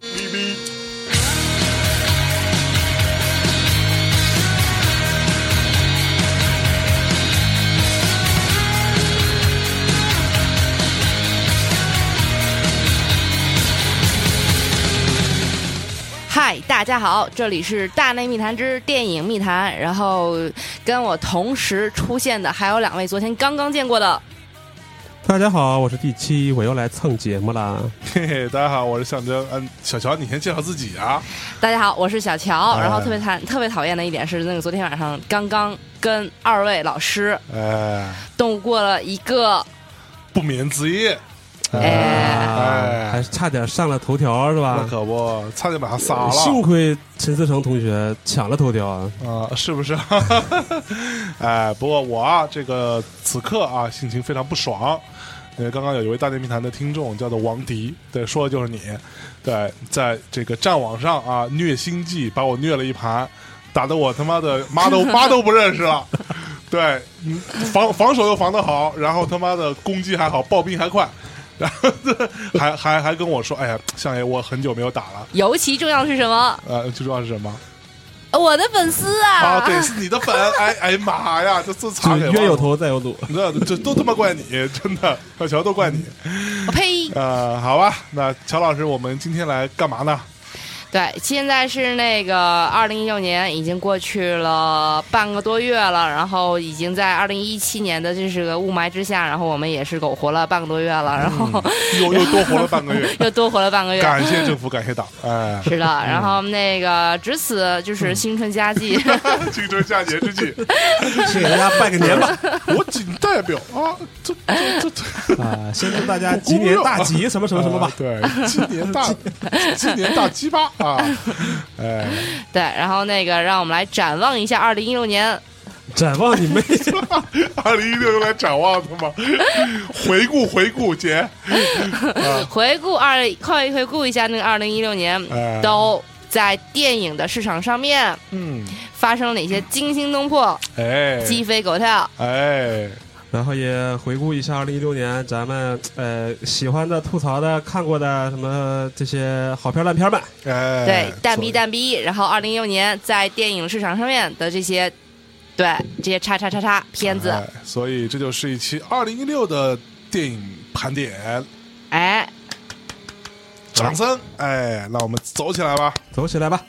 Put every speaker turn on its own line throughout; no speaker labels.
baby.
Hi，大家好，这里是《大内密谈之电影密谈》，然后跟我同时出现的还有两位昨天刚刚见过的，
大家好，我是第七，我又来蹭节目啦。
嘿嘿， 大家好，我是象征。嗯，小乔，你先介绍自己啊。
大家好，我是小乔。
哎
然后特别讨特别讨厌的一点是，那个昨天晚上刚刚跟二位老师
哎，
度过了一个，
不眠之夜，
啊
哎，
哎
还是差点上了头条是
那
吧？
可不，差点把他杀了
幸亏陈思诚同学抢了头条啊！
啊、是不是？ 哎，不过我啊，这个此刻啊，心情非常不爽。因为刚刚有一位大内密谈的听众叫做王迪，对，说的就是你，对，在这个战网上啊虐星际，把我虐了一盘，打得我他妈的妈都妈都不认识了，对，嗯防防守又防得好，然后他妈的攻击还好，暴兵还快，然后还还还跟我说，哎呀，相爷我很久没有打了，
尤其重要的是什么？
呃，最重要是什么？
我的粉丝啊！
啊，对，是你的粉，哎哎妈呀，这这
就
差给
是
忘
冤有
了，
头债有主，
这这都他妈怪你，真的，小乔都怪你。
我呸！
呃，好吧，那乔老师，我们今天来干嘛呢？
对，现在是那个二零一六年已经过去了半个多月了，然后已经在二零一七年的这是个雾霾之下，然后我们也是苟活了半个多月了，然后，
又又多活了半个月
又多活了半个月。，
嗯感谢政府，感谢党，哎
是的，然后那个值此
嗯
就是新春佳 季，
青春夏节之际，
先给大家拜个年吧！
我仅代表啊，这这这 这
啊，先祝大家吉年大吉，什么什么什 么吧
啊。对，今年大，今年大鸡巴啊，哎，
对，然后那个让我们来展望一下二零一六年，
展望你妹！
二零一六又来展望他妈，回顾回顾姐，
回顾二快回顾一下那个二零一六年
哎，
都在电影的市场上面
嗯，
发生了哪些惊心动魄、
哎，
鸡飞狗跳。
哎，
然后也回顾一下二零一六年咱们呃喜欢的、吐槽的、看过的什么这些好片烂片们。
哎，
对，蛋逼
所以，
蛋逼，然后二零一六年在电影市场上面的这些，对这些叉叉叉叉片子，
哎，所以这就是一期二零一六的电影盘点，
哎，
掌声，哎，那我们走起来吧，
走起来吧！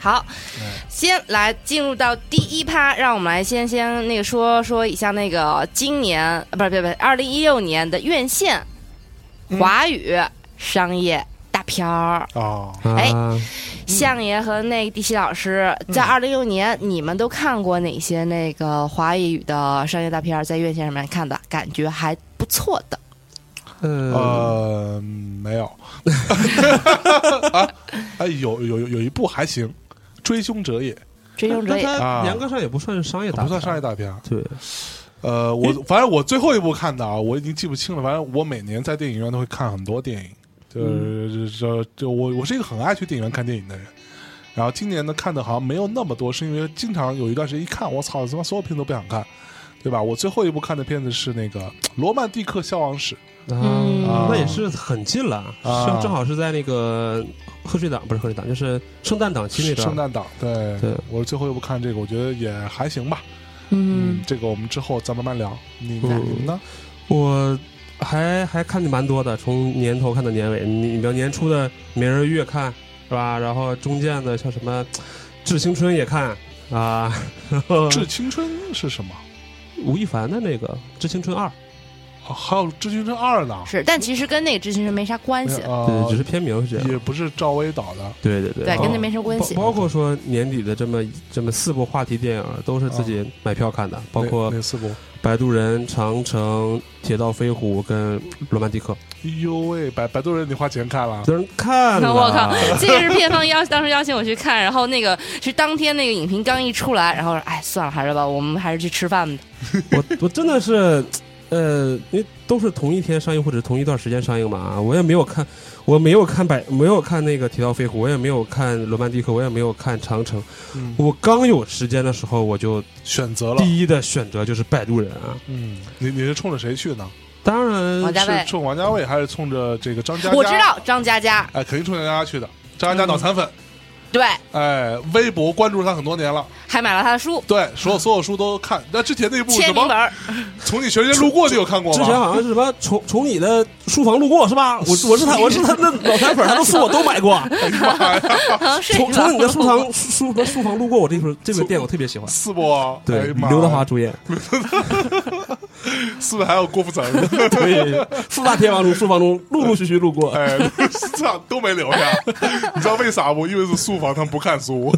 好，
哎
先来进入到第一趴，让我们来先先那个说说一下那个今年，呃不是不是不是，二零一六年的院线
嗯
华语商业大片儿。
哦，
哎
啊，
嗯
相爷和那个迪西老师，在二零一六年你们都看过哪些那个华语的商业大片儿在院线上面看的感觉还不错的？
呃，
呃，没 有，啊，哎，有有有有一部还行，《追凶者也》
追凶者
那
也
它
啊
严格上也不算是商业
我
大，
不算商业。大片啊，
对，
呃，我反正我最后一部看的啊，我已经记不清了，反正我每年在电影院都会看很多电影，
嗯
就是这这我我是一个很爱去电影院看电影的人。然后今年呢，看的好像没有那么多，是因为经常有一段时间一看，我操，他妈所有片都不想看，对吧？我最后一部看的片子是那个《罗曼蒂克消亡史》，
嗯
啊，那也是很近了，
啊
正正好是在那个贺岁档，不是贺岁档，就是圣诞档期那段。
圣诞档，对，
对
我最后一部看这个，我觉得也还行吧。
嗯，
这个我们之后再慢慢聊。你呢？
嗯
你们呢？
我还还看的蛮多的，从年头看到年尾。你你比如年初的《明日月》看是吧？然后中间的像什么《致青春》也看啊， 然后
《致青春》是什么？
吴亦凡的那个《致青春二》，
哦还有《致青春二》呢？
是，但其实跟那个知情人没哦啥关系，
啊
对，只是片名是这样。
也不是赵薇导的，
对对对，
对，
啊
跟那没什么关系
包。包括说年底的这么这么四部话题电影都是自
啊
己买票看的，包括
哪哪四部？
《摆渡人》《长城》《铁道飞虎》跟《罗曼蒂克》，
哎呦喂，百百度人你花钱看了？
有人看啊了，
我靠，这个是片方邀当时邀请我去看，然后那个是当天那个影评刚一出来，然后哎算了，还是吧，我们还是去吃饭吧。
我我真的是，呃，因为都是同一天上映或者同一段时间上映嘛，我也没有看，我没有看百，没有看那个《铁道飞虎》，我也没有看《罗曼蒂克》，我也没有看《长城》。
嗯，
我刚有时间的时候，我就
选择了。
第一的选择就是《摆渡人》啊，
嗯，你你是冲着谁去呢？
当
王
然
家卫
是冲王家卫还是冲着这个张嘉佳？
我知。道张嘉佳，嗯
哎，肯定冲着张嘉佳去的。张艾嘉脑残粉，
对，
哎，微博关注他很多年了，
还买了他的书，
对，
嗯
所有所有书都看。那之前那部
签
什
名本
么？ 啊
儿，
从你学生路过就有看过
之前
吗？
好像是什么从从你的书房路过是吧？我我是他我是他那脑残粉，他的书我都买过。
妈呀，
嗯，睡
从
着
从你的书房书书书房路过，我这本这本店我特别 喜欢。
四部
对，
哎呀妈
刘德华主演，
四部还有郭 富城，
对，四大天王中书房中陆陆续续路过。
哎，操，都没留下。你知道为啥不？因为是书房，他们不看书。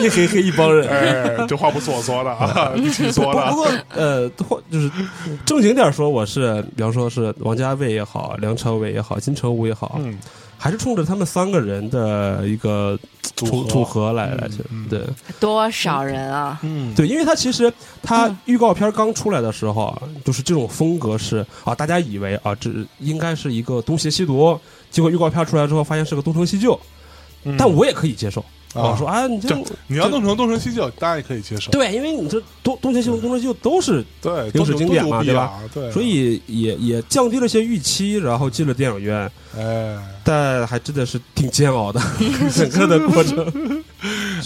一黑黑一帮人。
哎，这话不是我说的啊，你自己
不
说
不
的。
过呃，或就是正经点说，我是比方说是王家卫也好，梁朝伟也好，金城武也好，
嗯，
还是冲着他们三个人的一个
组
组
合
组合来来去
嗯嗯，
对
多少人啊？
嗯，
对，因为他其实他预告片刚出来的时候，啊就是这种风格是啊，大家以为啊，这应该是一个东邪西毒，结果预告片出来之后，发现是个东成西就，
嗯
但我也可以接受。
啊
我说啊，你这
对你要弄成东成西就，当然也可以接受。
对，因为你这东东邪西毒、东成西就都是
对，
影
都
视
牛
经
都
典
牛
嘛
逼
对吧
啊？对，
所以也也降低了些预期，然后进了电影院，
哎。
但还真的是挺煎 熬的，整个的过程。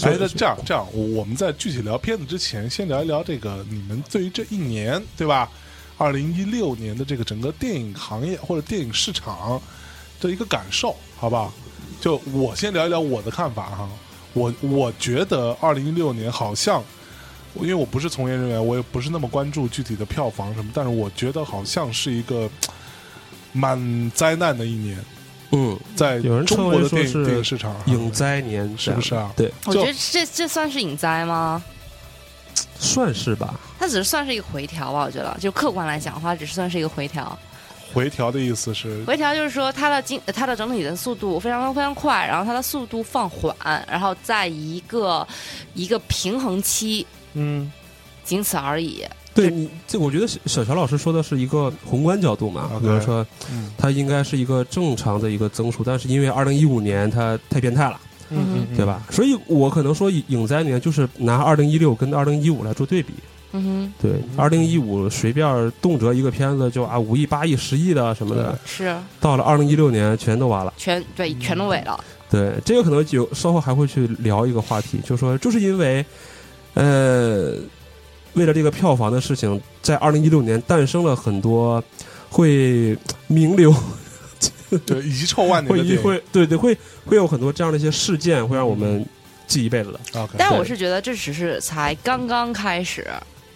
哎，那这样这样，我我们在具体聊片子之前，先聊一聊这个你们对于这一年，对吧？二零一六年的这个整个电影行业或者电影市场的一个感受，好不好？就我先聊一聊我的看法哈。我我觉得二零一六年好像，因为我不是从业人员，我也不是那么关注具体的票房什么，但是我觉得好像是一个蛮灾难的一年，
嗯，
在
有人
中
称
国
为
的
说
电影
是
电影市场哈
影灾年
是不是啊
对，
我
就
觉得这这算是隐灾吗？
算是吧。
它只是算是一个回调吧，我觉得，就客观来讲的话，只是算是一个回调。
回调的意思是
回调就是说它的经它的整体的速度非常非常快，然后它的速度放缓，然后在一个一个平衡期，
嗯
仅此而已。
对你，这我觉得小小乔老师说的是一个宏观角度嘛，
OK
比如说
嗯
它应该是一个正常的一个增速，但是因为二零一五年它太变态了，
嗯
对？吧？所以我可能说影灾年就是拿二零一六跟二零一五来做对比，
嗯
对，二零一五随便动辄一个片子就啊五亿、八亿、十亿的什么的
对，
哼，是
到了二零一六年全都完了。
全对全都萎了。
对，这个可能有稍后还会去聊一个话题，就说就是因为，呃，为了这个票房的事情，在二零一六年诞生了很多会名流，
对，遗臭万年
会
的电影。
会对对会会有很多这样的一些事件，会让我们记一辈子的。
OK，
但
对
我是觉得这只是才刚刚开始。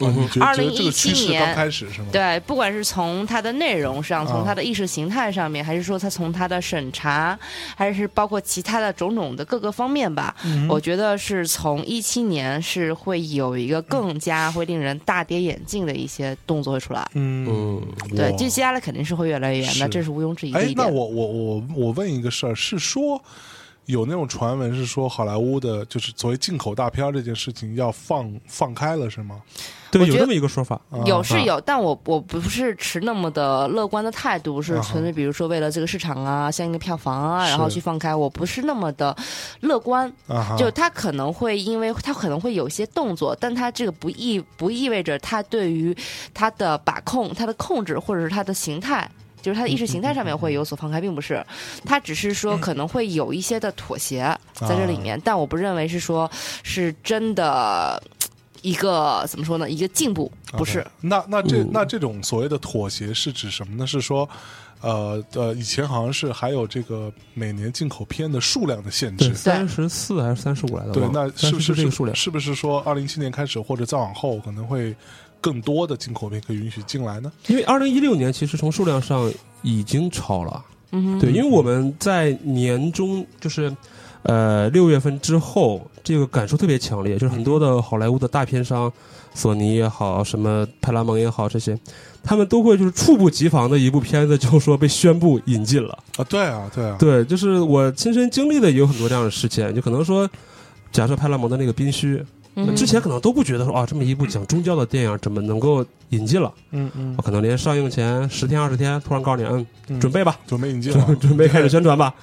哦你觉得觉得
2017
这个趋势刚
年
开始是吗？
对，不管是从它的内容上，从它的意识形态上面，还是说它从它的审查，还是包括其他的种种的各个方面吧，
嗯，
我觉得是从一七年是会有一个更加会令人大跌眼镜的一些动作会出来。
嗯，
嗯，
对
哇，
接下来肯定是会越来越严
是
的，这是毋庸置疑的
哎
一，
那
点。
我我我我问一个事儿，是说有那种传闻是说好莱坞的，就是所谓进口大片儿这件事情要放放开了是吗？
对，
我觉
有
得
这么一个说法。
啊
有是有，但我我不是持那么的乐观的态度，是
啊哈
纯粹比如说为了这个市场啊，像一个票房啊，然后
是
去放开，我不是那么的乐观。
啊哈，
就他可能会因为他可能会有一些动作，但他这个不意不意味着他对于他的把控、他的控制或者是他的形态。就是他的意识形态上面会有所放开，并不是，他只是说可能会有一些的妥协
嗯
在这里
啊
面，但我不认为是说是真的一个怎么说呢，一个进步，不是
OK，那那这
嗯
那这种所谓的妥协是指什么呢？是说，呃呃，以前好像是还有这个每年进口片的数量的限制
对，。三十四还是三十五来的？
对，
忘了
那是不
34
是
这个数量？
是不是说二零一七年开始或者再往后可能会更多的进口片可以允许进来呢？
因为二零一六年其实从数量上已经超了。
嗯哼，
对，因为我们在年中就是，呃，六月份之后，这个感受特别强烈，就是很多的好莱坞的大片商，索尼也好，什么派拉蒙也好，这些，他们都会就是猝不及防的一部片子，就说被宣布引进了。
啊，对啊，对啊，
对，就是我亲身经历的也有很多这样的事件，就可能说。假设派拉蒙的那个《宾虚》，
嗯哼
之前可能都不觉得说啊，这么一部讲宗教的电影怎么能够引进了？
嗯嗯
可能连上映前十天二十天，突然告诉你，嗯，
嗯
哦准备吧，
准备引进了
准，准备开始宣传吧。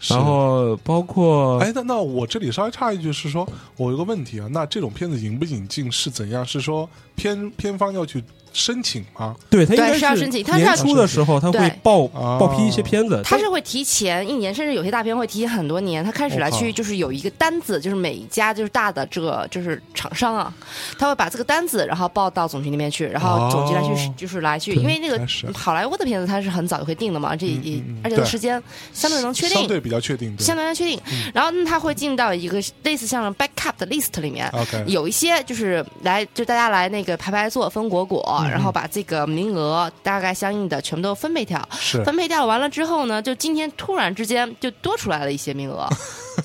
是
然。后包括
哎，那那我这里稍微插一句，是说我有个问题啊，那这种片子引不引进是怎样？是说片片方要去申请吗？
对他应该
对是要申请他是要
年初的时候他会
对
报
啊
报批一些片子，
他是会提前一年，甚至有些大片会提前很多年。他开始来
我靠
去就是有一个单子，就是每一家就是大的这个就是厂商啊，他会把这个单子然后报到总局那边去，然后总局来去、
哦
就是来去，
对
因为那个
开始
好莱坞的片子它是很早就会定的嘛，这
嗯
也、
嗯嗯
而且它
对
时间相对能确
相
定，
对比较确定，对
相对能确定。
嗯
然后那他会进到一个类似像 backup 的 list 里面，
OK，
有一些就是来，就大家来那个排排坐分果果，
嗯
然后把这个名额大概相应的全部都分配掉。
是
分配掉完了之后呢，就今天突然之间就多出来了一些名 额，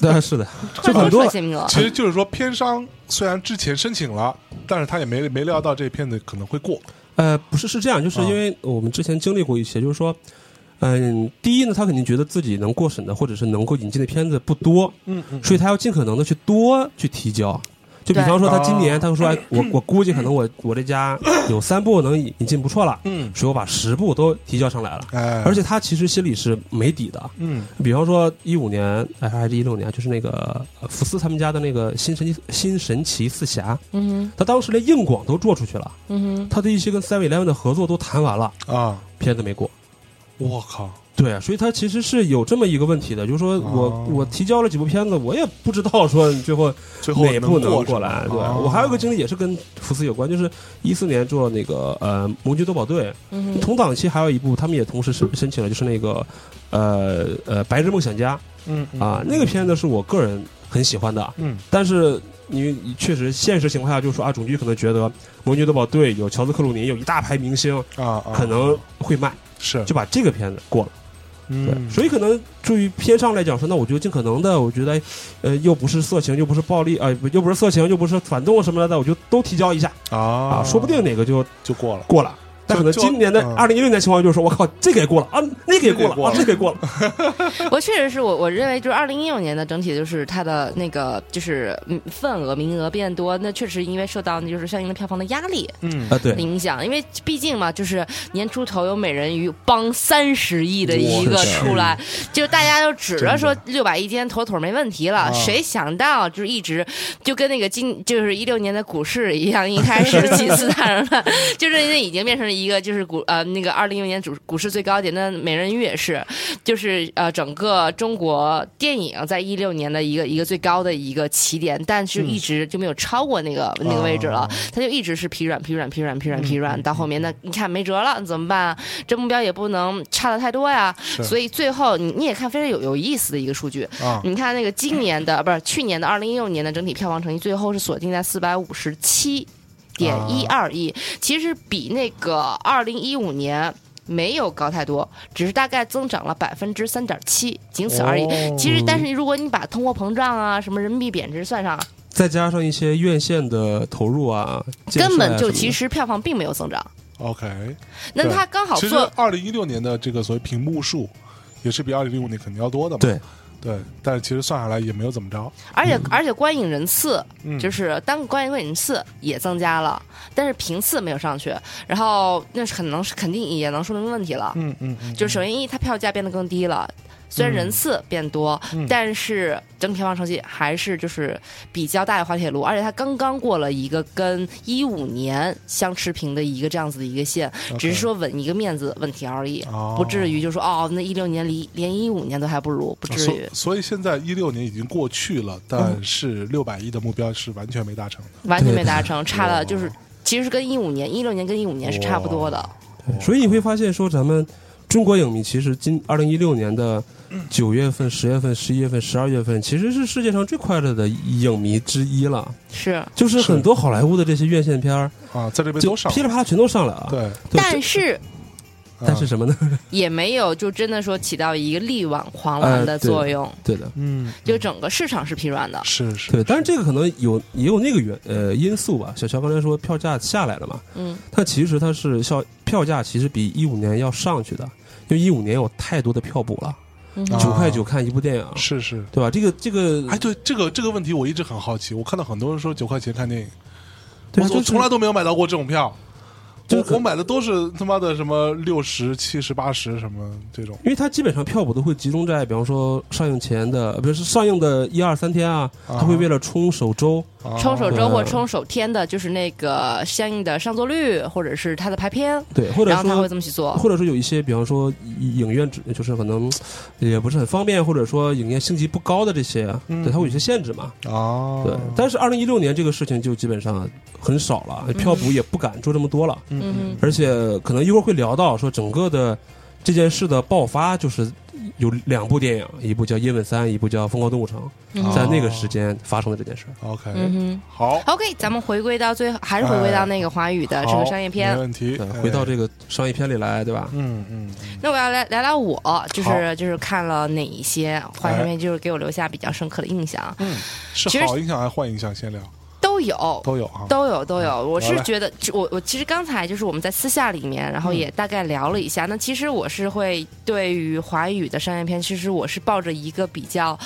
对， 是的，
突
就
然多
很
出来
多
一些名额。
其实就是说，片商虽然之前申请了，但是他也没没料到这片子可能会过。
呃，不是是这样，就是因为我们之前经历过一些，就是说，嗯，第一呢，他肯定觉得自己能过审的或者是能够引进的片子不多，
嗯嗯
所以他要尽可能的去多去提交。就比
对
方说，他今
啊
年他会说，哎，我我估计可能我我这家有三部能引引进不错了，
嗯，
所以我把十部都提交上来了。
哎，
而且他其实心里是没底的，
嗯
比方说一五年，哎，还是一六年，就是那个呃福斯他们家的那个新神奇新神奇四侠，
嗯
他当时连硬广都做出去了，
哼，嗯
他的一些跟 Seven Eleven 的合作都谈完了，
啊，
片子没过。
我靠，
对，啊所以他其实是有这么一个问题的，就是说我、
哦
我提交了几部片子，我也不知道说最后
最后
哪部能
过
过
是吧
来。对、
哦
我还有一个经历也是跟福斯有关，就是一四年做那个呃《盟军夺宝队》，
嗯哼，
同档期还有一部他们也同时申申请了，就是那个呃呃《白日梦想家》。
嗯嗯
啊，那个片子是我个人很喜欢的，
嗯
但是你你确实现实情况下就是说啊，总局可能觉得《魔女夺宝队》有乔治克鲁尼，有一大排明星，
啊，啊
可能会卖，
是
就把这个片子过了。对，
嗯，
所以可能对于片上来讲说，那我就尽可能的，我觉得，呃，又不是色情，又不是暴力，啊、不又不是色情，又不是反动什么的，我就都提交一下
啊
啊，说不定哪个就
就过了。
过了。但可能
就
今年的
嗯
二零一六年情况就是说，我靠，这个也过了啊，那个也过了
那个也过
啊
了，
这个也过了，
我确实是我我认为就是二零一六年的整体就是它的那个就是嗯份额名额变多，那确实因为受到那就是相应的票房的压力
嗯
啊，对
的，影响，因为毕竟嘛，就是年出头有美人鱼帮三十亿的一
我
个
去
出来，就大家都指着说
真
六百亿今天妥妥没问题了，
啊
谁想到就是一直就跟那个今就是一六年的股市一样，一开始几次大人乱， 就是那已经变成了一个就是股呃那个二零一六年主股市最高点，那美人鱼也是，就是呃整个中国电影在一六年的一个一个最高的一个起点，但
嗯
是一直就没有超过那个、那个位置了
啊，
它就一直是疲软疲软疲软疲软
嗯
疲软，到后面那你看没辙了，你怎么办啊？这目标也不能差的太多呀，
是
所以最后你你也看非常有有意思的一个数据，
啊，
嗯
你看那个今年的不是去年的二零一六年的整体票房成绩，最后是锁定在四百五十七点
啊
一二亿，其实比那个二零一五年没有高太多，只是大概增长了百分之三点七，仅此而已。
哦
其实，但是如果你把通货膨胀啊、什么人民币贬值算上，
再加上一些院线的投入啊，建设
根
啊
本就
什么的
其实票房并没有增长。
OK，
那
对
它刚好
其实
做
二零一六年的这个所谓屏幕数，也是比二零零五年肯定要多的嘛。
对
对，但是其实算下来也没有怎么着。
而且而且观影人次，
嗯
就是单观影观影次也增加了，但是频次没有上去，然后那是可能是肯定也能说明问题了。
嗯嗯嗯，
就首先一，它票价变得更低了。虽然人次变多，
嗯
但是整体票房成绩还是就是比较大的滑铁卢，而且它刚刚过了一个跟一五年相持平的一个这样子的一个线，
OK
只是说稳一个面子问题而已，
哦
不至于就说哦，那一六年离连一五年都还不
哦
如，不至
所
于，嗯
所以现在一六年已经过去了，但是六百亿的目标是完全没达成的。
完全没
对
达成，差了
哇
就是其实跟一五年、一六年跟一五年是差不多的。
所以你会发现说，咱们中国影迷其实今二零一六年的九月份、十月份、十一月份、十二月份，其实是世界上最快乐的影迷之一了。
是，
就是很多好莱坞的这些院线片儿，
啊，在这边
就
都上
噼里啪啦全都上来了。啊
对，
对，
但
这
是
但是
啊
什么呢？
也没有就真的说起到一个力挽狂澜的
呃对
作用，
对的，
嗯，
就整个市场是疲软的。
是是，
对，但是这个可能有也有那个原呃因素吧。小乔刚才说票价下来了嘛，
嗯，
但其实它是效票价其实比一五年要上去的，因为一五年有太多的票补了，
嗯
啊
九块九看一部电影，
是是。
对吧？这个这个
哎，对这个这个问题，我一直很好奇。我看到很多人说九块钱看电影，
对啊，
我我
就是
从来都没有买到过这种票。
就
我
可
我买的都是他妈的什么六十七十八十什么这种
因为它基本上票补都会集中在，比方说上映前的，呃不是上映的一二三天啊，
啊
它会为了冲首周，
冲手周
嗯
或冲手天的，就是那个相应的上座率或者是它的排片，
对，或者
然后他会
说
这么去做。
或者说有一些，比方说影院只就是可能也不是很方便，或者说影业星级不高的这些，啊
嗯
对，它会有一些限制嘛。
哦，
对，但是二零一六年这个事情就基本上很少了，
嗯
票补也不敢做这么多了，
嗯
而且可能一会儿会聊到说整个的这件事的爆发就是。有两部电影，一部叫《叶问三》，一部叫《疯狂动物城》，
嗯
在那个时间发生的这件事儿。
OK，、
嗯
好，
哼，OK，咱们回归到最后，还是回归到那个华语的这
好
个商业片
没。问题哎
对，。呃回到这个商业片里来，对吧？
嗯嗯嗯
那我要来聊聊我，就
好
是就是看了哪一些华语片，就是给我留下比较深刻的印象，
嗯，
其
是
实
好印象还是坏印象？先聊
都有。
都有啊。
都有都有，我
好
是
嘞
觉得，就我我其实刚才就是我们在私下里面，然后也大概聊了一下。那其实我是会对于华语的商业片，其实我是抱着一个比较，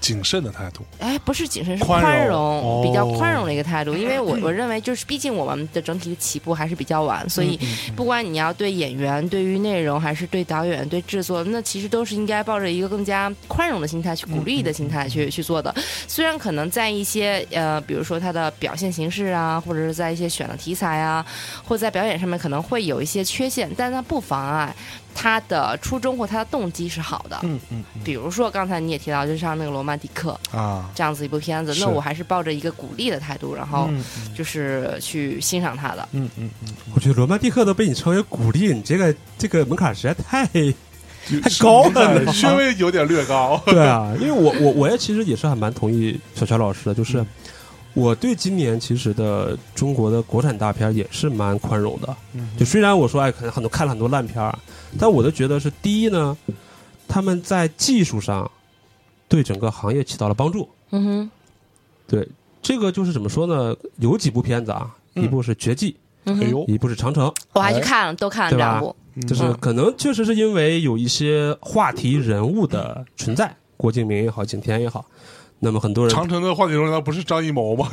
谨慎的态度，
哎，不是谨慎，是
宽
宽
容
容，
哦
比较宽容的一个态度。因为我我认为，就是毕竟我们的整体的起步还是比较晚，所以不管你要对演员、对于内容，还是对导演、对制作，那其实都是应该抱着一个更加宽容的心态去鼓励的心态
嗯
去、去做的。虽然可能在一些呃，比如说它的表现形式啊，或者是在一些选的题材啊，或者在表演上面可能会有一些缺陷，但它不妨碍它的初衷或它的动机是好的。
嗯嗯
比如说刚才你也提到，就像那个《罗曼蒂克》
嗯啊，
这样子一部片子，
是
那我还是抱着一个鼓励的态度，然后
嗯
就是去欣赏它的。
嗯嗯嗯，
我觉得罗曼蒂克都被你称为鼓励，你这个这个门槛实在太
有
太高了
有点
呢。
稍微有点略高
对啊，因为我我我也其实也是还蛮同意小乔老师的，就是
嗯
我对今年其实的中国的国产大片儿也是蛮宽容的。
嗯
就虽然我说哎，可能很多看了很多烂片儿，但我都觉得是第一呢，他们在技术上对整个行业起到了帮助。
嗯哼，
对，这个就是怎么说呢？有几部片子啊，
嗯
一部是《绝技
嗯》，
哎
哼，
呦，
一部是《长城》，
我
哎
还去看了，都看了
对吧
两部。
就是
嗯
可能确实是因为有一些话题人物的存在，郭敬明也好，景甜也好，那么很多人
长城的话题中难道不是张艺 谋吗？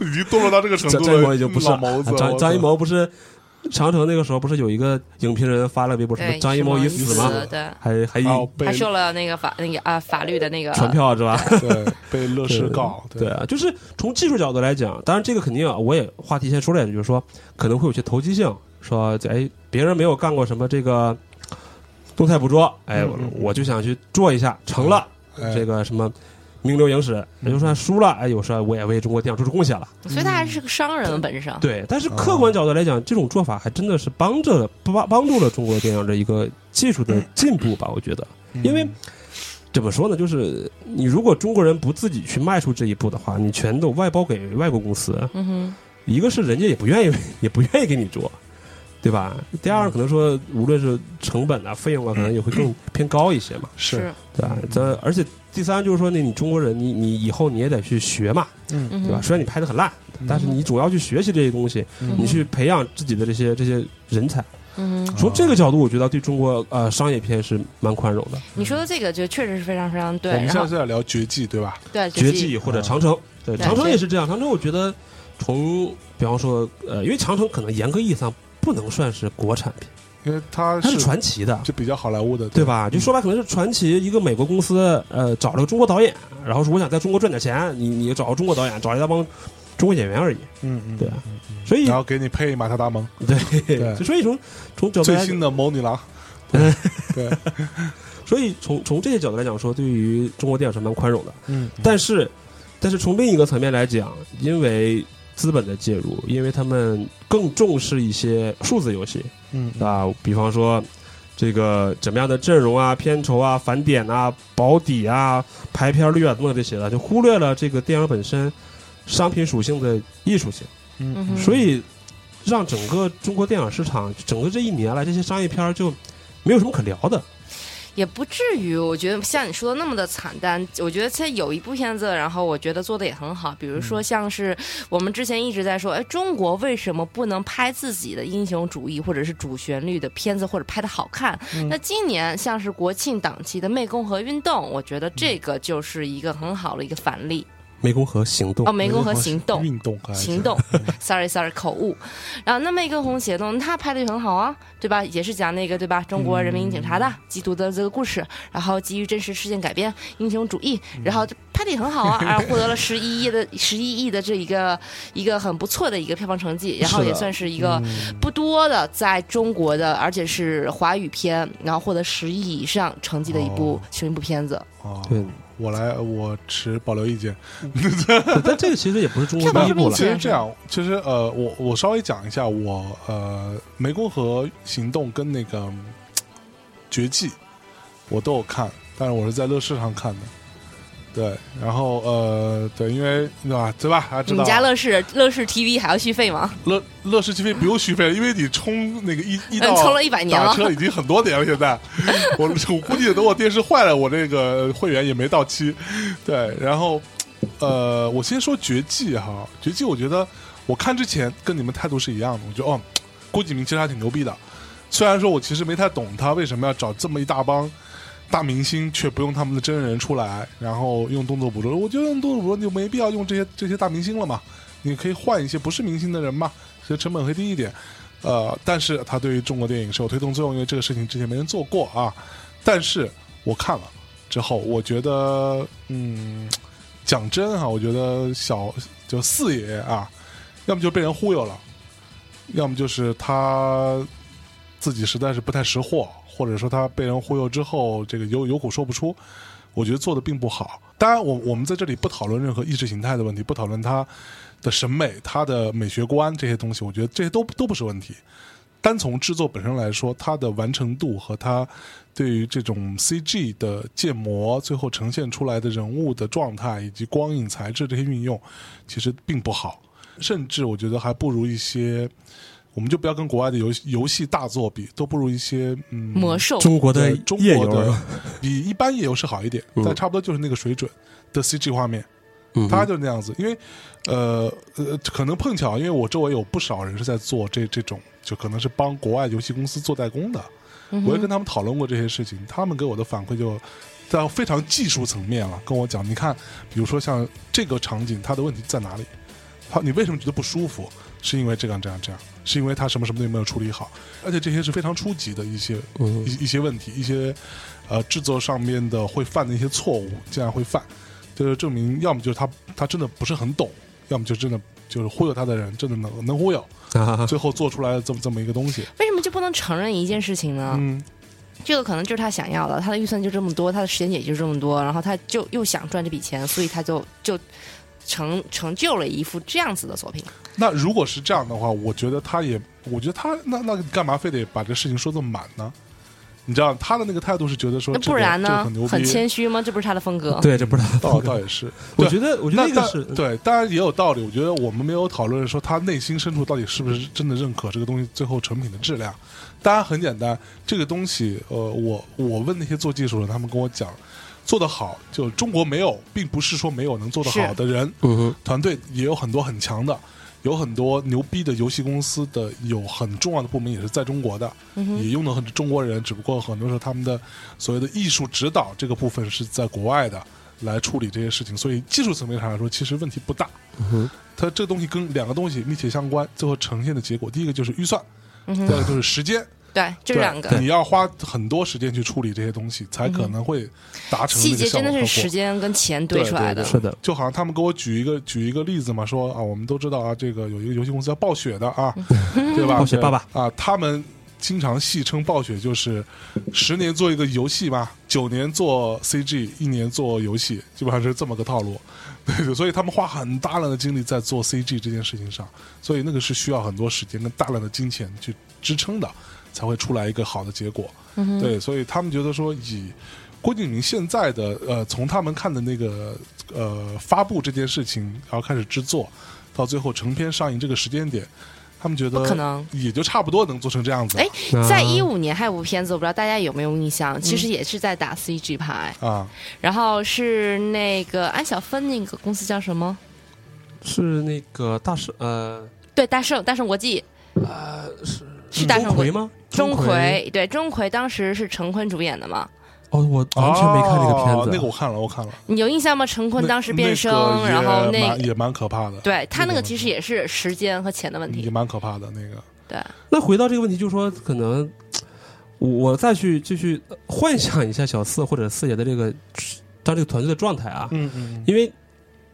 已经堕落到这个程
张
度了，
张艺谋也就不是
老
了
谋子
啊
了我
张
操
张艺谋不是长城那个时候不是有一个影评人发了微博什么
对，
张艺谋已
是
死
吗
吗
已？对，
还还
然后哦被
还受了那个法那个啊法律的那个
传票是吧？
对被乐视告，
对啊，就是从技术角度来讲，当然这个肯定啊，我也话题先说了一句，就是说可能会有些投机性，说哎别人没有干过什么这个动态捕捉，哎
嗯
我
嗯嗯
我就想去做一下，成了
哎嗯
这个什么名流影史，也就算输了，哎有时候我也为中国电影做出贡献了。
所以他还是个商人本身。
对，但
哦
是客观角度来讲，这种做法还真的是帮着帮帮助了中国电影的一个技术
嗯
的进步吧，我觉得。因为怎么说呢，就是你如果中国人不自己去迈出这一步的话，你全都外包给外国公司，
嗯哼，
一个是人家也不愿意， 也不愿意给你做，对吧？第
嗯
二，可能说无论是成本啊、费用啊，可能也会更偏高一些嘛，
是，
对吧？这
嗯
而且第三就是说呢，你中国人，你你以后你也得去学嘛，
嗯，
嗯
对吧？
哼，
虽然你拍的很烂，但是你总要去学习这些东西，
嗯
你去培养自己的这些这些人才。
嗯哼，
从这个角度，我觉得对中国呃商业片是蛮宽容的，
你说的这个就确实是非常非常对。
我们
然
现在
后
是在聊绝技，对吧？
对
《绝技》或者《长城》
对
对，《长城》
对
也是这样，《长城》我觉得从比方说呃，因为《长城》可能严格意义上不能算是国产片，
因为它
它
是
是传奇的。
就比较好莱坞的，
对吧？就说白，可能是传奇一个美国公司，呃，找了个中国导演，然后说我想在中国赚点钱，你你找个中国导演，找一大帮中国演员而已，
嗯嗯，
对啊。 所以
然后给你配马特达蒙对
对， 就所以从从角度
最
来
新的谋女郎，
嗯
对，
所以从从这些角度来讲说，对于中国电影是蛮宽容的。
嗯，
但是，但是从另一个层面来讲，因为资本的介入，因为他们更重视一些数字游戏
嗯
啊，比方说这个怎么样的阵容啊、片酬啊、返点啊、保底啊、排片率啊等等这些的，就忽略了这个电影本身商品属性的艺术性，
嗯哼
所以让整个中国电影市场，整个这一年来这些商业片儿就没有什么可聊的。
也不至于，我觉得像你说的那么的惨淡。我觉得它有一部片子，然后我觉得做的也很好，比如
嗯
说像是我们之前一直在说，哎，中国为什么不能拍自己的英雄主义或者是主旋律的片子，或者拍的好看？
嗯
那今年像是国庆档期的《湄公河运动》，我觉得这个就是一个很好的一个反例。
湄公河行动
哦，《湄公河行动》
运动还是
行动 ，sorry sorry 口误。然后那么一个红鞋动，他拍的就很好啊，对吧？也是讲那个对吧，中国
嗯嗯
人民警察的缉毒的这个故事，然后基于真实事件改编，英雄主义，然后拍的也很好 啊，然后获得了十一亿的十一亿的这一个一个很不错的一个票房成绩，然后
是的嗯
也算是一个不多的在中国的，而且是华语片，然后获得十亿以上成绩的一部
哦
全一部片子，
哦，
对，
我来，我持保留意见。
对但这个其实也不是中 国
票房
第
是
一部
不
了
是
其实这样，其实呃，我我稍微讲一下，我呃，《湄公河行动》跟那个《嗯绝技》，我都有看，但是我是在乐视上看的。对，然后呃，对，因为对吧，对吧？大家知
你
道啊
家乐视乐视 TV 还要续费吗？
乐乐视 TV 不用续费了，因为你充那个一 一
嗯，
到
充了一百年
打
了，
车已经很多年了，现在我 我估计等我电视坏了，我这个会员也没到期。对，然后呃，我先说绝技哈，绝技我觉得我看之前跟你们态度是一样的，我觉得哦，郭敬明其实还挺牛逼的，虽然说我其实没太懂他为什么要找这么一大帮。大明星却不用他们的真人出来，然后用动作捕捉，我觉得用动作捕捉你就没必要用这些这些大明星了嘛，你可以换一些不是明星的人嘛，其实成本会低一点。呃，但是它对于中国电影是有推动作用，因为这个事情之前没人做过啊。但是我看了之后，我觉得，嗯，讲真哈、我觉得小就四爷啊，要么就被人忽悠了，要么就是他自己实在是不太识货，或者说他被人忽悠之后，这个有有苦说不出。我觉得做的并不好。当然我，我们在这里不讨论任何意识形态的问题，不讨论他的审美、他的美学观这些东西，我觉得这些都都不是问题。单从制作本身来说，它的完成度和它对于这种 CG 的建模，最后呈现出来的人物的状态以及光影材质这些运用，其实并不好，甚至我觉得还不如一些，我们就不要跟国外的游戏游戏大作比，都不如一些嗯
魔兽
中国的
对中
夜
国
游
的
啊，
比一般夜游是好一点，但差不多就是那个水准的 CG 画面，
嗯
它就是那样子。因为呃呃，可能碰巧，因为我周围有不少人是在做这这种，就可能是帮国外游戏公司做代工的，我也跟他们讨论过这些事情，他们给我的反馈就。在非常技术层面了，跟我讲，你看，比如说像这个场景，它的问题在哪里？好，你为什么觉得不舒服？是因为这样这样这样，是因为它什么什么都没有处理好，而且这些是非常初级的一些
嗯
一一些问题，一些呃制作上面的会犯的一些错误，竟然会犯，就是证明要么就是他他真的不是很懂，要么就真的就是忽悠他的人真的能能忽悠，
啊，
最后做出来这么这么一个东西，
为什么就不能承认一件事情呢？
嗯，
这个可能就是他想要的，他的预算就这么多，他的时间也就这么多，然后他就又想赚这笔钱，所以他就就成成就了一幅这样子的作品。
那如果是这样的话，我觉得他也，我觉得他那那干嘛非得把这事情说这么满呢？你知道他的那个态度是觉得说
那
这个，
不然
这个
呢？
很牛逼，
很谦虚吗？这不是他的风格。
对，这不知道。
倒倒 也是，
我
哦对
觉得，我觉得那个
但
是嗯
对，当然也有道理。我觉得我们没有讨论说他内心深处到底是不是真的认可这个东西最后成品的质量。当然很简单，这个东西，呃，我我问那些做技术的，他们跟我讲，做得好，就中国没有，并不是说没有能做得好的人，
嗯哼，
团队也有很多很强的，有很多牛逼的游戏公司的，有很重要的部门也是在中国的，
嗯
也用的很中国人，只不过很多时候他们的所谓的艺术指导这个部分是在国外的来处理这些事情，所以技术层面上来说，其实问题不大。
嗯哼
它这个东西跟两个东西密切相关，最后呈现的结果，第一个就是预算，第二个就是时间。
对，这
对
两个嗯
你要花很多时间去处理这些东西，才可能会达成那
细
个
节
效
真
果
的
和
是
果
时间跟钱
对
堆出来的。
对
是的，
就好像他们给我举一个举一个例子嘛，说啊，我们都知道啊，这个有一个游戏公司叫暴雪的啊， 对吧？
暴雪爸爸
啊，他们经常戏称暴雪就是十年做一个游戏吧，九年做 CG，一年做游戏，基本上是这么个套路。 对，所以他们花很大量的精力在做 CG 这件事情上，所以那个是需要很多时间跟大量的金钱去支撑的，才会出来一个好的结果。对，所以他们觉得说以郭敬明现在的呃，从他们看的那个呃发布这件事情，然后开始制作，到最后成片上映这个时间点，他们觉得
不可能
也就差不多能做成这样子。
哎
啊，
在一五年还有部片子，我不知道大家有没有印
嗯
象，其实也是在打 CG 牌，
啊，
然后是那个安小芬那个公司叫什么？
是那个大圣，呃
对，大圣大圣国际
呃，是
是大圣
钟
国
呃嗯
馗
际。
吗？
钟
馗。
铉对钟铉当时是陈坤主演的嘛？
哦，我完全没看那个片
哦
子。
那个我看了，我看了。
你有印象吗？陈坤
那
当时变声，
那个也
然后那
蛮也蛮可怕的，
对他那个
那个嗯
其实也是时间和钱的问
也
题。
蛮可怕的那个。
对，
那回到这个问题，就是说，可能呃我我再去继续幻想一下小四或者四爷的这个当这个团队的状态啊，
嗯嗯，
因为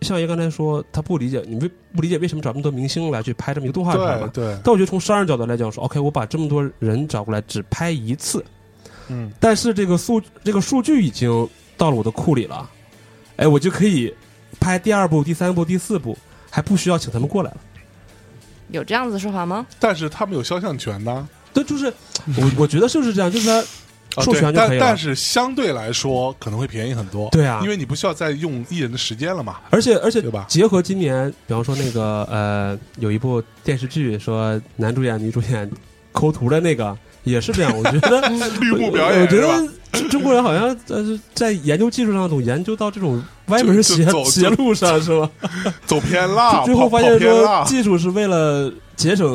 像爷刚才说，他不理解，你为不理解为什么找这么多明星来去拍这么一个动画片
对
嘛？
对，
但我觉得从商业角度来讲，说 OK，我把这么多人找过来只拍一次，
嗯
但是这个数这个数据已经到了我的库里了，哎，我就可以拍第二部、第三部、第四部，还不需要请他们过来了。
有这样子说法吗？
但是他们有肖像权呢，
对，就是我我觉得就是这样，就是他
啊
授
对
权就可
但
以了
但是相对来说可能会便宜很多，
对啊
因为你不需要再用艺人的时间了嘛，
而且而且
对吧
结合今年，比方说那个呃，有一部电视剧说男主演女主演抠图的那个，也是这样。我觉得
绿幕表
我
演
觉
是吧？
得中中国人好像呃是在研究技术上总研究到这种歪门
就
邪
就走
邪路上是吧？
走偏了，
最后
跑
发
跑
现
偏
说
了，
技术是为了节省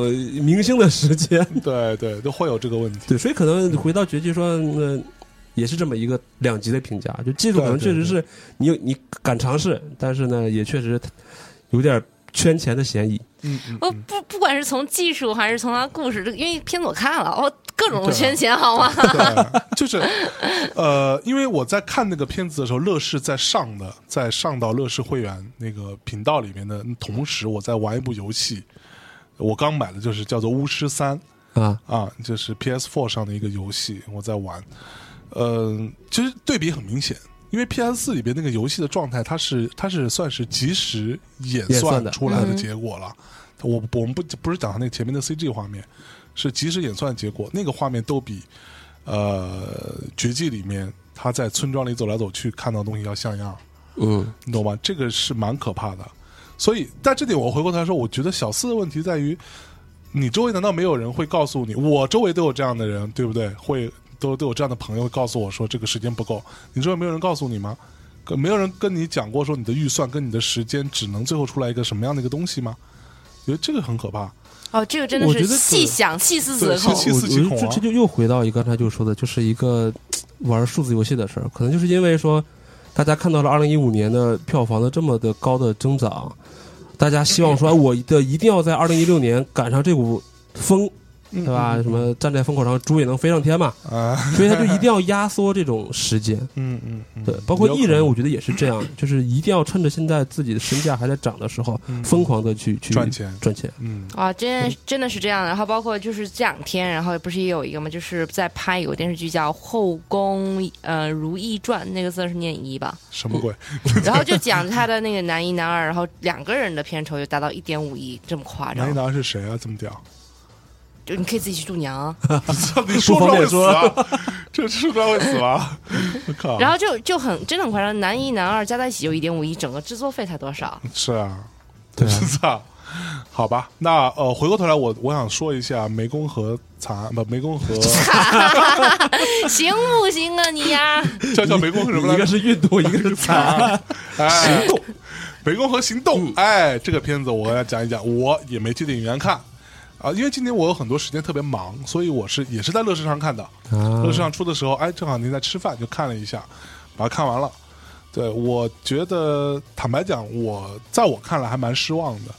明星的时间，
对对，都会有这个问题。
对，所以可能回到结局说，呃，也是这么一个两极的评价。就技术可能确实是你有你敢尝试，但是呢，也确实有点圈钱的嫌疑。
嗯嗯
哦，不，不管是从技术还是从他故事，这个因为片子我看了，哦，各种
对啊
圈钱好吗？
对，就是，呃，因为我在看那个片子的时候，乐视在上的，在上到乐视会员那个频道里面的，同时我在玩一部游戏，我刚买的就是叫做《巫师三》
啊，
啊，就是 PS4 上的一个游戏，我在玩。嗯，其实对比很明显，因为 PS4 里边那个游戏的状态，它是它是算是即时演
演算
算
的
出来的
嗯
结果了。我我们不不是讲它那个前面的 CG 画面，是即时演算结果，那个画面都比呃《绝技》里面他在村庄里走来走去看到的东西要像样。
嗯，
你懂吗？这个是蛮可怕的。所以在这点，我回过头来说，我觉得小四的问题在于，你周围难道没有人会告诉你？我周围都有这样的人，对不对？会都都有这样的朋友告诉我说这个时间不够。你周围没有人告诉你吗？跟没有人跟你讲过说你的预算跟你的时间只能最后出来一个什么样的一个东西吗？我觉得这个很可怕。
哦，这个真的
我觉
是
得
细
是
想细思
对
极
是
恐。
细
我
思
我
极
觉得
恐
这
啊
这就又回到一个刚才就说的，就是一个嘖玩数字游戏的事儿，可能就是因为说大家看到了二零一五年的票房的这么的高的增长，大家希望说，哎我的一定要在二零一六年赶上这股风，
对
对
嗯
吧？什么站在风口上，猪也能飞上天 嘛。
啊，
所以他就一定要压缩这种时间。
嗯嗯嗯，
对，包括艺人，
有可能
我觉得也是这样，就是一定要趁着现在自己的身价还在涨的时候，
嗯
疯狂的去去
赚钱，
赚钱。
嗯
啊，真真的是这样的。然后包括就是这两天，然后不是也有一个嘛，就是在拍有个电视剧叫《后宫呃如懿传》，那个字是念一 吧？
什么鬼？
然后就讲他的那个男一男二，然后两个人的片酬就达到一点五亿，这么夸
男
张？
一男二是谁啊？这么屌？
就你可以自己去度娘啊。
你说出来会死啊！这说出来会死 啊！我靠！
然后就就很真的很夸张，男一男二加在一起就一点五亿，整个制作费才多 少？
是啊，
对啊
是啊，好吧，那呃，回过头来我，我想说一下湄公河茶，不，湄 公河
行不行啊你呀、
叫叫湄公河什么 来
一个
着？
是运动，一个是财。
啊，哎，行动，湄公河行
嗯
动，哎，这个片子我要讲一讲，我也没去电影院看啊，因为今年我有很多时间特别忙，所以我是也是在乐视上看的，
啊
乐视上出的时候，哎，正好您在吃饭，就看了一下，把它看完了。对，我觉得坦白讲，我在我看来还蛮失望的，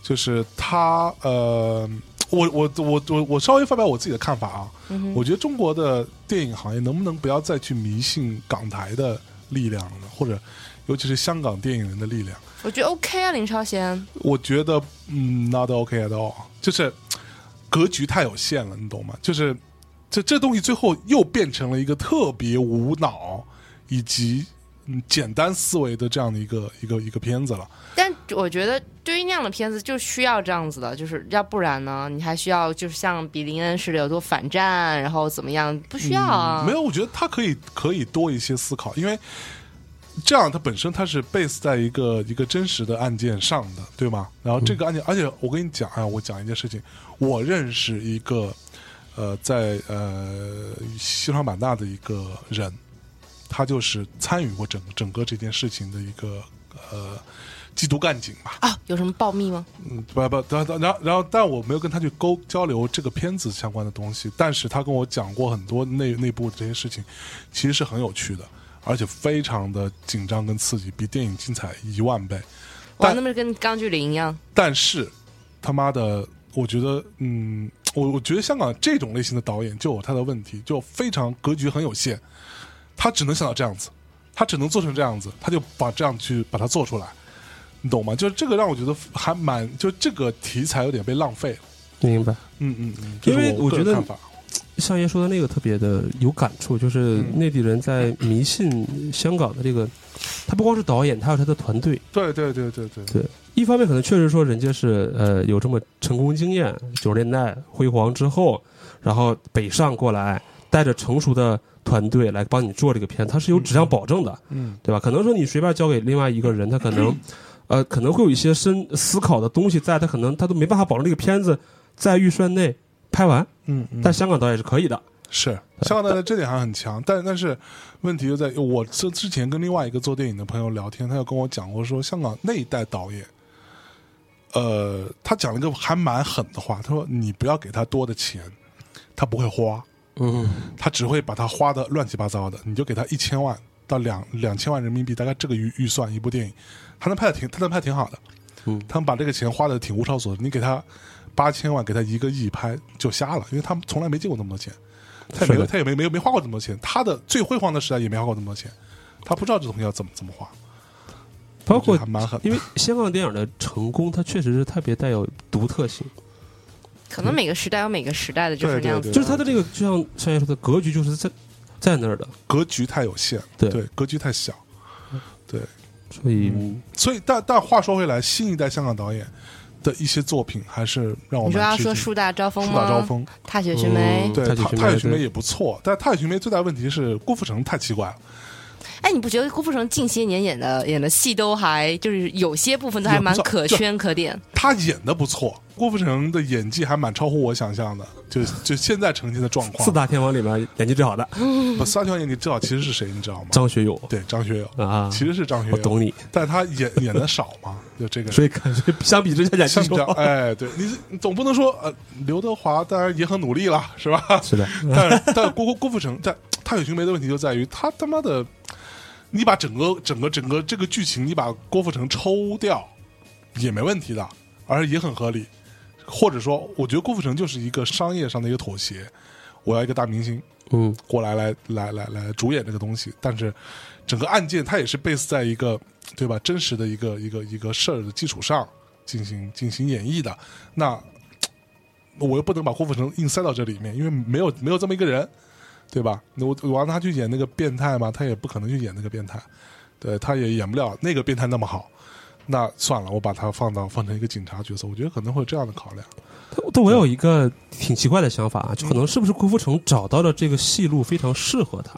就是他呃，我我我我我稍微发表我自己的看法啊，我觉得中国的电影行业能不能不要再去迷信港台的力量呢？或者，尤其是香港电影人的力量？
我觉得 OK 啊，林超贤。
我觉得嗯，not OK at all，就是格局太有限了，你懂吗？就是这这东西最后又变成了一个特别无脑以及嗯简单思维的这样的一个一个一个片子了。
但我觉得对于那样的片子就需要这样子的，就是要不然呢，你还需要就是像比林恩似的有多反战，然后怎么样？不需要啊，
嗯没有，我觉得它可以可以多一些思考，因为这样它本身它是 base 在一个一个真实的案件上的，对吗？然后这个案件，而且我跟你讲啊，我讲一件事情，我认识一个呃，在呃西双版纳的一个人，他就是参与过整整个这件事情的一个呃缉毒干警吧。
啊，有什么暴密吗？
嗯，不不，然后然后然后，但我没有跟他去沟交流这个片子相关的东西，但是他跟我讲过很多内内部这些事情，其实是很有趣的，而且非常的紧张跟刺激，比电影精彩一万倍。
哇，
但
那么跟钢锯岭一样，
但是他妈的，我觉得，嗯，我我觉得香港这种类型的导演就有他的问题，就非常格局很有限，他只能想到这样子，他只能做成这样子，他就把这样去把它做出来，你懂吗？就是这个让我觉得还蛮，就这个题材有点被浪费了。
明白。
嗯嗯嗯，
因为
这是
我
个人
觉得
看法
相爷说的那个特别的有感触，就是
嗯
内地人在迷信香港的这个，他不光是导演，他有他的团队。
对对对对对，
一方面可能确实说人家是呃有这么成功经验，九十年代辉煌之后，然后北上过来，带着成熟的团队来帮你做这个片，它是有质量保证的，
嗯
对吧？可能说你随便交给另外一个人，他可能呃可能会有一些深思考的东西在，他可能他都没办法保证这个片子在预算内拍完，
嗯嗯，
但香港导演是可以的。
是香港的这点还很强，但但是问题就在于我之之前跟另外一个做电影的朋友聊天，他就跟我讲过说，香港那一代导演，呃，他讲了一个还蛮狠的话，他说你不要给他多的钱，他不会花，
嗯，
他只会把它花的乱七八糟的，你就给他一千万到两两千万人民币，大概这个预预算一部电影，他能拍的挺他能拍得挺好的，
嗯
他们把这个钱花的挺物超所值，你给他八千万，给他一个亿拍就瞎了，因为他们从来没见过那么多钱，他也
是
没
的
他也没没有没花过这么多钱，他的最辉煌的时代也没花过这么多钱，他不知道这东西要怎么怎么花，
包
我觉
括
得还蛮狠的，
因为香港电影的成功，它确实是特别带有独特性，
可能每个时代有每个时代的就是那样子
对
就是它的这个就像上爷说的格局，就是在在那儿的，
格局太有限，
对
对，格局太小。
所以
嗯所以，但但话说回来，新一代香港导演的一些作品还是让我
你
们
说要
致
说
敬
树大招风
树
吗？
大招风，
踏雪寻梅
嗯。
对，
太
踏
极拳
踏雪
对
寻梅也不错，但踏雪寻梅最大问题是郭富城太奇怪了，
哎，你不觉得郭富城近些年演的演的戏都还就是有些部分都还蛮
也不
可
错就
圈可点？
他演的不错，郭富城的演技还蛮超乎我想象的，就就现在呈现的状况
四。大天王里面演技最好的
不，三条演你知道其实是谁，你知道吗？
张学友
对，张学友，
啊，
其实是张学
我
友，
懂你，
但是他演 演的少嘛，就这个人。
所以感觉相比之下演技
像
就
这样，
好。
哎，对你，你总不能说呃，刘德华当然也很努力了，是吧？
是 的，
但但郭郭郭富城在《踏雪寻梅》的问题就在于他他妈的，你把整个整个整个这个剧情，你把郭富城抽掉也没问题的，而且也很合理。或者说，我觉得郭富城就是一个商业上的一个妥协，我要一个大明星
嗯，
过来来来来来主演这个东西，但是整个案件它也是 base 在一个对吧真实的一个一个一个事儿的基础上进行进行演绎的。那我又不能把郭富城硬塞到这里面，因为没有没有这么一个人，对吧？那我我让他去演那个变态嘛，他也不可能去演那个变态，对，他也演不了那个变态那么好。那算了，我把他放到放成一个警察角色，我觉得可能会有这样的考量。
但但我有一个挺奇怪的想法啊，就可能是不是郭富城找到了这个戏路非常适合他。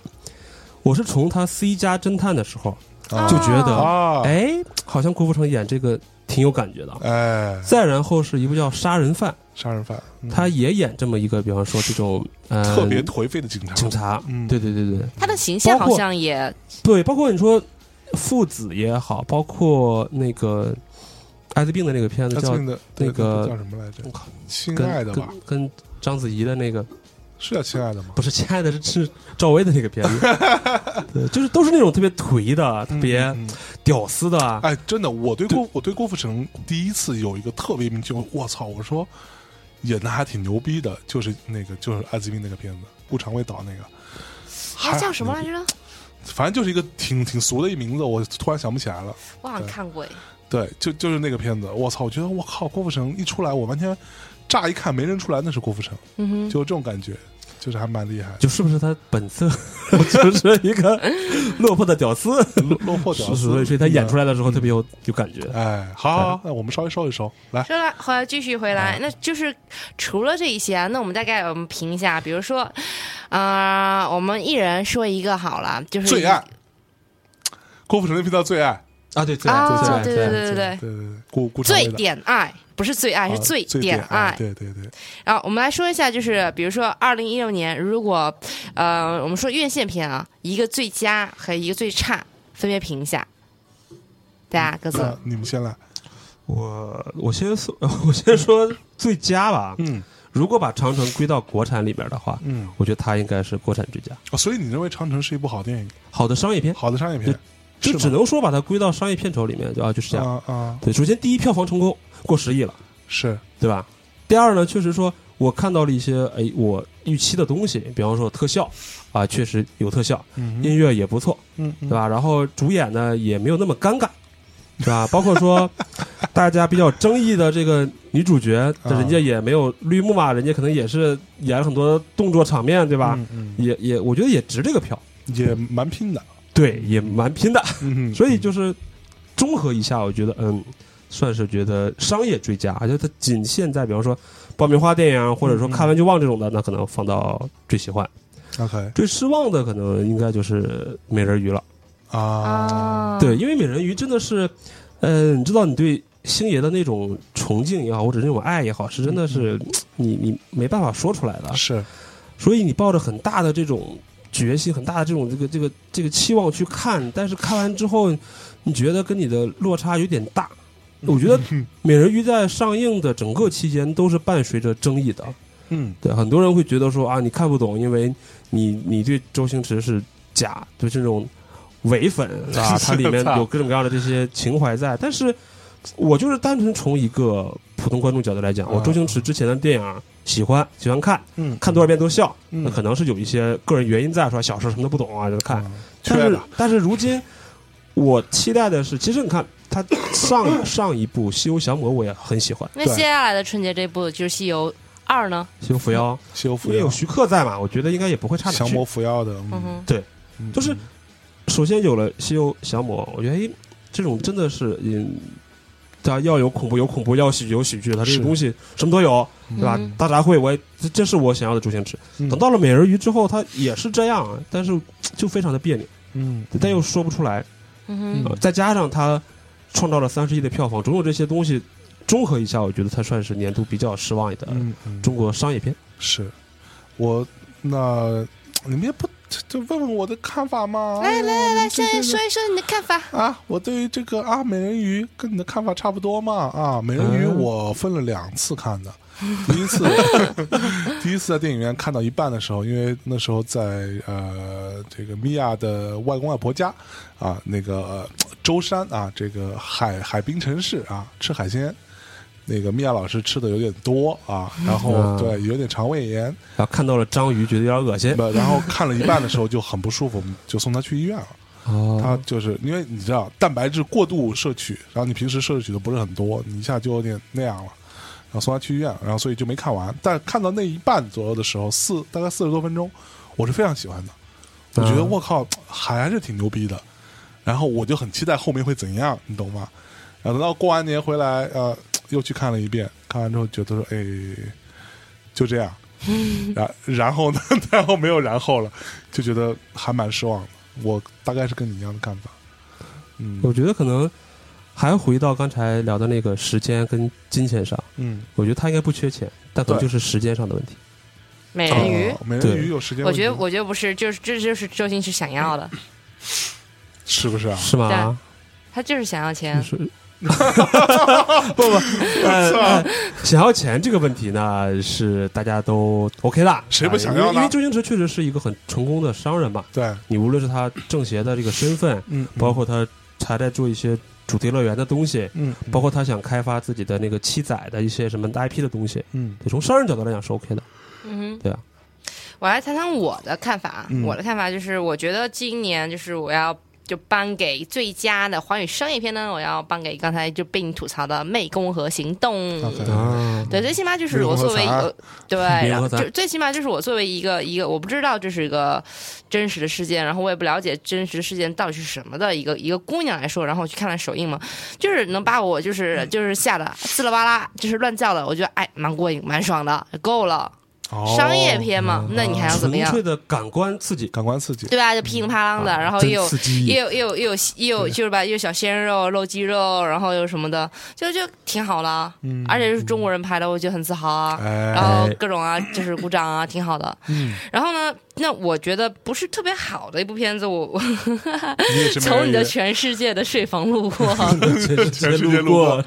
我是从他《C 加侦探》的时候就觉得，
啊，
哎，好像郭富城演这个挺有感觉的。啊
哎，
再然后是一部叫《杀人犯》，
杀人犯，嗯
他也演这么一个，比方说这种呃
特别颓废的警察，
警察，
嗯
对对对对
他的形象
包
好
括
像也
对，包括你说父子也好，包括那个艾滋病的那个片子
他
叫
最近的
那个
叫什么来着
我靠？
亲爱
跟
的
跟
吧，
跟章子怡的那个
是叫亲爱的吗？
不是亲爱的是是赵薇的那个片子，对，就是都是那种特别颓的、特
嗯
别
嗯嗯
屌丝的啊，
哎，真的，我对
对
郭我对郭富城第一次有一个特别明确，我操，我说演的还挺牛逼的，就是那个就是艾滋病那个片子，顾长卫导那个，
他哎叫什么来
着？
着？
反正就是一个挺挺俗的一名字，我突然想不起来了。
我好像看过哎。
对，就就是那个片子，我操，我觉得我靠，郭富城一出来，我完全乍一看没认出来那是郭富城，
嗯哼，
就这种感觉，就是还蛮厉害的。
就是不是他本色就是一个落魄的屌丝，
落 落魄屌
所
丝，
以所以他演出来的时候特别有有感觉。
哎，好好，好，那我们稍微收一收，来，
说了，回来继续回
啊
来，那就是除了这一些啊，那我们大概我们评一下，比如说，啊、我们一人说一个好了，就是
最爱，郭富城的频道最爱，
啊，对，最爱最
啊，
爱
对
最爱
对对
对
对
对对，顾顾长
最
卫的
点爱不是最爱，
啊
是最
最
点哎
爱，对对对，
然后我们来说一下，就是比如说二零一六年，如果呃，我们说院线片啊，一个最佳和一个最差，分别评一下。大家各自，
那你们先来，
我我先说， 我先说最佳吧。
嗯
如果把长城归到国产里边的话，
嗯，
我觉得它应该是国产最佳。
哦所以你认为《长城》是一部好电影，
好的商业片，
好的商业片，
哎就是只
吗
能说把它归到商业片酬里面，就啊就是这样。
啊啊，
对，首先第一票房成功过十亿了，
是，
对吧？第二呢，确实说我看到了一些，哎，我预期的东西，比方说特效啊，确实有特效，
嗯
音乐也不错，
嗯
对吧？然后主演呢也没有那么尴尬，对吧？包括说大家比较争议的这个女主角，
啊
人家也没有绿幕嘛，人家可能也是演了很多动作场面，对吧？
嗯嗯
也也，我觉得也值这个票，
也蛮拼的，
对，也蛮拼的。
嗯，
所以就是综合一下，我觉得嗯，算是觉得商业追加，而且它仅限在比方说爆米花电影啊，或者说
嗯嗯
看完就忘这种的，那可能放到最喜欢、
OK
最失望的，可能应该就是美人鱼了。
啊，
嗯
对，因为美人鱼真的是，呃，你知道你对星爷的那种崇敬也好，或者那种爱也好，是真的是你你没办法说出来
啊
的，
是
所以你抱着很大的这种决心，很大的这种这个这个这个期望去看，但是看完之后，你觉得跟你的落差有点大。我觉
嗯
得《美人鱼》在上映的整个期间都是伴随着争议的，
嗯
对，很多人会觉得说啊，你看不懂，因为你你对周星驰是假，对这种伪粉 啊，它里面有各种各样的这些情怀在。但是，我就是单纯从一个普通观众角度来讲，我周星驰之前的电影喜欢喜欢看，
嗯，
看多少遍都笑，
嗯
那可能是有一些个人原因在，说小时候什么都不懂啊，就看。
嗯
但
缺
是
的
但是如今，我期待的是，其实你看他上上一部《西游降魔》，我也很喜欢，
那
对
接下来的春节这部就是《西游二》呢？
《西游伏妖》，
修
因
复
为有
药，
徐克在嘛，我觉得应该也不会差哪
降
去。
魔伏妖的，
嗯哼，
嗯
就是首先有了《西游降魔》，我觉得哎，这种真的是嗯，它要有恐怖有恐怖，要喜剧有喜剧，它这
是
个东西什么都有，对吧？
嗯
大杂烩，我也这这是我想要的周星驰。
嗯
等到了美人鱼之后，它也是这样，啊但是就非常的别扭，
嗯，
但又说不出来。
嗯哼，
呃再加上它创造了三十亿的票房，种种这些东西综合一下，我觉得它算是年度比较失望的
嗯嗯
中国商业片。
是我那你们也不就就问问我的看法吗？
来来来来，
这
先
些
嗯说一说你的看法。
啊，我对于这个啊美人鱼跟你的看法差不多嘛啊，美人鱼
嗯
我分了两次看 的，第一次 第一次在电影院看到一半的时候，因为那时候在呃这个米娅的外公外婆家啊，那个、呃舟山啊，这个海海滨城市啊，吃海鲜。那个米娅老师吃的有点多啊，然后、
嗯
对有点肠胃炎，
然后看到了章鱼，觉得有点恶心。
不，然后看了一半的时候就很不舒服，我们就送他去医院了。他
哦，
就是因为你知道蛋白质过度摄取，然后你平时摄取的不是很多，你一下就有点那样了，然后送他去医院，然后所以就没看完。但看到那一半左右的时候，四大概四十多分钟，我是非常喜欢的，我觉得
嗯
我靠还是挺牛逼的，然后我就很期待后面会怎样，你懂吗？然后等到过完年回来，呃，又去看了一遍，看完之后觉得说，哎，就这样， 然然后呢，然后没有然后了，就觉得还蛮失望的。我大概是跟你一样的看法，嗯
我觉得可能还回到刚才聊的那个时间跟金钱上，
嗯，
我觉得他应该不缺钱，但可能
对
就是时间上的问题。
美人鱼，
哦美人
对
鱼有时间
我
问
觉
题，
得我觉得不是，就是这就是周星驰想要 的，
是不是啊？
是吗？
他就是想要钱
你。 说不不，呃呃想要钱这个问题呢，是大家都 OK 的。
谁不
啊
想要呢
因为因为周星驰确实是一个很成功的商人嘛，
对，
你无论是他政协的这个身份，
嗯，
包括他还在做一些主题乐园的东西，
嗯，
包括他想开发自己的那个七仔的一些什么 IP 的东西，
嗯
对从商人角度来讲是 OK 的。
嗯哼，
对啊。
我来谈谈我的看法。啊
嗯
我的看法就是，我觉得今年就是我要就颁给最佳的华语商业片呢，我要颁给刚才就被你吐槽的《湄公河行动》。
OK 嗯
啊，
对，最起码就是我
湄公
作
河
为一
咱
个对，
湄
然后
公河咱
就最起码就是我作为一个一个我不知道这是一个真实的事件，然后我也不了解真实事件到底是什么的一个一个姑娘来说，然后我去看了首映嘛，就是能把我就是就是吓
嗯
得滋啦哇啦，就是乱叫的，我觉得哎蛮过瘾蛮爽的，够了，
哦嗯
商业片嘛，那你还要怎么样
啊纯？粹的感官刺激，
感官刺激，
对吧？就噼里啪啦的，
啊
然后
真
又
刺激
也有也有也有也有就是吧，也有小鲜肉露肌肉，然后又什么的，就就挺好了。
嗯
而且是中国人拍的，我觉得很自豪啊。
哎
然后各种啊，就是鼓掌啊，挺好的。
嗯
然后呢，那我觉得不是特别好的一部片子，我我
你也是没
从
人
你的
约
全世界的睡房路 过。
全
全世界
路
路 过，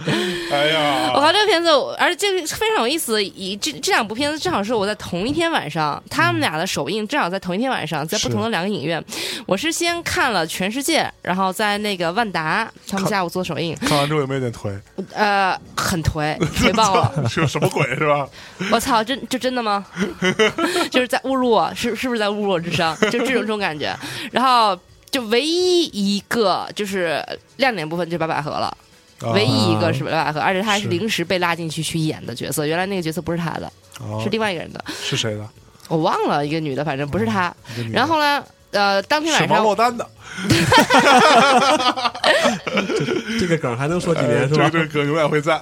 哎
我
呀，
看这个片子，我而且这个非常有意思。以这这两部片子正好是我在同一天晚上，他们俩的首映正好在同一天晚上，在不
嗯是
同的两个影院。我是先看了《全世界》，然后在那个万达他们
看
下午做首映，
看完之后有没有点颓？
呃，很 颓，颓爆了。
是什么鬼是吧？
我操，真就真的吗？ 就是在侮辱我，是是不是在侮辱我智商？ 就这种这种感觉。然后就唯一一个就是亮点部分就是白百合了，
啊
唯一一个是白百合，而且她还是
是
临时被拉进去去演的角色，原来那个角色不是她的，
哦
是另外一个人的，
是谁的？
我忘了一个女的，反正不是她。
一个女的
然后呢，呃，当天
是
晚
王
上
珞丹的，
这个梗还能说几
哎
年是
这
吧？
这个永远会在。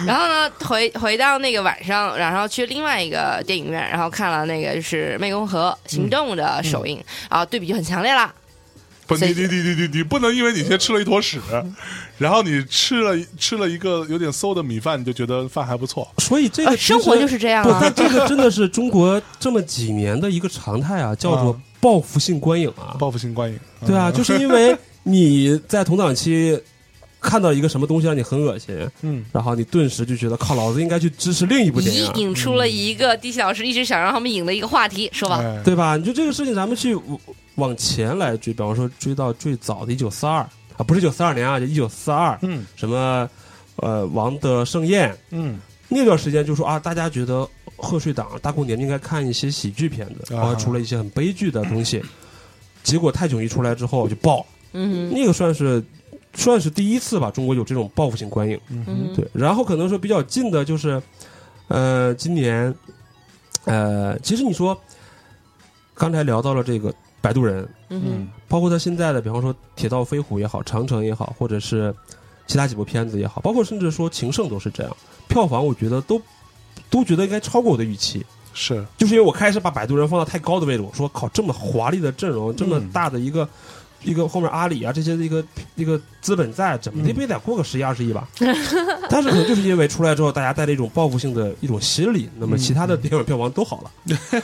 然后呢，回回到那个晚上，然后去另外一个电影院，然后看了那个就是《湄公河行动》的首映，啊，对比就很强烈了。
不，你
所以
你你你你你不能因为你先吃了一坨屎，然后你吃了吃了一个有点馊的米饭，你就觉得饭还不错。
所以这
呃，
个。
生活就是是这样
不，
啊
但。这个真的是中国这么几年的一个常态啊，叫做
嗯
报复性观影啊。
报复性观影，
对啊，
嗯
就是因为你在同档期看到一个什么东西啊让你很恶心，
嗯，
然后你顿时就觉得靠，老子应该去支持另一部电
你
影，啊
引出了一个地心老师一直想让他们引的一个话题，说吧，
哎
对吧？你就这个事情，咱们去往往前来追，比方说追到最早的一九四二啊，不是一九四二年啊，就一九四二，
嗯
什么呃王的盛宴。
嗯
那段时间就说啊，大家觉得贺岁档大过年应该看一些喜剧片子，
啊
然后出了一些很悲剧的东西。结果泰囧一出来之后就爆了，
嗯
那个算是算是第一次吧，中国有这种报复性观影。
嗯
哼嗯
哼
哼
对，然后可能说比较近的就是，呃，今年，呃，其实你说刚才聊到了这个《摆渡人》，
嗯
嗯
哼，
包括他现在的，比方说《铁道飞虎》也好，《长城》也好，或者是其他几部片子也好，包括甚至说《情圣》都是这样，票房我觉得都都觉得应该超过我的预期。
是
就是因为我开始把摆渡人放到太高的位置，我说靠，这么华丽的阵容，这么大的一个、
嗯
一个后面阿里啊这些的一个一个资本在，怎么的
嗯
不也得过个十亿二十亿 吧？但是可能就是因为出来之后，大家带着一种报复性的一种心理，那么
嗯
其他的电影票房都 好了。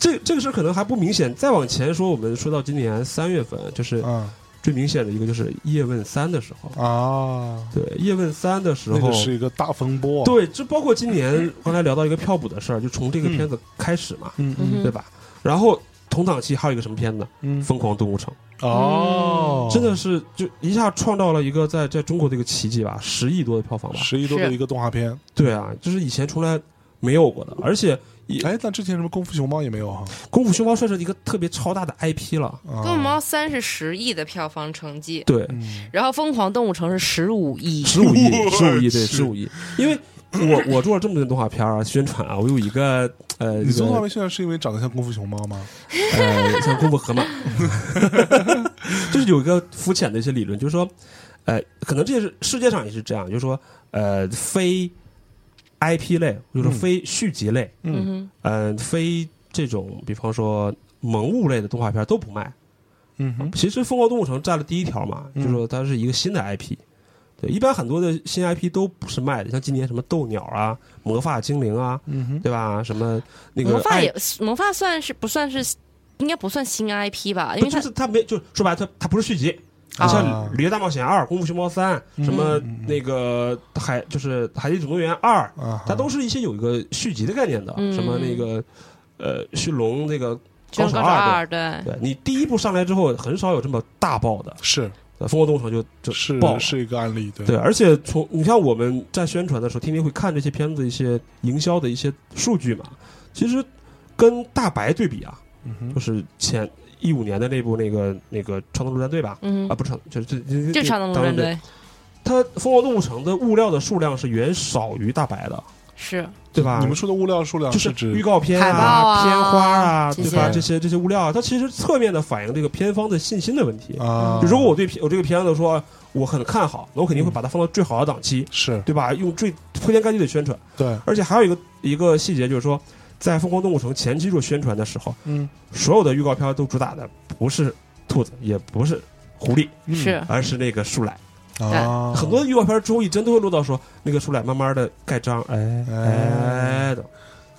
这这个事儿可能还不明显，再往前说，我们说到今年三月份，就是
啊
最明显的一个就是《叶问三》的时候，
啊，
对，《叶问三》的时候，
那个是一个大风波，
对，这包括今年刚才聊到一个票补的事儿，就从这个片子开始嘛。
嗯
嗯
嗯
对吧？然后同档期还有一个什么片子呢？
嗯
《疯狂动物城
哦，》
嗯真的是就一下创造了一个在在中国的一个奇迹吧，十亿多的票房吧。
十亿多的一个动画片，
对啊，就是以前从来没有过的，而且
哎，但之前什么功夫熊猫也没有哈，
《功夫熊猫》算是一个特别超大的 IP 了。
《
啊
功夫猫三》是十亿的票房成绩，
对，
嗯
然后《疯狂动物城》是十五亿，
十五亿，
我
十五亿，对，
去
十五亿。因为我我做了这么多动画片啊，宣传啊，我有一个呃，
你
一
做动
个
画片宣传是因为长得像功夫熊猫吗？
呃，像功夫河马， 就是有一个肤浅的一些理论，就是说，呃，可能这也是世界上也是这样，就是说，呃，非 IP 类，就是说
嗯
非续集类，
嗯哼，
嗯、呃，非这种，比方说萌物类的动画片都不卖。
嗯哼，
其实《疯狂动物城》占了第一条嘛，就是说它是一个新的 IP。对，一般很多的新 IP 都不是卖的，像今年什么斗鸟啊、魔法精灵啊，
嗯哼，
对吧？什么那个
魔发
爱
也魔发算是不算是应该不算新 IP 吧，因
不
为它
就是它没，就是说白了，它它不是续集。
啊
你像《驴大冒险二》《功夫熊猫三》什么
嗯嗯嗯
那个海就是《海底总动员二》，
啊，
它都是一些有一个续集的概念的，
嗯
什么那个呃驯龙那个
就
高
是
手
高手
二
二对，
对，对你第一部上来之后很少有这么大爆的，
是
呃《疯狂动物城》就就是爆了。
是一个案例，对
对，而且从你像我们在宣传的时候，天天会看这些片子一些营销的一些数据嘛，其实跟大白对比啊，
嗯哼
就是前一五年的那部那个那个《超能陆战队》吧，
嗯
啊，
哼，
不是，就是这
就
这
《超能
当
陆
然
战
对
队》
它《疯狂动物城》的物料的数量是远少于大白的，
是，
对吧？
你们说的物料数量
就是是
指
预告片
海报啊
片花啊，
这
对吧？
些
这些这些物料啊，它其实侧面的反映这个片方的信心的问题。
啊，
就如果我对片我这个片子说我很看好，那我肯定会把它放到最好的档期，
是
对吧？用最铺天盖地的宣传，
对，
而且还有一个一个细节就是说，在《疯狂动物城》前期做宣传的时候，
嗯，
所有的预告片都主打的不是兔子，也不是狐狸，
嗯
是
而是那个树懒。
啊，
很多预告片之后一真都会录到说那个树懒慢慢的盖章，哎
哎
哎的，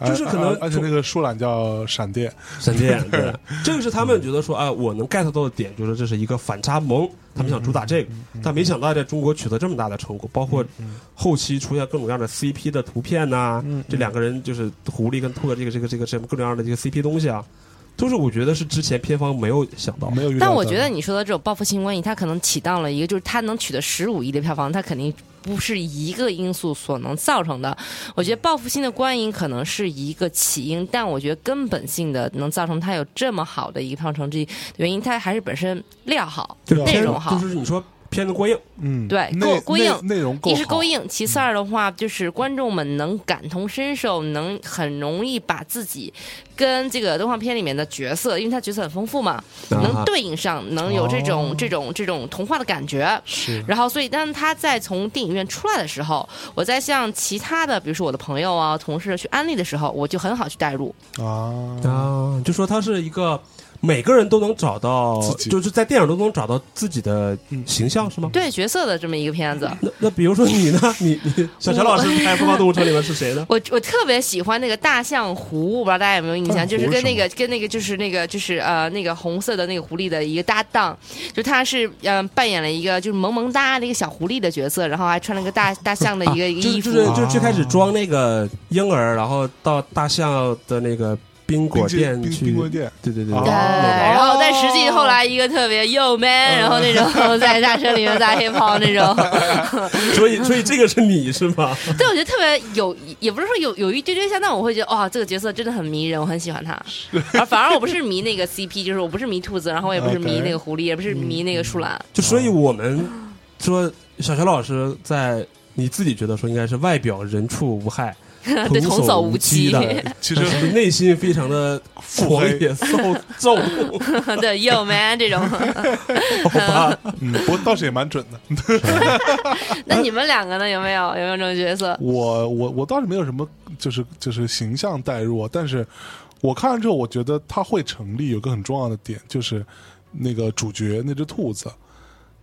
就是可能
而而且那个树懒叫闪电，
闪电，对，这个是他们觉得说啊，我能 get 到的点，就是这是一个反差萌，他们想主打这个，但没想到在中国取得这么大的成果，包括后期出现各种各样的 CP 的图片呐、
嗯
这两个人就是狐狸跟兔的这个这个这个这个各种各样的这个 CP 东西啊，都是我觉得是之前片方没有想到的。
嗯没有遇到的。
但我觉得你说的这种报复性观影，它可能起到了一个，就是它能取得十五亿的票房，它肯定不是一个因素所能造成的。我觉得报复性的观影可能是一个起因，但我觉得根本性的能造成它有这么好的一个票房成绩，原因它还是本身料好，
就是
内
片
容好
就。是你说片子过硬，
嗯，
对
内
够够
内
硬
内容够
一
好，
是够硬，其次二的话就是观众们能感同身受，能很容易把自己跟这个动画片里面的角色，因为他角色很丰富嘛，
啊
能对应上，能有这种这种这种童话的感觉。
哦是
然后，所以当他在从电影院出来的时候，我在向其他的，比如说我的朋友啊、同事去安利的时候，我就很好去带入。
啊，
啊，就说它是一个每个人都能找到
自，己
就是在电影都能找到自己的
嗯
形象，是吗？
对角色的这么一个片子，
那那比如说你呢？ 你你小陈老师拍《疯狂动物城》里面是谁呢？
我我特别喜欢那个大象湖，我不知道大家有没有印象，
大象湖
就是跟那个
是
跟那个就是那个就是呃那个红色的那个狐狸的一个搭档，就他是嗯、呃扮演了一个就是萌萌哒的一个小狐狸的角色，然后还穿了个大大象的一个
就是
衣服。
就是就是最开始装那个婴儿，然后到大象的那个冰
冰
果
激
店
冰
去，
冰棍店，
对对对
哦
对，然后但实际后来一个特别又 man，然后那种 在大车里面在 hip hop 那种，
所以所以这个是你是吗？
对，我觉得特别有，也不是说有有一丢丢像，但我会觉得哇，这个角色真的很迷人，我很喜欢他。而反而我不是迷那个 CP，就是我不是迷兔子，然后我也不是迷
OK
那个狐狸，也不是迷那个树懒。
就所以我们说，小乔老师在你自己觉得说应该是外表人畜无 害，
对童叟
叟
无
欺
欺
的，
其
但
实
是哎内心非常的
腹
狂
黑
野 受揍，
对，Yo man 这种。
好吧？
嗯，不过倒是也蛮准的。
那你们两个呢？有没有有没有这种角色？
我我我倒是没有什么，就是就是形象代入，啊但是我看完之后，我觉得它会成立。有个很重要的点就是，那个主角那只兔子，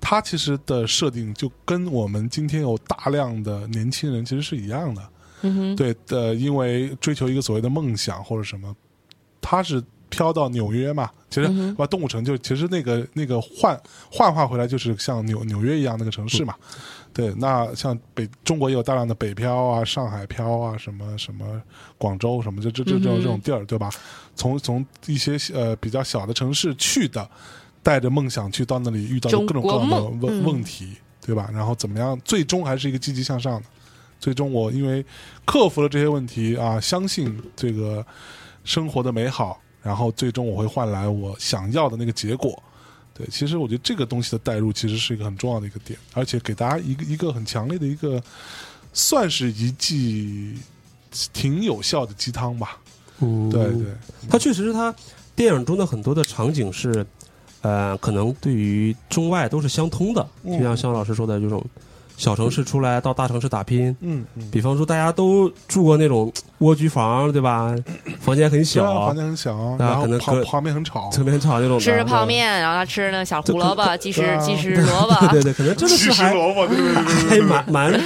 它其实的设定就跟我们今天有大量的年轻人其实是一样的。
嗯哼，
对，呃，因为追求一个所谓的梦想或者什么，他是飘到纽约嘛，其实
嗯哼
把、动物城就其实那个那个换幻化回来就是像纽纽约一样那个城市嘛。
嗯
对，那像北中国也有大量的北漂啊、上海漂啊、什么什么广州什么这这这这种
嗯哼
这种地儿，对吧？从从一些呃比较小的城市去的，带着梦想去到那里遇到的
中
各种各
国
样的
梦
问
嗯
问题，对吧？然后怎么样，最终还是一个积极向上的。最终我因为克服了这些问题啊，相信这个生活的美好，然后最终我会换来我想要的那个结果。对，其实我觉得这个东西的代入其实是一个很重要的一个点，而且给大家一个一个很强烈的一个，算是一剂挺有效的鸡汤吧。
嗯
对对，
它确实是它电影中的很多的场景是，呃，可能对于中外都是相通的，
嗯
就像肖老师说的这种小城市出来到大城市打拼。
嗯嗯，
比方说，大家都住过那种蜗居房，对吧？房间很
虽然
小
啊房，间很小，
啊那
然
可
后
能
旁
隔
旁边很吵，啊
侧面厂那种的
吃着泡。面，然后他吃那小胡萝卜，鸡
对
翅
啊
鸡翅萝卜。
对对对，可能 真的是还
萝卜，对对
还蛮蛮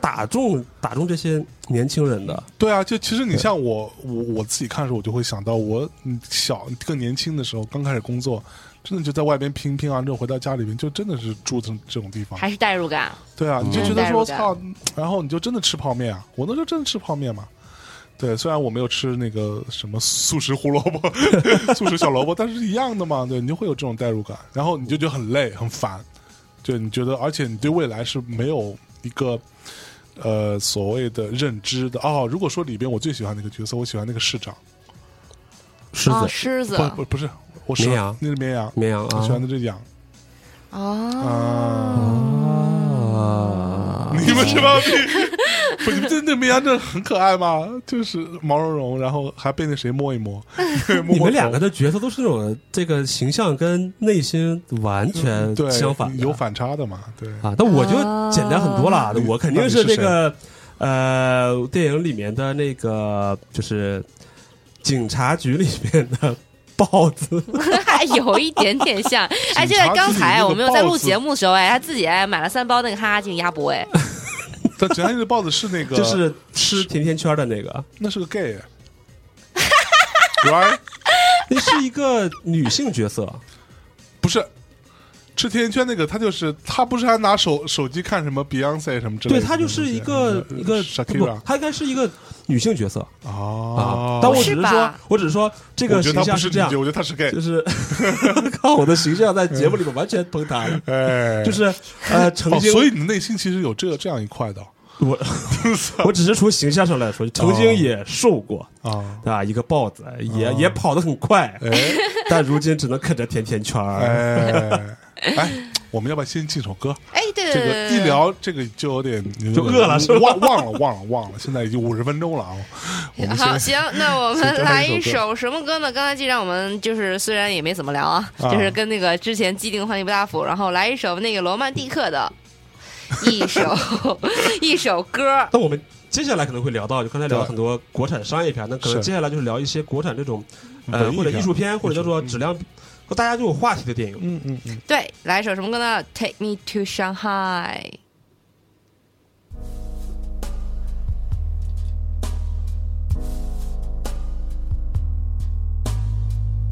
打中打中这些年轻人的。
对啊，就其实你像我，我我自己看的时候，我就会想到我嗯小更年轻的时候，刚开始工作，真的就在外边拼拼完之后回到家里边，就真的是住这这种地方。
还是代入感，
对啊，你
嗯
就觉得
代
说
入感
操，然后你就真的吃泡面啊？我那时候真的吃泡面嘛。对，虽然我没有吃那个什么素食胡萝卜、 素食小萝卜，但是一样的嘛。对，你就会有这种代入感，然后你就觉得很累、很烦。就你觉得，而且你对未来是没有一个呃所谓的认知的。哦，如果说里边我最喜欢那个角色，我喜欢那个市长，
狮
哦，
子、
狮子，
不不不是，我是
啊绵羊
那是绵羊，
绵羊
我喜欢
啊
那只羊。
哦
啊，
你们 这帮逼，不，你们这那绵羊真的很可爱吗？就是毛茸茸，然后还被那谁摸一摸，摸摸
你们两
头
个的角色都是那种这个形象跟内心完全
嗯对
呃相反的
有反差的嘛？对，
啊，但我就简单很多了，
啊
我肯定是那个呃电影里面的那个就是警察局里面的豹子，
还有一点点像。哎，就
警
在
察
刚
自己
才
那
我
个
们有在
豹
录
子
节目的时候，哎，他自己哎买了三包那个哈哈镜鸭脖，哎，
但只要那个豹子是那个，
就是吃甜甜圈的那个，
那是个 gay， ，right？
那是一个女性角 色，
不是。吃甜甜圈那个，他就是他不是还拿手手机看什么 Beyonce 什么之类
对
的东西？
她就是一个一个不
嗯 Shakira，
她应该是一个女性角色啊
哦。
但我
不
只
是
是
吧
说，我只是说这个
我觉
形
得他
象
不是
这样
理解，我觉得他是 gay
就。是靠我的形象在节目里面完全崩塌 了，
哎，
就是呃，曾
哦，
经
所以你的内心其实有这这样一块的
我 我哦只是从形象上来说，曾经也瘦过
啊。
啊，一个豹子，也也跑得很快，
哎
但如今只能啃着甜甜圈儿。
哎哎，我们要不要先进首歌？
哎，对对
这
对对
个
对
一聊这个就有点嗯
就饿了是吧
忘忘了忘了忘了，现在已经五十分钟了啊。我们
好，
先
行， 那我
先
们
找
来
一
一
首
首什么歌呢？刚才既然我们就是虽然也没怎么聊啊，
啊
就是跟那个之前既定话题不搭符，然后来一首那个罗曼蒂克 的一首 一首歌，
那我们接下来可能会聊到，就刚才聊了
对
很多国产商业片，那可能
是
接下来就是聊一些国产这种呃
文艺
或者艺
片
术片或者叫做质量和大家就有话题的电影。
嗯嗯嗯，
对，来一首什么歌呢？Take me to Shanghai。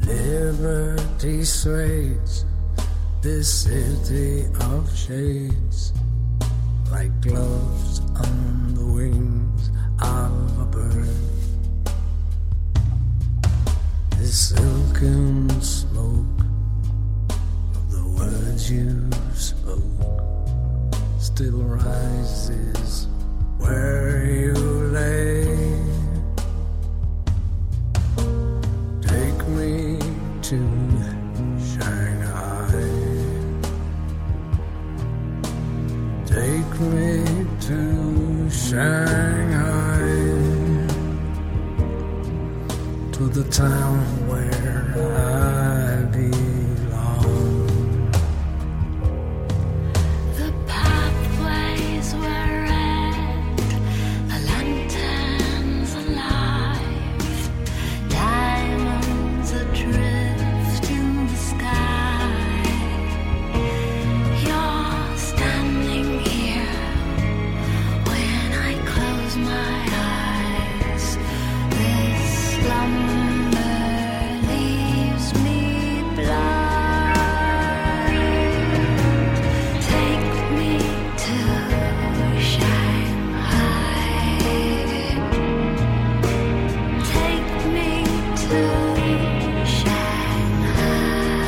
Liberty sways this city of shades like gloves on the wings of a bird. The silken smoke of the words you spoke still rises where you lay. Take me to Shanghai. Take me to Shanghai. To the town where I belong.
The pathways were red, the lanterns alive, diamonds adrift in the sky. You're standing here when I close my eyes. This slumber leaves me blind. Take me to Shanghai. Take me to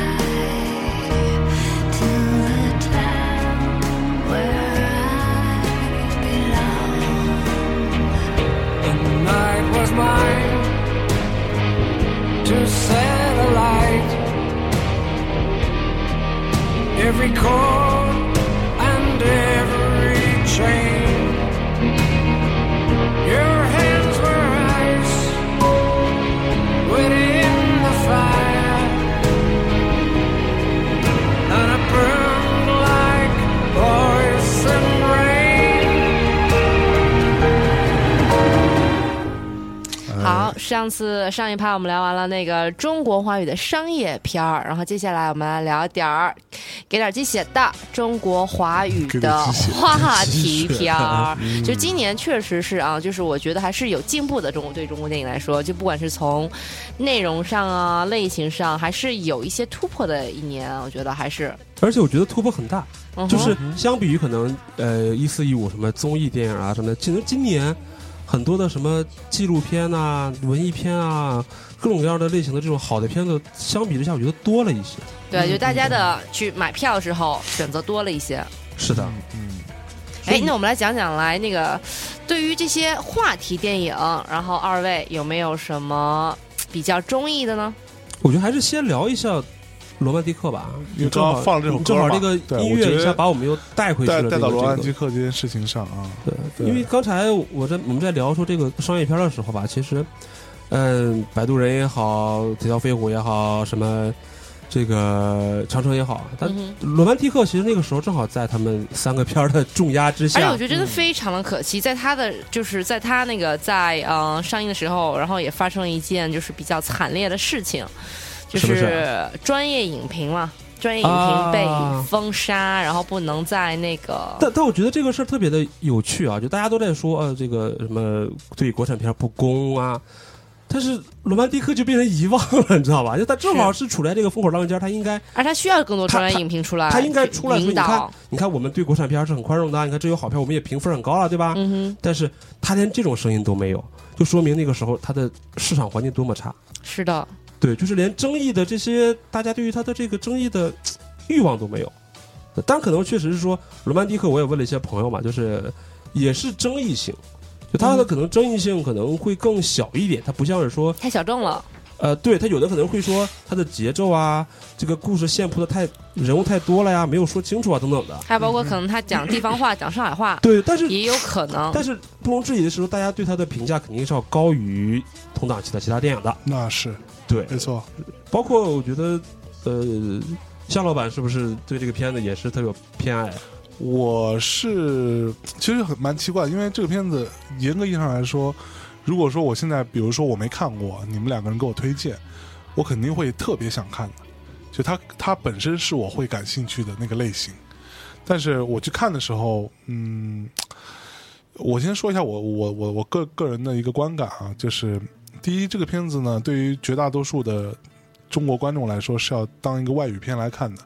Shanghai. To the town where I belong.
The night was mine to set a light. Every chord and every chain. Your hands were ice within the fire. And it burned like poison rain.
嗯
好，上次上一趴我们聊完了那个中国华语的商业片儿，然后接下来我们来聊点儿，给点儿鸡血的中国华语
给点
的
儿鸡血
话题片 儿。就今年确实是啊，就是我觉得还是有进步的中国对中国电影来说，就不管是从内容上啊、类型上，还是有一些突破的一年，我觉得还是。
而且我觉得突破很大，
嗯哼
就是相比于可能呃一四一五什么综艺电影啊什么的，其实今年很多的什么纪录片呐、文艺片啊，各种各样的类型的这种好的片子，相比之下我觉得多了一些。
对，就大家的去买票的时候选择多了一些。
嗯
是的，嗯
哎，那我们来讲讲来那个，对于这些话题电影，然后二位有没有什么比较中意的呢？
我觉得还是先聊一下罗曼蒂克吧，
因为
正
刚
好
刚放了这首歌
正好
嘛
这个
对
音
我觉
乐
得
一下把我们又带回去
带
了。
带到罗兰
蒂
基克这件事情上啊，
对，
对
因为刚才我在我们在聊说这个商业片的时候吧，其实，嗯，摆渡人也好，铁道飞虎也好，什么这个长城也好，但
嗯哼
罗曼蒂克其实那个时候正好在他们三个片儿的重压之
而且
下
哎我，觉得真的非常的可惜，
嗯
在他的就是在他那个在嗯、呃上映的时候，然后也发生了一件就是比较惨烈的事情，就
什么事
是专业影评嘛，专业影评被
啊
封杀，然后不能在那个
但但我觉得这个事儿特别的有趣啊，就大家都在说呃这个什么对国产片儿不公啊，但是罗曼蒂克就被人遗忘了，你知道吧？就他正好是处在这个风口浪尖儿，他应该
而他需要更多专
他
业
他
影评出来，
他应该出来说，
引
你看
导，，
你看我们对国产片儿是很宽容的，你看这有好片儿，我们也评分很高啊了，对吧？
嗯哼，
但是他连这种声音都没有，就说明那个时候他的市场环境多么差。
是的，
对，就是连争议的这些，大家对于他的这个争议的嘖欲望都没有。但可能确实是说，罗曼蒂克我也问了一些朋友嘛，就是也是争议性，就他的可能争议性可能会更小一点，他不像是说，
太小众了，
呃，对他有的可能会说他的节奏啊，这个故事线铺的太人物太多了呀，没有说清楚啊等等的。
还有包括可能他讲地方话、讲上海话，
对，但是
也有可能。
但是不容置疑的是说，大家对他的评价肯定是要高于同档期的其他电影的。
那是
对，
没错，
包括我觉得，呃，向老板是不是对这个片子也是特别有偏爱？
我是其实很蛮奇怪，因为这个片子严格意义上来说，如果说我现在比如说我没看过，你们两个人给我推荐，我肯定会特别想看的。就它它本身是我会感兴趣的那个类型，但是我去看的时候，嗯，我先说一下我我我我个个人的一个观感啊，就是第一，这个片子呢，对于绝大多数的中国观众来说是要当一个外语片来看的，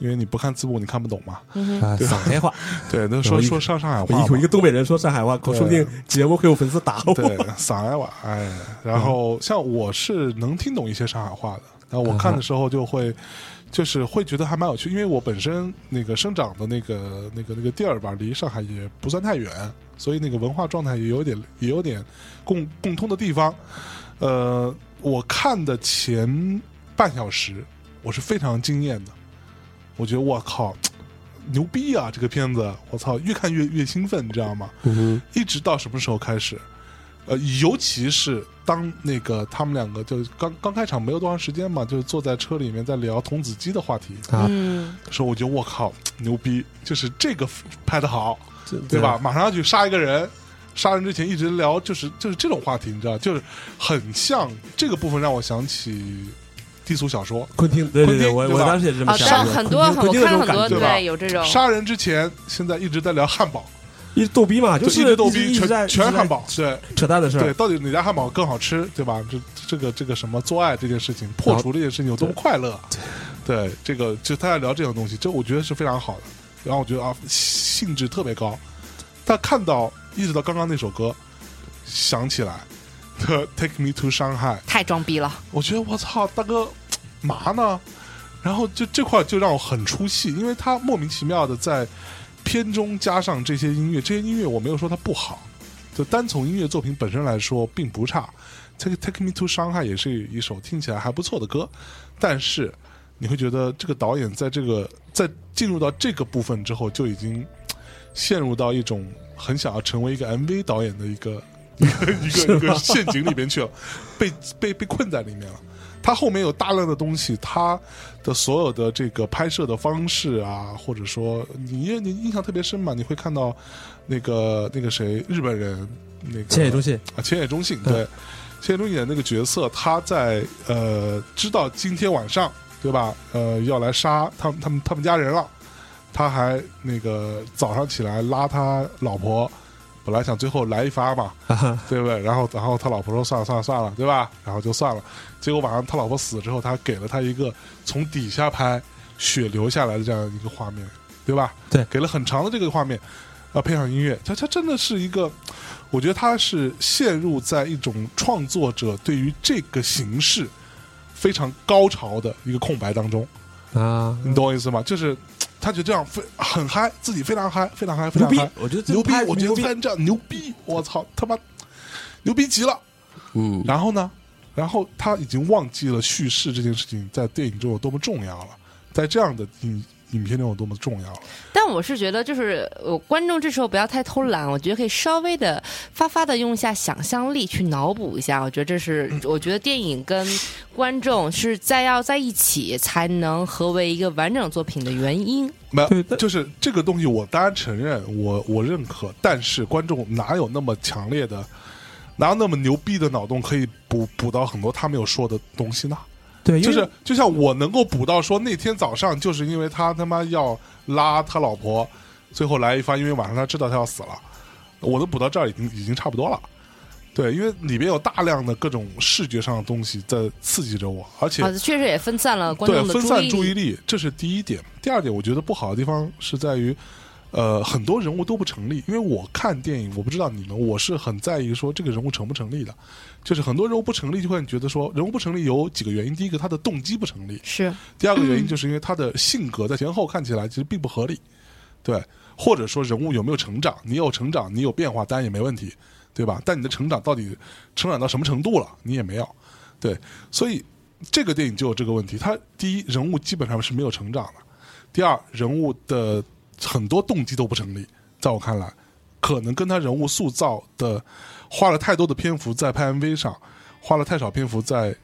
因为你不看字幕你看不懂嘛。
啊，
对
上海话，
对，都说
一
说上上海
我
话
一
嘛，
口一个东北人说上海 话，可说不定节目会有粉丝打我。
对，上海话，哎，然后
嗯
像我是能听懂一些上海话的，然后我看的时候就会，就是会觉得还蛮有趣，因为我本身那个生长的那个那个那个地儿吧，离上海也不算太远，所以那个文化状态也有点也有点共共通的地方。呃，我看的前半小时，我是非常惊艳的，我觉得我靠。牛逼啊！这个片子，我操，越看越越兴奋，你知道吗？
嗯
一直到什么时候开始？呃，尤其是当那个他们两个就刚刚开场没有多长时间嘛，就坐在车里面在聊童子鸡的话题，
哼啊，
嗯，
说我觉得我靠牛逼，就是这个拍的好，
这
对吧？？马上要去杀一个人，杀人之前一直聊，就是就是这种话题，你知道，就是很像这个部分让我想起低俗小说，
昆汀，对对
昆
对，
汀
我
对
我
吧
当时也是这么
哦，但
想的。
很多很
昆
我
汀昆汀
看
的
了很多，
这种感觉
对吧
对，有这种，
杀人之前现在一直在聊汉堡，
一逗逼嘛，
就
就是
一直逗逼，
一直在
全全是汉，堡
一，
对。
直在扯淡的事
对，
儿。
到底哪家汉堡更好吃，对吧？这这个这个什么做爱这件事情，破除这件事情有多么快乐？啊对，这个就他在聊这种东西，这我觉得是非常好的。然后我觉得啊，兴致特别高。他看到一直到刚刚那首歌响起来， 《Take Me to Shanghai》，
太装逼了，
我觉得我操，大哥，嘛呢？然后就这块就让我很出戏，因为他莫名其妙的在片中加上这些音乐，这些音乐我没有说它不好，就单从音乐作品本身来说并不差。Take Take Me to Shanghai 也是一首听起来还不错的歌，但是你会觉得这个导演在这个在进入到这个部分之后，就已经陷入到一种很想要成为一个 MV 导演的一个一个一个陷阱里边去了，被被被困在里面了。他后面有大量的东西，他的所有的这个拍摄的方式啊，或者说你因为你印象特别深嘛，你会看到那个那个谁日本人那个
千野中信，
啊，千野中信对，千野中信演那个角色，他在呃知道今天晚上对吧？呃，要来杀他们他们他们家人了，他还那个早上起来拉他老婆，本来想最后来一发嘛，
啊哈
对不对？然后然后他老婆说算了算了算了，对吧？然后就算了。结果晚上他老婆死之后，他给了他一个从底下拍血流下来的这样一个画面，对吧？
对
给了很长的这个画面，啊，配上音乐，他他真的是一个，我觉得他是陷入在一种创作者对于这个形式非常高潮的一个空白当中，
啊，
你懂我意思吗？就是他就这样非很嗨，自己非常嗨，非常嗨，非
牛
常
逼
嗨！，
啊我觉得这
牛逼
拍！
我觉
牛
得
逼
拍，成这样牛逼！我操，他妈牛逼极了！
嗯，
然后呢，然后他已经忘记了叙事这件事情在电影中有多么重要了，在这样的影影片中有多么重要了。
但我是觉得就是呃，观众这时候不要太偷懒，我觉得可以稍微的发发的用一下想象力去脑补一下，我觉得这是我觉得电影跟观众是在要在一起才能合为一个完整作品的原因。
没
对
有，
但
就是这个东西，我当然承认，我我认可，但是观众哪有那么强烈的，哪有那么牛逼的脑洞可以补补到很多他没有说的东西呢？
对，因
就
为
是就像我能够补到说那天早上就是因为他他妈要拉他老婆，最后来一发，因为晚上他知道他要死了，我能补到这儿已经已经差不多了。对，因为里边有大量的各种视觉上的东西在刺激着我，而且
好的，啊确实也分散了观
对
众的
分散
注
注
意
意力，这是第一点。第二点，我觉得不好的地方是在于，呃，很多人物都不成立。因为我看电影，我不知道你们，我是很在意说这个人物成不成立的。就是很多人物不成立，就会觉得说人物不成立有几个原因：第一个，他的动机不成立；
是
第二个原因，就是因为他的性格在前后看起来其实并不合理，对，或者说人物有没有成长？你有成长，你有变化，当然也没问题，对吧？但你的成长到底成长到什么程度了？你也没有，对，所以这个电影就有这个问题。它第一，人物基本上是没有成长的；第二，人物的很多动机都不成立，在我看来，可能跟他人物塑造的花了太多的篇幅在拍 MV 上，花了太少篇幅在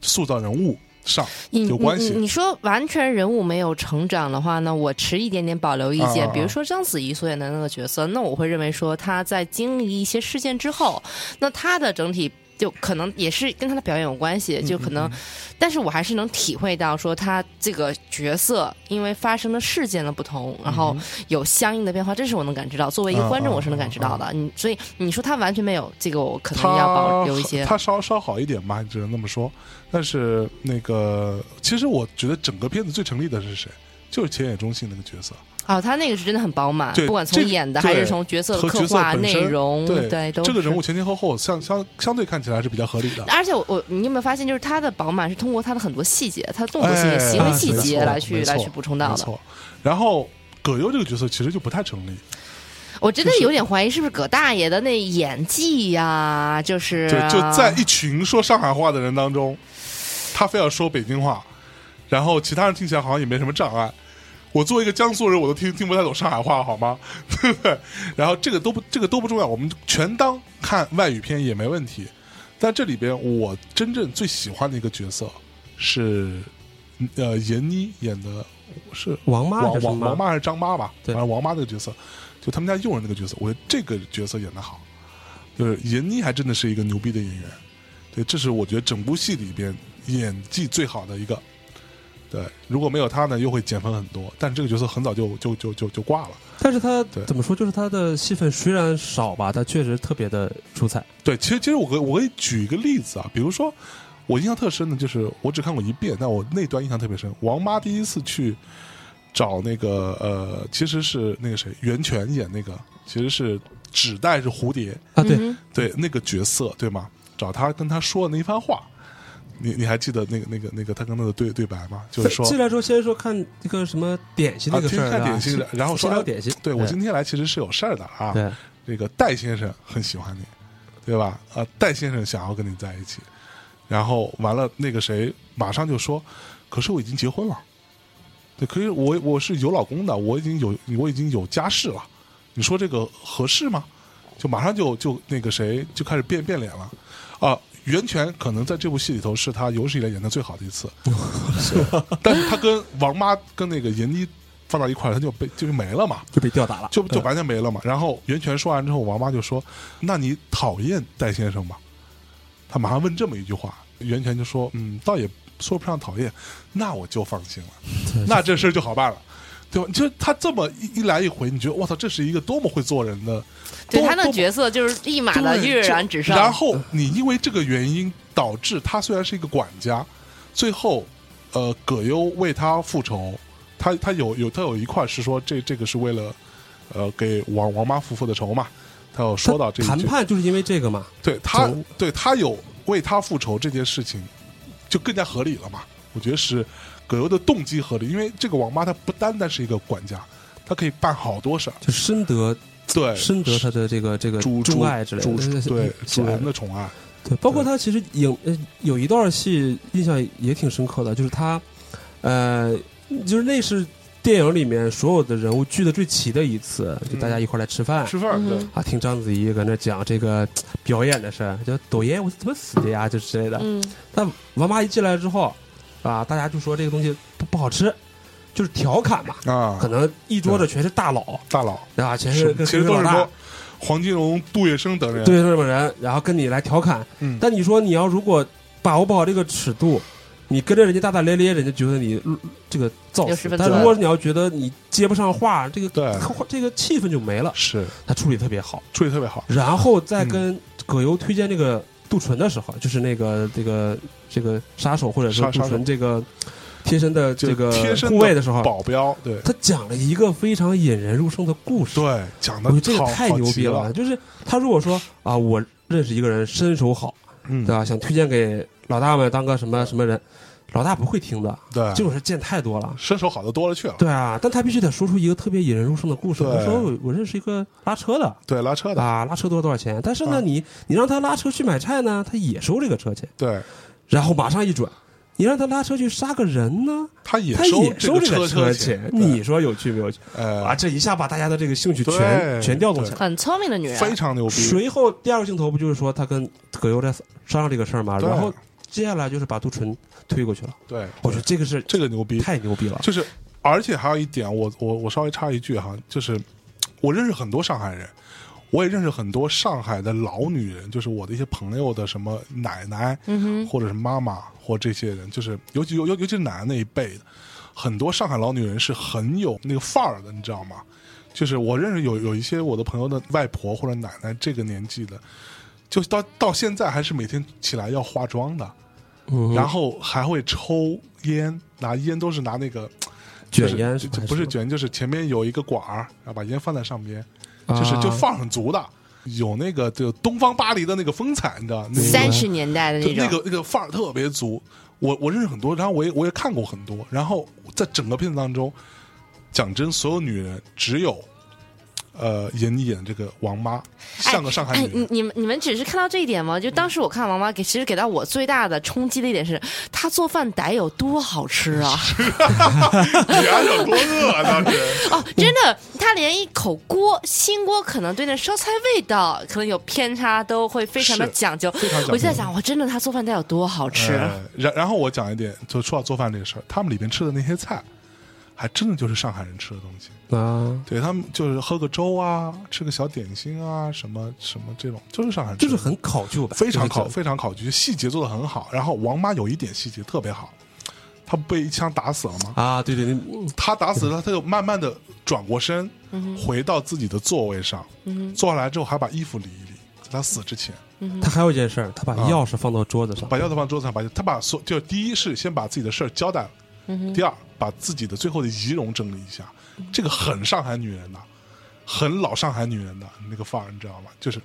塑造人物上
你
有关
你
系。
你你说完全人物没有成长的话呢，我持一点点保留意见。
啊啊啊
比如说章子怡所演的那个角色，那我会认为说她在经历一些事件之后，那她的整体。就可能也是跟她的表演有关系，
嗯
就可能，但是我还是能体会到说她这个角色因为发生的事件的不同，然后有相应的变化，这是我能感知到。作为一个
啊
观众，
嗯啊
我是能感知到的。你所以你说她完全没有这个，我可能
他
要保留一些。
他稍稍好一点吧，只能那么说。但是那个，其实我觉得整个片子最成立的是谁？就是浅野忠信那个角色，
哦，他那个是真的很饱满，
对
不管从
这个
演的还是
对
从角色的
和
刻
角色
画、
本
内
身
容，
对
都
这个
是
人物。前前后后相相相对看起来是比较合理的。
而且我我你有没有发现，就是他的饱满是通过他的很多细节，他的动作细节、
哎
行为细
没
节
错
来去
没
来
错
去补充到
没
的。
错。然后葛优这个角色其实就不太成立，
我真的
就是
有点怀疑，是不是葛大爷的那演技呀、就是啊
对，就在一群说上海话的人当中，他非要说北京话，然后其他人听起来好像也没什么障碍。我作为一个江苏人，我都听听不太懂上海话，好吗？ 对不对？然后这个都不，这个都不重要，我们全当看外语片也没问题。但这里边我真正最喜欢的一个角色是，呃，闫妮演的是
王妈还
王
是什
王
么
王妈还是张妈吧，
对
反正王妈那个角色，就他们家佣人那个角色，我觉得这个角色演的好，就是闫妮还真的是一个牛逼的演员，对，这是我觉得整部戏里边演技最好的一个，对，如果没有她呢，又会减分很多，但这个角色很早就就就就就挂了，
但是他
对
怎么说，就是他的戏份虽然少吧，但确实特别的出彩。
对，其实其实我可以我可以举一个例子啊，比如说我印象特深的就是我只看过一遍，但我那段印象特别深。王妈第一次去找那个呃，其实是那个谁袁泉演那个，其实是纸袋是蝴蝶，
啊，对，
嗯
对那个角色对吗？找他跟他说的那一番话，你你还记得那个那个那个他跟他的对对白吗？就是说
进来之后先说看那个什么点心那个
啊
事儿
先看
吧
点心
先
然后说啊
先聊点心。
对我今天来其实是有事儿的啊，
对
这个戴先生很喜欢你，对吧？呃，戴先生想要跟你在一起，然后完了，那个谁马上就说，可是我已经结婚了，对，可是我我是有老公的，我已经有我已经有家室了，你说这个合适吗？就马上就就那个谁就开始变变脸了，啊、袁泉可能在这部戏里头是他有史以来演的最好的一次，是 但是他跟王妈跟那个闫妮放到一块儿，他就被就没了嘛，
就被吊打了，
就就
对
完全没了嘛。然后袁泉说完之后，王妈就说：“那你讨厌戴先生吗？”他马上问这么一句话，袁泉就说：“嗯，倒也说不上讨厌，那我就放心了，那这事儿就好办了。”对吧？就他这么一一来一回，你觉得我操，这是一个多么会做人的，
对
多
他那
多
角色就是立马的
对
跃
就
然纸上。
然后你因为这个原因，导致他虽然是一个管家，最后呃葛优为他复仇，他他有有他有一块是说这这个是为了呃给王王妈夫妇的仇嘛，他有说到这一
谈
句，
判就是因为这个嘛，
对他
走
对他有为他复仇这件事情，就更加合理了嘛。我觉得是葛优的动机合理，因为这个王妈她不单单是一个管家，她可以办好多事儿，
就深得
对，
深得他的这个这个
主
钟
主
爱之类
主
的，
对主人
的。
的宠爱，
对，包括他其实影呃有一段戏印象也挺深刻的，就是他，呃，就是那是电影里面所有的人物聚的最齐的一次，就大家一块儿来吃饭。
吃饭
嗯
对。
哼
啊，听章子怡搁那讲这个表演的事儿，就抖音我是怎么死的呀，就之类的。
嗯，
但王妈一进来之后，啊，大家就说这个东西不不好吃，就是调侃嘛。
啊，
可能一桌子全是大佬
大佬，
啊，全是
其
跟
实
跟
都
老
是
大
说黄金荣、杜月笙等人。
对这种人，然后跟你来调侃。
嗯
但你说你要如果把握不好这个尺度，你跟着人家大大咧咧，人家觉得你嗯这个造
有
次
失。分
但
寸
如果你要觉得你接不上话，这个
对
这个气氛就没了。
是
他处理特别好，
处理特别好。
然后再跟葛优推荐这个杜淳的时候，就是那个这个这个杀手或者是
杀
杜
杀手
淳这个贴身的
就
这个
贴身
护卫的时候，
保镖，对
他讲了一个非常引人入胜的故事。
对，讲的
我觉得这个
好
太
好
牛
极
逼
了，
了，就是他如果说啊，我认识一个人身手好，
嗯，
对吧？想推荐给老大们当个什么什么人，老大不会听的，
对，
这种事见太多了。
身手好的多了去了，
对啊，但他必须得说出一个特别引人入胜的故事。
对
我说我我认识一个拉车的
对，拉车的，
啊，拉车多少多少钱？但是呢，
啊
你你让他拉车去买菜呢，他也收这个车钱，
对
然后马上一转，你让他拉车去杀个人呢，
他也
他
收
也收
这
个
个
车
车
钱。
对
你说有趣没有趣？啊，
呃，
这一下把大家的这个兴趣
对
全全调动起来。
很聪明的女人，
非常牛逼，
随后第二个镜头不就是说他跟葛优在商量这个事儿嘛，
对
然后接下来就是把杜淳推过去了。
对，
我觉得这个是
这个牛逼，
太牛逼了，
就是，而且还有一点，我我我稍微插一句哈，就是我认识很多上海人，我也认识很多上海的老女人，就是我的一些朋友的什么奶奶，嗯、或者是妈妈或这些人，就是尤其尤尤尤其是奶奶那一辈的，很多上海老女人是很有那个范儿的，你知道吗？就是我认识有有一些我的朋友的外婆或者奶奶这个年纪的，就到到现在还是每天起来要化妆的，然后还会抽烟，拿烟都是拿那个就
卷
是
烟
就
吧
不是，卷，就是前面有一个管儿，然后把烟放在上边，
啊
就是就放很足的，有那个就东方巴黎的那个风采，你知道那个
三十年代的
就
那
那
种，
个那个范儿特别足。我我认识很多，然后我也我也看过很多，然后在整个片子当中，讲真，所有女人只有呃闫妮演这个王妈
哎
像个上海
哎
女，
你
人，
你们你们只是看到这一点吗？就当时我看王妈给，其实给到我最大的冲击的一点是，她做饭得有多好吃 啊！哎嗯
你还有多饿啊当 时？
哦，真的，她连一口锅新锅，可能对那烧菜味道可能有偏差，都会非常的
是
讲究。
非常讲究
我就在想，哇，真的她做饭得有多好吃？
呃然然后我讲一点，就说到做饭这个事儿，他们里边吃的那些菜，还真的就是上海人吃的东西。
啊，
对他们就是喝个粥啊，吃个小点心啊，什么什么这种，就是上海人吃
就
的，
是很考究吧，
非常考
就是
非常考究，细节做的很好。然后王妈有一点细节特别好，她不被一枪打死了吗？
啊，对对对，嗯
她打死了，她就慢慢的转过身，回到自己的座位上，
嗯
坐下来之后还把衣服理一理，在她死之前。
他还有一件事儿，他把
啊
钥匙放到桌子上，
把钥匙放桌子上，把他把所就第一是先把自己的事儿交代了，第二把自己的最后的仪容整理一下，这个很上海女人呐、很老上海女人的那个范儿，你知道吗？就是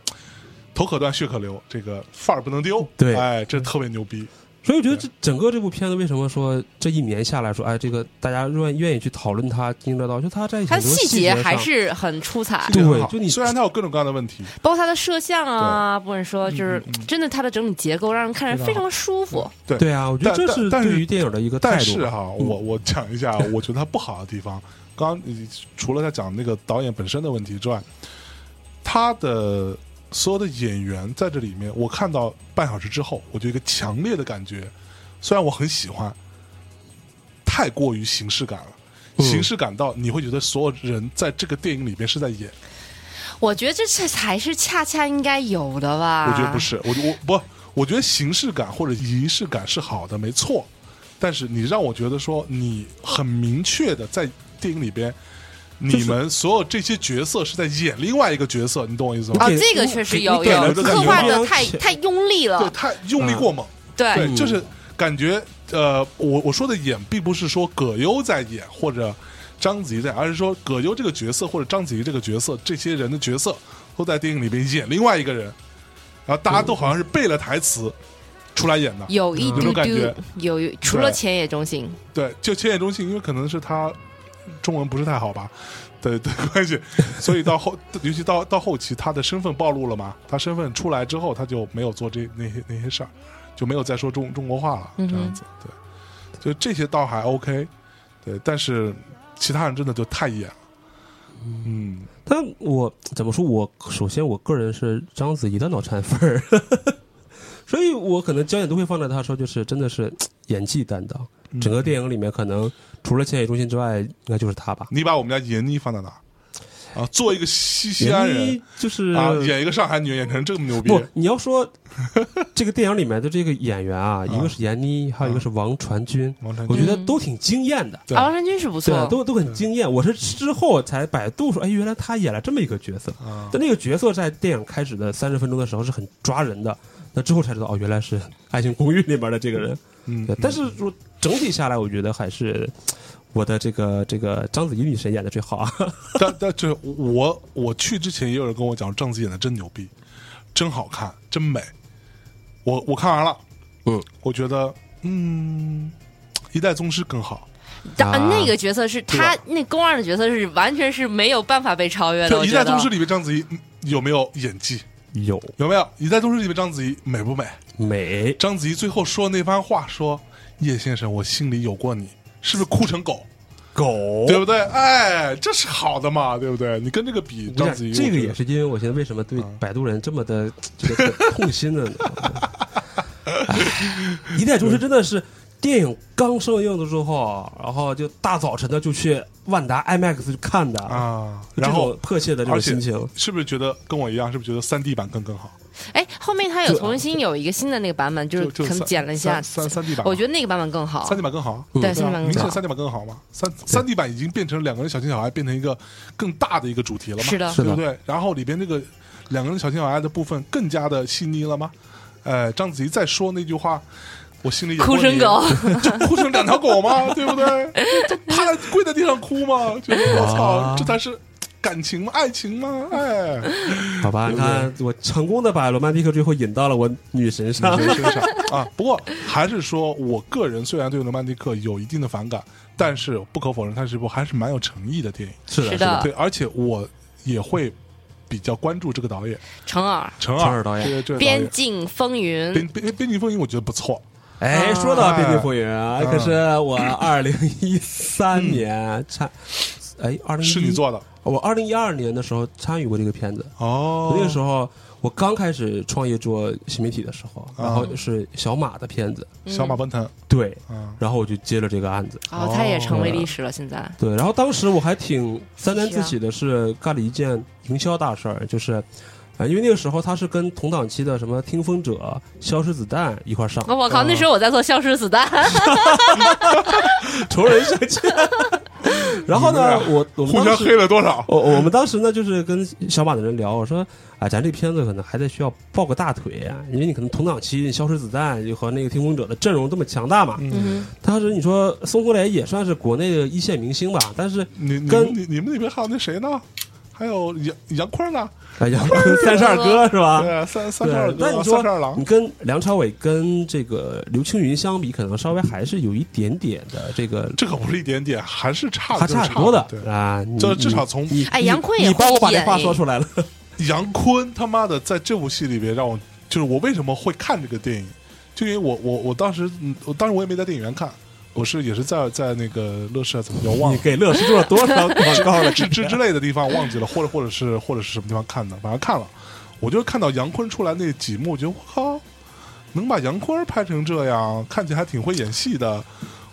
头可断，血可流，这个范儿不能丢。
对
哎，这特别牛逼。
所以我觉得这整个这部片子为什么说这一年下来说，哎，这个大家愿愿意去讨论它，津津乐道，就它在很
她
多
的细
节
节
上
还是很出彩，
对
这个很好
就你
虽然她有各种各样的问题，
包括她的摄像啊，或者
嗯
说就是真的她的整体结构，让人看着非常的舒服。
对
对啊，我觉得
但
这是
但但是
对于电影的一个态
但
度。
是啊哈，
嗯
我我讲 一下，我觉得它不好的地方，刚刚除了他讲那个导演本身的问题之外，他的所有的演员在这里面，我看到半小时之后，我就有一个强烈的感觉，虽然我很喜欢，太过于形式感了。
嗯
形式感到你会觉得所有人在这个电影里边是在演，
我觉得这是才是恰恰应该有的吧？
我觉得不是，我我不，我觉得形式感或者仪式感是好的，没错。但是你让我觉得说，你很明确的在电影里边，
是
你们所有这些角色是在演另外一个角色，你懂我意思
啊
吗？，
给
这个确实
你
有
给
有
了这个
刻画的
女
太
主
太用力
对，
了，
太用力过猛，
对
对，就是感觉呃，我我说的演，并不是说葛优在演或者章子怡在演，而是说葛优这个角色或者章子怡这个角色，这些人的角色都在电影里边演另外一个人，然后大家都好像是背了台词出来演的，
有一
有
丢
种感
丢
觉，
有一除了
对
浅野忠信，
对，就千野中信，因为可能是他中文不是太好吧 的的关系，所以到后，尤其到到后期，他的身份暴露了嘛，他身份出来之后，他就没有做这那些那些事儿，就没有再说中中国话了，
嗯
这样子，对，就这些倒还 OK，对，但是其他人真的就太演了，嗯，
但我怎么说？我首先我个人是章子怡的脑残粉儿， 所以我可能焦点都会放在她说，就是真的是演技担当。
嗯
整个电影里面，可能除了千野中心之外，应该就是她吧。
你把我们家闫妮放在哪？啊，做一个西西安人
一就是
啊，演一个上海女人演成这么牛逼
不，你要说这个电影里面的这个演员 啊，一个是闫妮，还有一个是王传君，
嗯王传君
我觉得都挺惊艳的，
对
啊王传君是不
对啊，
错，
都都很惊艳。我是之后才百度说，哎，原来他演了这么一个角色。
啊，
但那个角色在电影开始的三十分钟的时候是很抓人的，那之后才知道哦，原来是《爱情公寓》里面的这个人。
嗯
对，，但是说整体下来，我觉得还是我的这个这个章子怡女神演的最好啊。
但但就是我我去之前也有人跟我讲，章子演的真牛逼，真好看，真美。我我看完了，
嗯，
我觉得嗯，一代宗师更好，
但呃
啊
那个角色是他那宫二的角色是完全是没有办法被超越的。
就
我
一
觉
代
得
宗师里面章子怡嗯有没有演技？
有
有没有一代宗师里面章子怡美不美？
美，
章子怡最后说那番话说：“叶先生，我心里有过你。”是不是哭成狗？
狗
对不啊对？哎，这是好的嘛，对不对？你跟这个啊比，
我
章
想
子怡
这个
我觉得
也是因为我现在为什么对摆渡人这么的这个痛心呢？ 哎一代宗师真的是电影刚上映的时候，啊然后就大早晨的就去万达 IMAX 去看的，
啊，
这种
然后
迫切的这种
而且
心情，
是不是觉得跟我一样？是不是觉得三 D 版更更好？
哎，后面他有
就
重新有一个新的那个版本，就是
就就
可能
三
剪了一下，
三三三 D 版嘛，
我觉得那个版本更好
三。D 版更好。
哦对，
嗯
三 D
啊
版更
明
好
显。三 D 版更好嘛？三三 D 版已经变成两个人小情小爱，变成一个更大的一个主题了嘛？
是的
对不对？然后里边这个两个人小情小爱的部分更加的细腻了吗？呃，章子怡再说那句话，我心里有
哭
过
成
你
狗，
就 哭成两条狗吗？对 不对？就趴在跪在地上哭吗？觉得我操
啊，
这才是感情吗？爱情吗？哎，
好吧？你看，我成功的把罗曼蒂克最后引到了我女神上
女，神身上啊。不过还是说我个人虽然对《罗曼蒂克》有一定的反感，但是不可否认，它是一部还是蛮有诚意的电影。
是
是
的，
的啊
对，而且我也会比较关注这个导演
成耳，
陈
陈
尔
尔导演
这个这
《
个
边境风云》
边边边境风云，我觉得不错。
哎，说到《边境风云》啊
啊哎，
可是我二零一三年参，哎，二零
嗯是你做的
我二零一二年的时候参与过这个片子，
哦
那个时候我刚开始创业做新媒体的时候，
啊
然后是小马的片子，
小马奔腾，
对，
嗯，
然后我就接了这个案子，
哦，他也成为
哦
历史了。现在
对，然后当时我还挺沾沾
啊
自喜的是干了一件营销大事儿，就是，啊、因为那个时候他是跟同档期的什么《听风者》《消失子弹》一块儿上，
哦我靠，那
嗯
时候我在做《消失子弹》
仇人相见， 然后呢，我我们
互
当
相
时
黑了多少？
我哦我们当时呢，就是跟小马的人聊，我说啊，咱这片子可能还得需要抱个大腿啊，因为你可能同档期《消失子弹》和那个《听风者》的阵容这么强大嘛。
嗯，
当时你说孙红雷也算是国内的一线明星吧，但是
你你
跟
们你你们那边还有那谁呢？还有杨杨坤呢？
哎呀，三十二哥是吧？
对，啊三三
啊对
十
那
二，哥，
你
三十二
说
郎
你。跟梁朝伟跟这个刘青云相比，可能稍微还是有一点点的这个
这可不是一点点，还是差
还
的就是
差
差
很多的
对，
啊。你
就是至
你
少从
你
哎杨坤也
你帮我把这
会
话
演哎
说出来了。
杨坤他妈的在这部戏里边让我，就是我为什么会看这个电影，就因为我我我当时，嗯我当时我也没在电影院看，我是也是在在那个乐视啊怎么着忘
你
了。
给乐视做了多少广告了？
之之之类的地方忘记了，或者或者是或者是什么地方看的，反正看了，我就看到杨坤出来那几幕，我觉得我靠，能把杨坤拍成这样，看起来还挺会演戏的，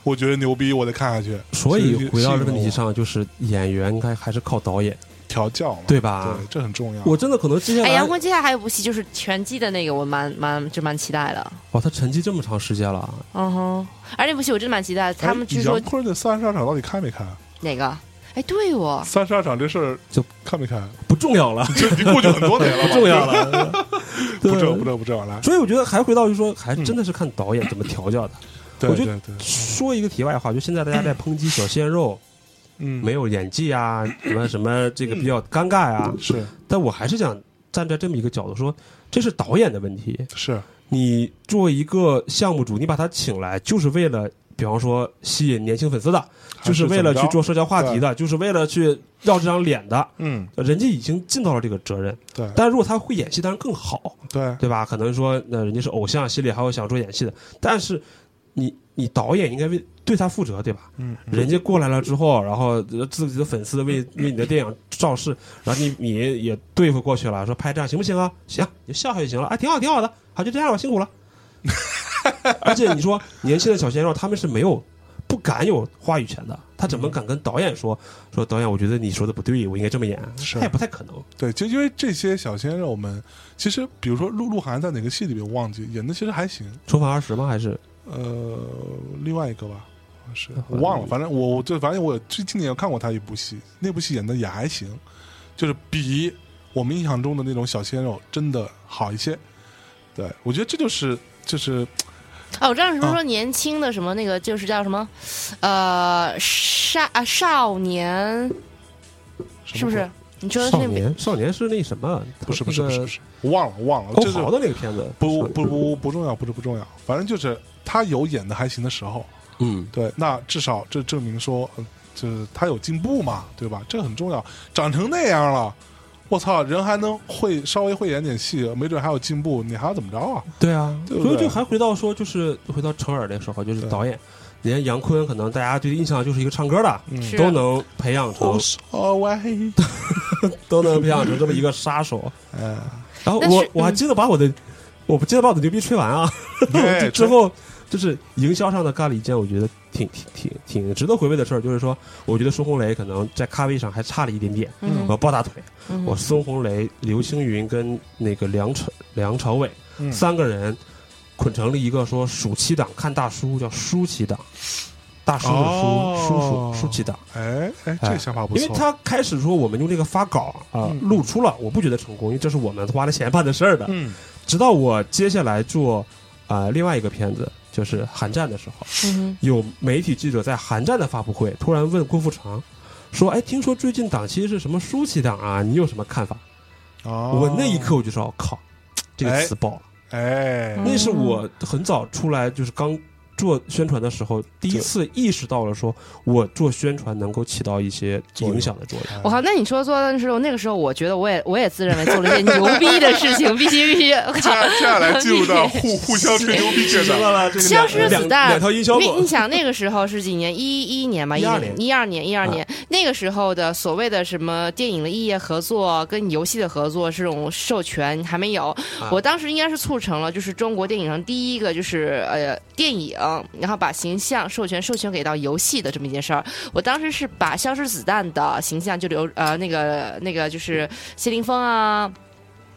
我觉得牛逼，我得看下去。
所以回到这个问
吸引
题
我
上，就是演员应该还是靠导演，
调教嘛，
对吧
对，这很重要。
我真的可能接下
哎，
来，
杨坤接下来还有部戏就是拳击的那个，我蛮蛮就蛮期待的。
哦，他沉寂这么长时间了，啊
嗯哼，而那部戏我真的蛮期待的。他们
哎
据说
杨坤的三十二场到底开没开？
哪个？哎，对哦，
三十二场这事儿
就
看没看？
不重要了，
就已经过去很多年了
不
吧，
重要了，
不
对
重不重不重要了。嗯
所以我觉得还回到就是说，还真的是看导演怎么调教的。
对
我觉
对
得
对，
说一个题外话，就现在大家在抨击小鲜肉
嗯，
没有演技啊，什么什么这个比较尴尬呀、
是
但我还是想站在这么一个角度说，这是导演的问题。
是
你做一个项目主，你把他请来就是为了，比方说吸引年轻粉丝的，
还
就是为了
怎
去
么着
做社交话题的，就是为了去要这张脸的，
嗯，
人家已经尽到了这个责任。
对
但如果他会演戏，当然更好，
对
对吧？可能说，那、人家是偶像，心里还有想做演戏的，但是你你导演应该为对他负责，对吧？
嗯，
人家过来了之后，然后呃自己的粉丝为为你的电影造势，然后你你也对付过去了，说拍这样行不行啊？行，你就笑笑就行了，哎，挺好挺好的， 好就这样吧，辛苦了。而且你说年轻的小鲜肉他们是没有不敢有话语权的，他
嗯
怎么敢跟导演说说导演，我觉得你说的不对，我应该这么演？
是
他也不太可能。
对，就因为这些小鲜肉们，其实比如说鹿鹿晗在哪个戏里边我忘记演的，其实还行。
重返二十吗？还是
呃，另外一个吧，是
啊
我忘了，反正我我就反正我最今年有看过他一部戏，那部戏演的也还行，就是比我们印象中的那种小鲜肉真的好一些。对，我觉得这就是就是
哦，我知道什么
啊
说年轻的什么那个就是叫什么，呃，少啊少年
什么
是不是？你说的是
少
那部
年？少年是那什么？
不是不是
那
不
个
是不是，我忘了我忘了，
欧
这是
豪的那个片子？
不
是
不，不不重要，不是不重要，反正就是他有演的还行的时候，
嗯，
对，那至少这证明说，呃这他有进步嘛，对吧？这很重要。长成那样了，我操，人还能会稍微会演点戏，没准还有进步，你还要怎么着啊？
对啊，
对不
所以
对
就还回到说，就是回到成尔的时候，就是
对
导演，你看杨坤，可能大家对印象就是一个唱歌的，
嗯
是
都能培养成
无，所谓，
都能培养成这么一个杀手。
嗯，
然后
但
我
是
我还
嗯
记得把我的，我不记得把我的牛逼吹完啊。
哎对，
之后就是营销上的干了一件我觉得挺挺挺挺值得回味的事儿，就是说，我觉得孙红雷可能在咖位上还差了一点点，
嗯
我要抱大腿。
嗯
我孙红雷、刘青云跟那个梁朝梁朝伟、
嗯
三个人捆成了一个说暑期档看大叔，叫舒淇档，大叔的叔、
哦
叔叔舒淇档。
哎哎，这个想法不
因
错，
为他开始说我们用这个发稿啊、
嗯
露出了，我不觉得成功，因为这是我们花了钱办的事儿的。
嗯
直到我接下来做啊、呃另外一个片子，就是寒战的时候，
嗯
有媒体记者在寒战的发布会突然问郭富城说：“哎，听说最近档期是什么舒淇档啊？你有什么看法？”
哦，
我那一刻我就说：“我靠，这个
哎
词爆了！”
哎，
嗯
那是我很早出来，就是刚做宣传的时候，第一次意识到了，说我做宣传能够起到一些影响的作用。哎
我靠，那你说做的时候，那个时候我觉得我也我也自认为做了一件牛逼的事情， 必须必须，我靠，
接下接下来进 入到互互相吹牛逼阶段，
了这个
消失子弹
两条营销
你你
狗，
想那个时候是几年？一一年吧，
12
年
一二年，一
啊
二年。那个时候的所谓的什么电影的异业合作跟游戏的合作，这种授权还没有。
啊
我当时应该是促成了，就是中国电影上第一个就是呃电影，然后把形象授权授权给到游戏的这么一件事儿。我当时是把《消失子弹》的形象就留呃那个那个就是谢霆锋啊。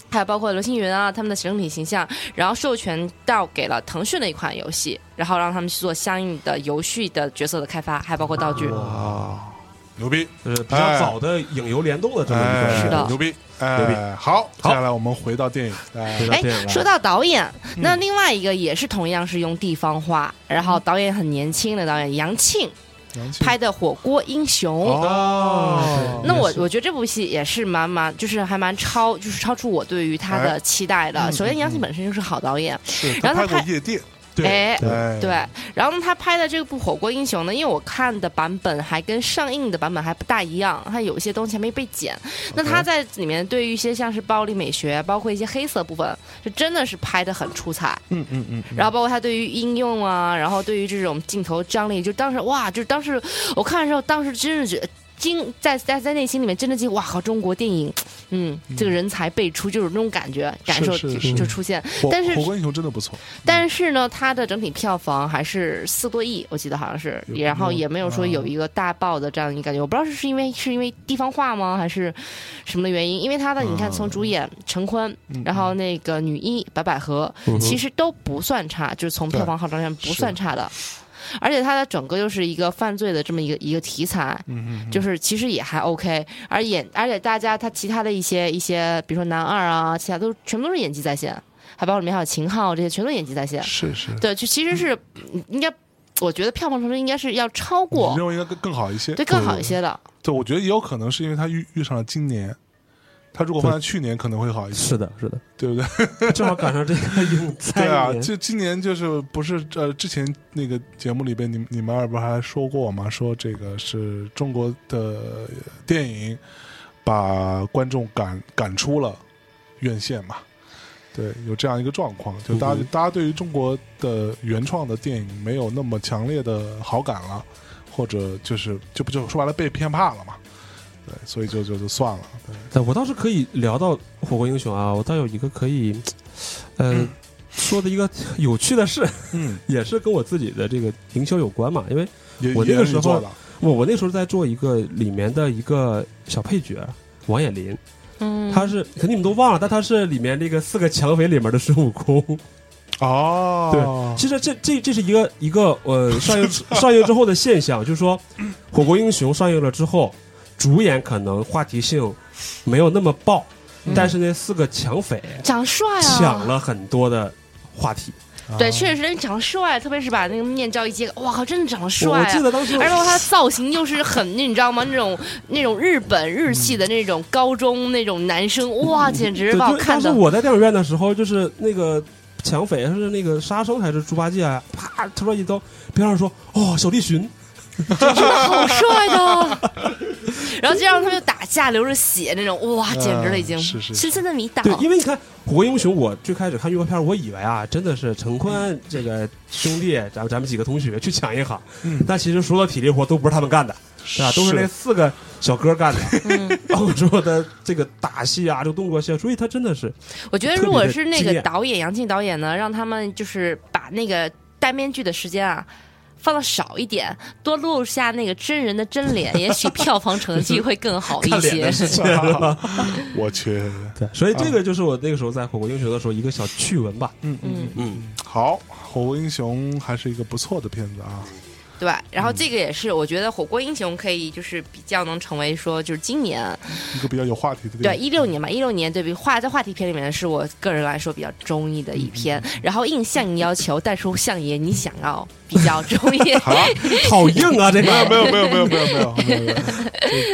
还有包括刘青云啊，他们的整体形象，然后授权到给了腾讯的一款游戏，然后让他们去做相应的游戏的角色的开发，还包括道具。
啊，
牛逼，
呃，比较早的影游联动的这么一个
哎，
是的
牛逼，
牛
哎，
逼
好，接
好
下来我们回到电影，哎
回到
哎
电影，来
说到导演，
嗯
那另外一个也是同样是用地方话，然后导演很年轻的导演杨庆
杨庆
拍的《火锅英雄》。
哦，
那我
也是
我觉得这部戏也是蛮蛮，就是还蛮超，就是超出我对于他的期待的。
哎嗯
首先，杨庆本身就是好导演，
是
然后他
他拍
拍
过夜店，
哎，
哎，
对，然后呢，他拍的这部《火锅英雄》呢，因为我看的版本还跟上映的版本还不大一样，它有一些东西还没被剪。那
OK
他在里面对于一些像是暴力美学，包括一些黑色部分，是真的是拍的很出彩。
嗯嗯嗯，
然后包括他对于应用啊，然后对于这种镜头张力，就当时哇，就当时我看的时候，当时真是觉得惊，在在在内心里面真的惊，哇靠，中国电影，嗯，这个人才辈出，就是那种感觉感受
是
就是
是
就出现。
火
但是
火锅英雄真的不错，
但是呢，它的整体票房还是四多亿，我记得好像是，
有
然后
有啊
也没有说有一个大爆的这样一个感觉。我不知道是是因为是因为地方化吗，还是什么的原因？因为它的你看，从主演陈坤，
啊嗯
然后那个女一白百合，
嗯哼
其实都不算差，就是从票房号召上不算差的。而且它的整个又是一个犯罪的这么一个一个题材，
嗯嗯，
就是其实也还 OK，而演而且大家他其他的一些一些，比如说男二啊，其他都全部都是演技在线，还包括里面还有秦昊这些，全都演技在线。
是是，
对，就其实是嗯应该，我觉得票房成绩应该是要超过
认为应该更更好一些。
对更好一些的。
对，我觉得也有可能是因为他遇遇上了今年，他如果放在去年可能会好一些，
是的，是的。
对不对？
正好赶上这 个影灾
对啊，
年
就今年就是不是呃，之前那个节目里边，你你们二不还说过吗？说这个是中国的电影把观众赶赶出了院线嘛。对，有这样一个状况，就大家、
嗯哼
大家对于中国的原创的电影没有那么强烈的好感了，或者就是就不就说白了被骗怕了嘛，对，所以就就就算了。对
对我倒是可以聊到《火锅英雄》啊，我倒有一个可以，呃，说的一个有趣的事，
嗯
也是跟我自己的这个营销有关嘛。因为
也
我
也
那个
是
时
你做
候
的，
我我那时候在做一个里面的一个小配角，王彦霖，
嗯，
他是可能你们都忘了，但他是里面那个四个抢匪里面的孙悟空。
哦，
其实这这这是一个一个呃上映之上映之后的现象，就是说《火锅英雄》上映了之后，主演可能话题性没有那么爆，但是那四个抢匪
长帅啊，
抢了很多的话题。
对，确实人长帅，特别是把那个面罩一揭开，哇靠，真的长帅、
我
啊！
我记得当时
而且他的造型又是很，你知道吗？那种那种日本日系的那种高中那种男生，哇，简直
对，
把我
就
看
当时
的
我在电影院的时候，就是那个抢匪还是那个杀生还是猪八戒啊，啪突然一刀，边上说哦小栗旬，
好帅的。然后就让他们就打架流着血那种，哇，简直了已
啊
经。
嗯是是
深深的迷倒。
对，因为你看《火锅英雄》，我最开始看预告片，我以为啊，真的是陈坤这个兄弟，咱们咱们几个同学去抢一行，但其实所有的体力活都不是他们干的，是吧？都是那四个小哥干的， 包括所有的这个打戏啊，这个动作戏啊，所以他真的是
我觉得
特别
如果是那
惊
个
艳
导演杨庆导演呢，让他们就是把那个戴面具的时间啊。放的少一点，多录下那个真人的真脸，也许票房成 绩会更好一
看脸
些
的。事情，是吧？
我去，
对，所以
啊
这个就是我那个时候在《火锅英雄》的时候一个小趣闻吧。
嗯嗯，
嗯，
好，《火锅英雄》还是一个不错的片子啊，
对，然后这个也是，我觉得《火锅英雄》可以就是比较能成为说，就是今年
一个比较有话题的
对
电影。
一六年吧，一六年对比话在话题片里面是我个人来说比较中意的
嗯
一篇。然后应相爷要求带出相爷你想要比较中意，
好，
好硬啊，这
没有没
个。
有没有没有没有没有没有没有，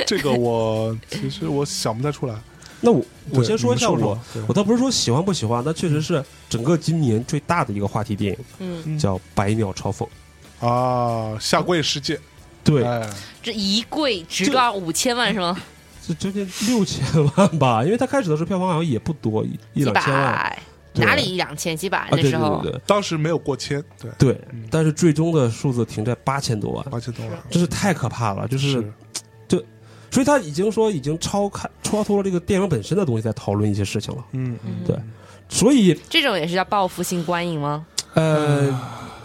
这这个我其实我想不太出来。
那我
对
我先说一下
你们说
我
说对，
我倒不是说喜欢不喜欢，那确实是整个今年最大的一个话题电影，
嗯，
嗯
叫《百鸟朝凤》。
啊，下跪世界，
对，
哎
这一跪值多少五千万是吗？
这将近六千万吧，因为它开始的时候票房好像也不多，一一
几
两
百，
千万啊，对啊
哪里一两千？几百那
对对
时
对
候，
对
当时没有过千，对，
对
嗯，
但是最终的数字停在八千多万，
八千多万，
真是太可怕了，就是，所以他已经说已经超开超脱了这个电影本身的东西，在讨论一些事情了，
嗯嗯
对，所以
这种也是叫报复性观影吗？
呃，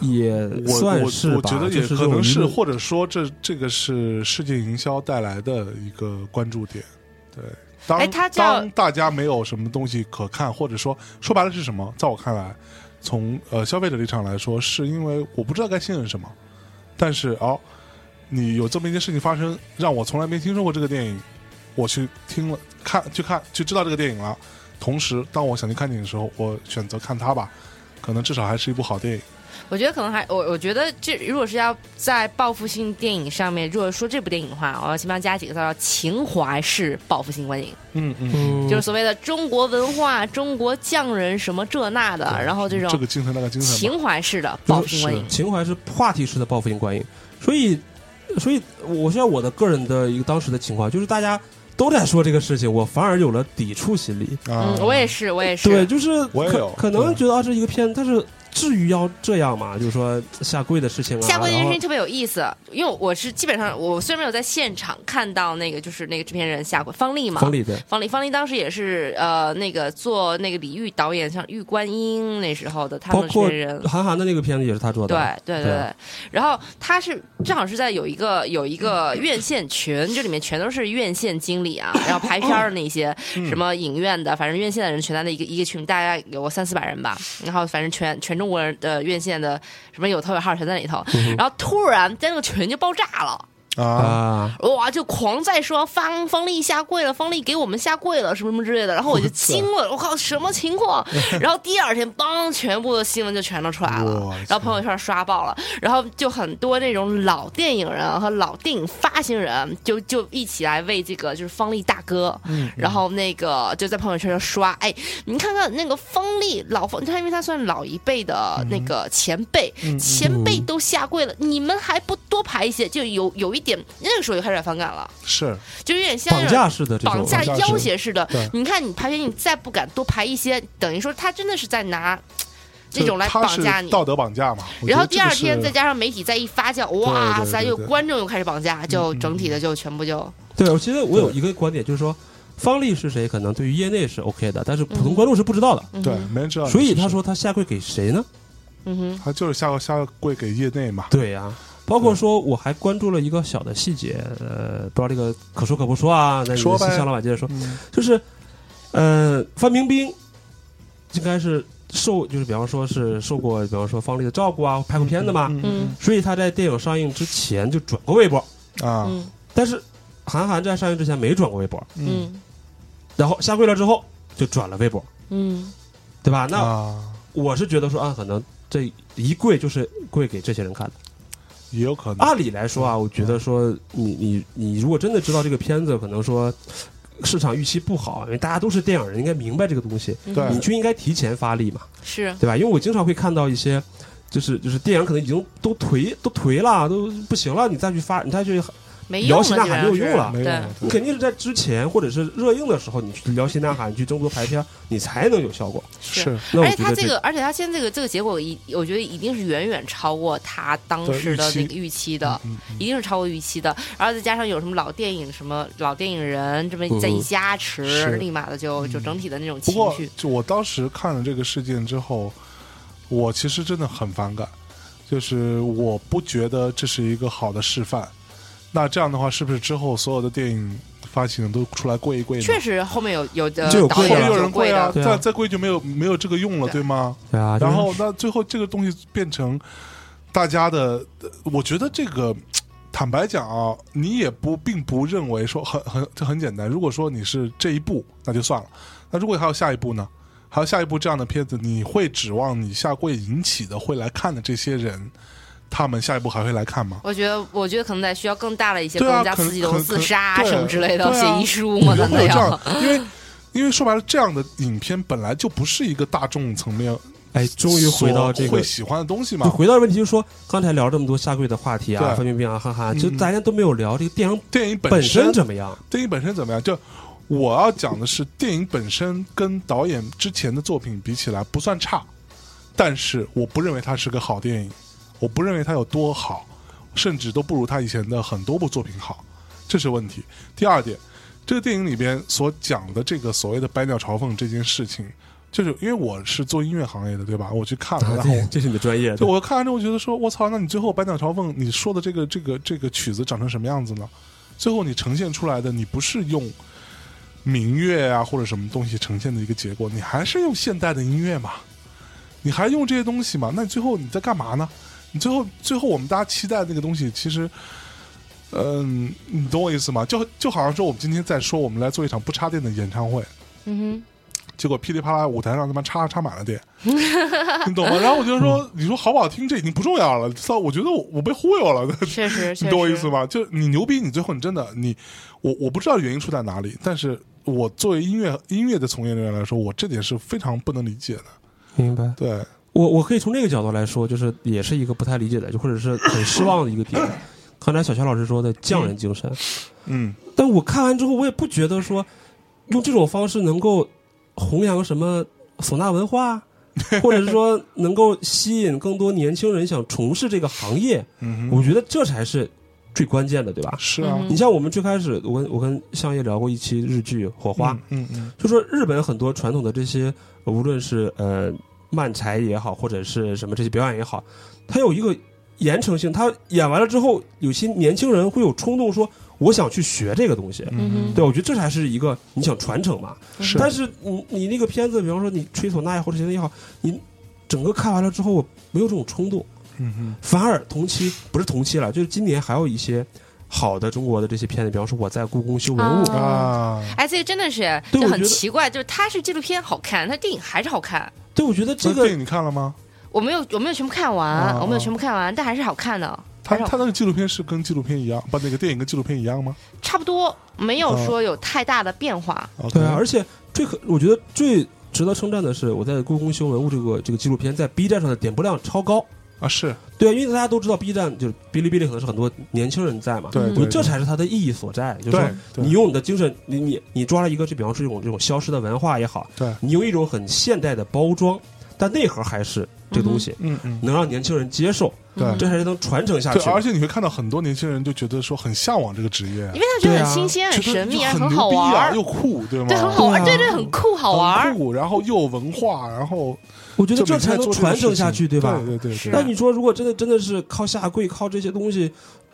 也
我
算
我
是
我
吧，
觉得
就
也
是这
可
种
能
娱
是，
乐
或者说这这个是世界营销带来的一个关注点。对，当
哎它叫
当大家没有什么东西可看，或者说说白了是什么？在我看来，从呃消费者立场来说，是因为我不知道该信任什么，但是哦，你有这么一件事情发生，让我从来没听说过这个电影，我去听了看去看就知道这个电影了。同时，当我想去看电影的时候，我选择看它吧，可能至少还是一部好电影。
我觉得可能还我我觉得这如果是要在报复性电影上面，如果说这部电影的话，我要先帮加几个字儿叫情怀式报复性观影，
嗯嗯
嗯
就是所谓的中国文化、中国匠人什么这那的，然后这
这
种
个精神那个精神吧，
情怀式的报复性观影。
情怀是话题式的报复性观影，所以，所以我现在我的个人的一个当时的情况就是大家都在说这个事情，我反而有了抵触心理。
啊
嗯，，我也是，我也是。
哦对，就是
我也
可
有
可能
对
觉得啊这一个片，但是至于要这样嘛？就是说下跪的事情啊，
下跪这件事情
然后
特别有意思，因为我是基本上我虽然没有在现场看到那个就是那个制片人下跪，方力嘛，
方力的，
方力，方力当时也是呃，那个做那个李玉导演，像玉观音那时候的他
包
们这
括
些人，
韩寒的那个片子也是他做
对
的，
对对
对
对。然后他是正好是在有一个有一个院线群，这里面全都是院线经理啊，然后排片儿的那
哦
些
嗯
什么影院的，反正院线的人全在那一个一个群，大概有个三四百人吧。然后反正全全中国人的院线的什么有头有号全在里头。
嗯
然后突然在那个群就爆炸了。
啊，
啊，
哇，就狂在说方方力下跪了，方力给我们下跪了，什么什么之类的，然后我就惊了，我靠，什么情况？然后第二天，梆，全部的新闻就全都出来了
哇，
然后朋友圈刷爆了，然后就很多那种老电影人和老电影发行人就就一起来为这个就是方力大哥，然后那个就在朋友圈上刷，哎，你看看那个方力老方，他因为他算老一辈的那个前辈，
嗯
前辈都下跪了，你们还不多排一些？就有有一点那个时候就开始反感了，
是
就有点像
绑架式的这
绑
种，
架
绑架式
要挟式的
对。
你看你排片，你再不敢多排一些，等于说他真的是在拿这种来
就
绑
他是
架你。
道德绑架嘛。我觉得
然后第二
这个是
天再加上媒体再一发酵，哇
对对
塞，
对
又
对嗯
观众又开始绑架，就整体的就全部就
对，我其实我有一个观点，就是说方力是谁，可能对于业内是 OK 的，但是
嗯
普通观众是不知道的。
对，没人知道你是
所
谁。
以他说他下跪给谁呢？
嗯哼，
他就是下个下个跪给业内嘛。
对呀、包括说我还关注了一个小的细节，呃，不知道这个可说可不说啊，那你
说呗
向老板接着说，就是呃，范冰冰应该是受，就是比方说是受过，比方说方力的照顾啊，拍过片子嘛，
嗯
所以她在电影上映之前就转过微博，
啊，
嗯
但是韩寒在上映之前没转过微博，
嗯
然后下跪了之后就转了微博，
嗯
对吧？那
啊，
我是觉得说啊，可能这一跪就是跪给这些人看的。
也有可能
按理来说
嗯
啊，我觉得说你你你如果真的知道这个片子，可能说市场预期不好，因为大家都是电影人，应该明白这个东西，
嗯，
对
你就应该提前发力嘛，
是
对吧？因为我经常会看到一些。就是就是电影可能已经都颓都颓了，都不行了，你再去发，你再去，
没用
摇
了，
旗呐喊没有用了
没有
对，
你肯定是在之前或者是热映的时候，你去聊新呐喊，你去争夺排片，你才能有效果。
是。
是
那我
而且
觉
他
得
这个，而且他现在这个这个结果一，我觉得一定是远远超过他当
对
时
预
的
期
那个预期的，
嗯嗯
一定是超过预期的。然后再加上有什么老电影、什么老电影人这么再一
嗯
加持，
是嗯
立马的就就整体的那种
不
情
过
绪，，
就我当时看了这个事件之后，我其实真的很反感，就是我不觉得这是一个好的示范。那这样的话，是不是之后所有的电影发行都出来跪一跪呢？
确实后面有有的
就有
呃导
贵
后
演
面有
有
人跪啊，
的，
对啊
再再跪就没有没有这个用了，
对
对吗？
对啊，就是
然后那最后这个东西变成大家的，呃我觉得这个。坦白讲啊，你也不并不认为说很很这很简单。如果说你是这一步，那就算了。那如果还有下一步呢？还有下一步这样的片子，你会指望你下跪引起的会来看的这些人，他们下一步还会来看吗？
我觉得，我觉得可能得需要更大的一些，
对啊
更加
可
刺激的
可
自
可
杀
对
什么之类的，
对
写
啊
遗书嘛，
你就
难道
会有这
要
样？，因为因为说白了，这样的影片本来就不是一个大众层面
哎，终于回到
所
这个
会喜欢的东西嘛
就。回到问题，就是说刚才聊这么多下跪的话题啊，
对
范冰冰啊，哈哈，
嗯
就大家都没有聊这个电影
电影
本
身
身怎么样。
电影本身怎么样？就我要讲的是，电影本身跟导演之前的作品比起来不算差，但是我不认为它是个好电影，我不认为它有多好，甚至都不如他以前的很多部作品好，这是问题。第二点，这个电影里边所讲的这个所谓的“百鸟朝凤”这件事情，就是因为我是做音乐行业的，对吧？我去看了，然后我
这这是你的专业，
就我看完之后，我觉得说，我操，那你最后《百鸟朝凤》你说的这个这个这个曲子长成什么样子呢？最后你呈现出来的，你不是用民乐啊或者什么东西呈现的一个结果，你还是用现代的音乐嘛，你还用这些东西嘛？那你最后你在干嘛呢？你最后最后我们大家期待的那个东西，其实，嗯、你懂我意思吗？就就好像说我们今天在说我们来做一场不插电的演唱会，
嗯
结果噼里啪啦舞台上他妈插插满了电，你懂吗？然后我就说，你说好不好听这已经不重要了，操！我觉得我我被忽悠了，
哼，确实，确
你懂我意
实
思，吗？就是你牛逼，你最后你真的你，我我不知道原因出在哪里，但是我作为音乐音乐的从业人员来说，我这点是非常不能理解的。
明白。
对，
我我可以从这个角度来说，就是也是一个不太理解的，就或者是很失望的一个点。刚才小乔老师说的匠人精神，
嗯，
但我看完之后，我也不觉得说用这种方式能够弘扬什么唢呐文化，或者是说能够吸引更多年轻人想从事这个行业。
嗯
我觉得这才是最关键的，对吧？
是啊，
嗯
你像我们最开始，我跟我跟相爷聊过一期日剧《火花》，
嗯嗯
就说日本很多传统的这些，呃无论是呃漫才也好，或者是什么这些表演也好，它有一个严惩性。它演完了之后，有些年轻人会有冲动说，我想去学这个东西。
嗯
对，我觉得这才是一个你想传承嘛。
嗯，是，
但是你你那个片子，比方说你吹唢呐也好，或者什么也好，你整个看完了之后，我没有这种冲动。
嗯嗯
反而同期不是同期了，就是今年还有一些好的中国的这些片子，比方说我在故宫修文物，
啊
啊，
哎，这个真的是
对
就
我
很
觉得
奇怪，就是它是纪录片好看，它电影还是好看。
对我觉得这
那电
个
影你看了吗？
我没有，我没有全部看完，
啊
我没有全部看完，但还是好看的，
他
还是好
他那个纪录片是跟纪录片一样，把那个电影跟纪录片一样吗？
差不多，没有
啊
说有太大的变化。
对啊，
OK
而且最可我觉得最值得称赞的是，我在故宫修文物这个这个纪录片在 B 站上的点播量超高。
啊是
对啊，因为大家都知道 B 站就是哔哩哔哩，可能是很多年轻人在嘛，
对
嗯
我觉
对，
得这才是它的意义所在，就是说
对，对
你用你的精神，你你你抓了一个，就比方说这种这种消失的文化也好，
对
你用一种很现代的包装，但内核还是这个东西
嗯嗯，
能让年轻人接受，
对
这才是能传承下
对
去，的。
而且你会看到很多年轻人就觉得说很向往这个职业，
因为他觉得
对啊
很新鲜、很
觉得
神秘、
就
很
很
好
牛逼
玩
啊
儿，
又酷，对吗？
对，很好玩儿，
对
对
啊
对，很酷，好玩
很
儿。
酷，然后又有文化，然后
我觉得
就
这
每天
才能
做这个
传承
事情
下去，对吧？
对对对
是
对
那你说，如果真的真的是靠下跪，靠这些东西，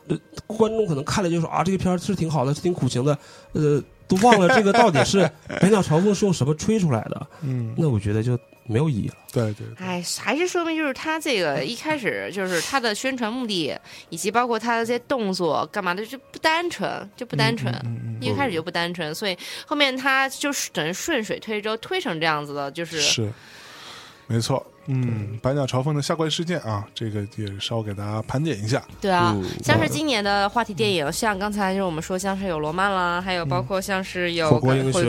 呃，观众可能看了就说啊，这个片儿是挺好的，是挺苦情的，呃，都忘了这个到底 是百鸟朝凤是用什么吹出来的，
嗯，
那我觉得就没有意义了。
对对对
哎，还是说明就是他这个一开始就是他的宣传目的，以及包括他的这些动作干嘛的，就不单纯，就不单纯。
嗯嗯
一开始就不单纯，所以后面他就是等于顺水推舟推成这样子的，就是
嗯是，没错。嗯，百鸟朝凤的下跪事件啊，这个也稍微给大家盘点一下。
对啊，
嗯
像是今年的话题电影，像刚才就是我们说，像是有罗曼啦，还有包括像是有
嗯火锅英
回锅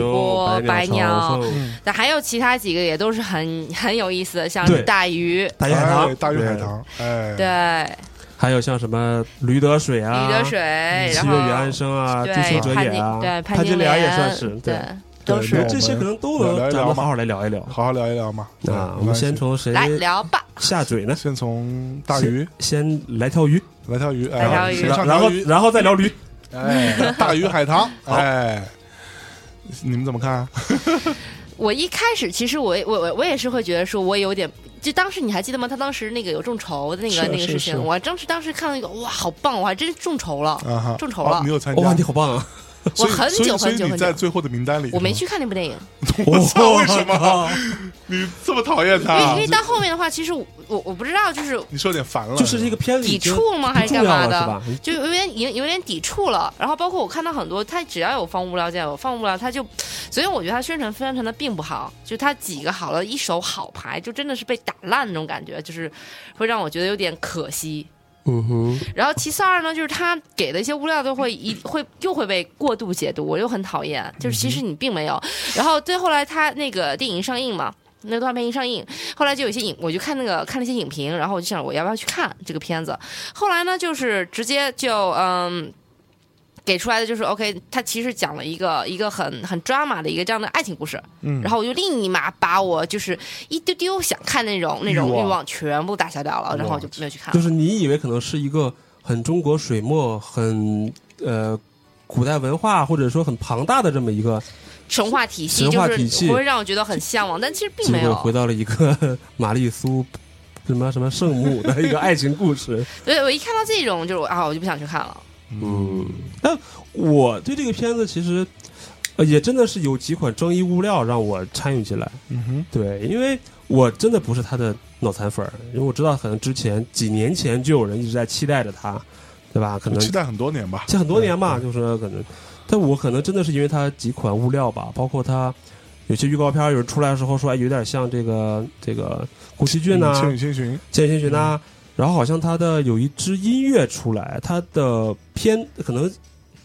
雄、
白
朝
鸟，
凤、
嗯，
那还有其他几个也都是很很有意思的，像是
对
大鱼，
大鱼海棠、
哎大鱼海
对，
棠，哎，
对，
还有像什么驴得水啊、
李德水，然
七月
后
与安生啊、追
对
求者
潘
也啊、
金对
潘
金
金
莲
莲也算是
对。。
对
都
那我
是
们
这些可能都
聊聊
能
一聊
咱们
嘛
好好来聊一聊。
好好聊一聊嘛。对
啊，我
没关
们
系
先从谁
来聊吧，
下嘴呢？
先从大鱼
先来条鱼，
来条鱼，哎
来条鱼
先上
然后
条鱼，
然后再聊驴。
哎，大鱼海 棠，哎，你们怎么看啊？
我一开始其实我我我我也是会觉得说，我有点，就当时你还记得吗？他当时那个有众筹的那
是
个那个
是
事情，
是
我当时当时看了一个，哇，好棒，我还真众筹了，
啊哈，
众筹了
哦你有参加？
哇，你好棒啊！
我
所以
很
所以
久
所以
很久
你
很
在
久，
最后的名单里，
我没去看那部电影，
是 吗，我操，为 什么？你这么讨厌
因为
他
因为？到后面的话，其实我我我不知道，就是
你说有点烦了，
就是这个片子
抵
已经
触吗？还
不
是干
重要
嘛
了是
的？
吧？
就有点有有点抵触了。然后包括我看到很多，他只要有放无聊键，有放无聊，他就，所以我觉得他宣传宣传的并不好，就他几个好了一手好牌，就真的是被打烂那种感觉，就是会让我觉得有点可惜。
嗯哼，
然后其次二呢，就是他给的一些物料都会一会又会被过度解读，我又很讨厌。就是
嗯
其实你并没有。然后对后来他那个电影上映嘛，那个动画片一上映，后来就有一些影，我就看那个看了一些影评，然后我就想我要不要去看这个片子。后来呢，就是直接就嗯。给出来的就是 OK，他其实讲了一个一个很很 drama 的一个这样的爱情故事，
嗯
然后我就立马把我就是一丢丢想看那种那种
欲
欲
望
望全部打消掉了，然后我就没有去看了
就。是你以为可能是一个很中国水墨、很呃古代文化或者说很庞大的这么一个，
神话体系，
神
就
话
是
体系
会让我觉得很向往，但其实并
结
没
果回
有。
到了一个玛丽苏什么什么圣母的一个爱情故事。
对，我一看到这种，就是我啊，我就不想去看了。
嗯，但 我对这个片子其实。呃也真的是有几款争议物料让我参与进来，
嗯哼，
对，因为我真的不是他的脑残粉儿，因为我知道可能之前几年前就有人一直在期待着他，对吧？可
我
能
期待很多年吧，
这很多年吧，
对，
就是可能，但我可能真的是因为它几款物料吧，包括它有些预告片儿有人出来的时候说，哎，有点像这个这个宫崎骏呐、啊
千与千寻，
千与千寻呐，啊然后好像它的有一支音乐出来，它的片可能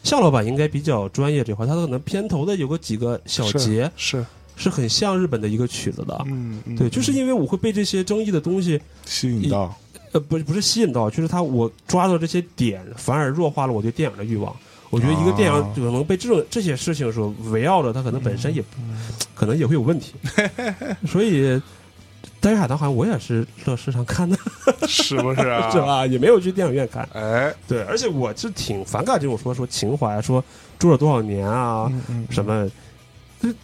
向老板应该比较专业这块，它可能片头的有个几个小
是
节
是，
是很像日本的一个曲子的。
嗯，嗯
对，就是
嗯
因为我会被这些争议的东西，
吸引到，
呃，不是不是吸引到，就是他我抓到这些点，反而弱化了我对电影的欲望。我觉得一个电
啊
影可能被这种这些事情所围绕着，它可能本身也、
嗯
可能也会有问 题。所以《大鱼海棠》好像我也是乐视上看的，
是不是 啊？
是？吧？也没有去电影院看。
哎，
对，而且我是挺反感这种说说情怀，说住了多少年啊，
嗯嗯
什么。就是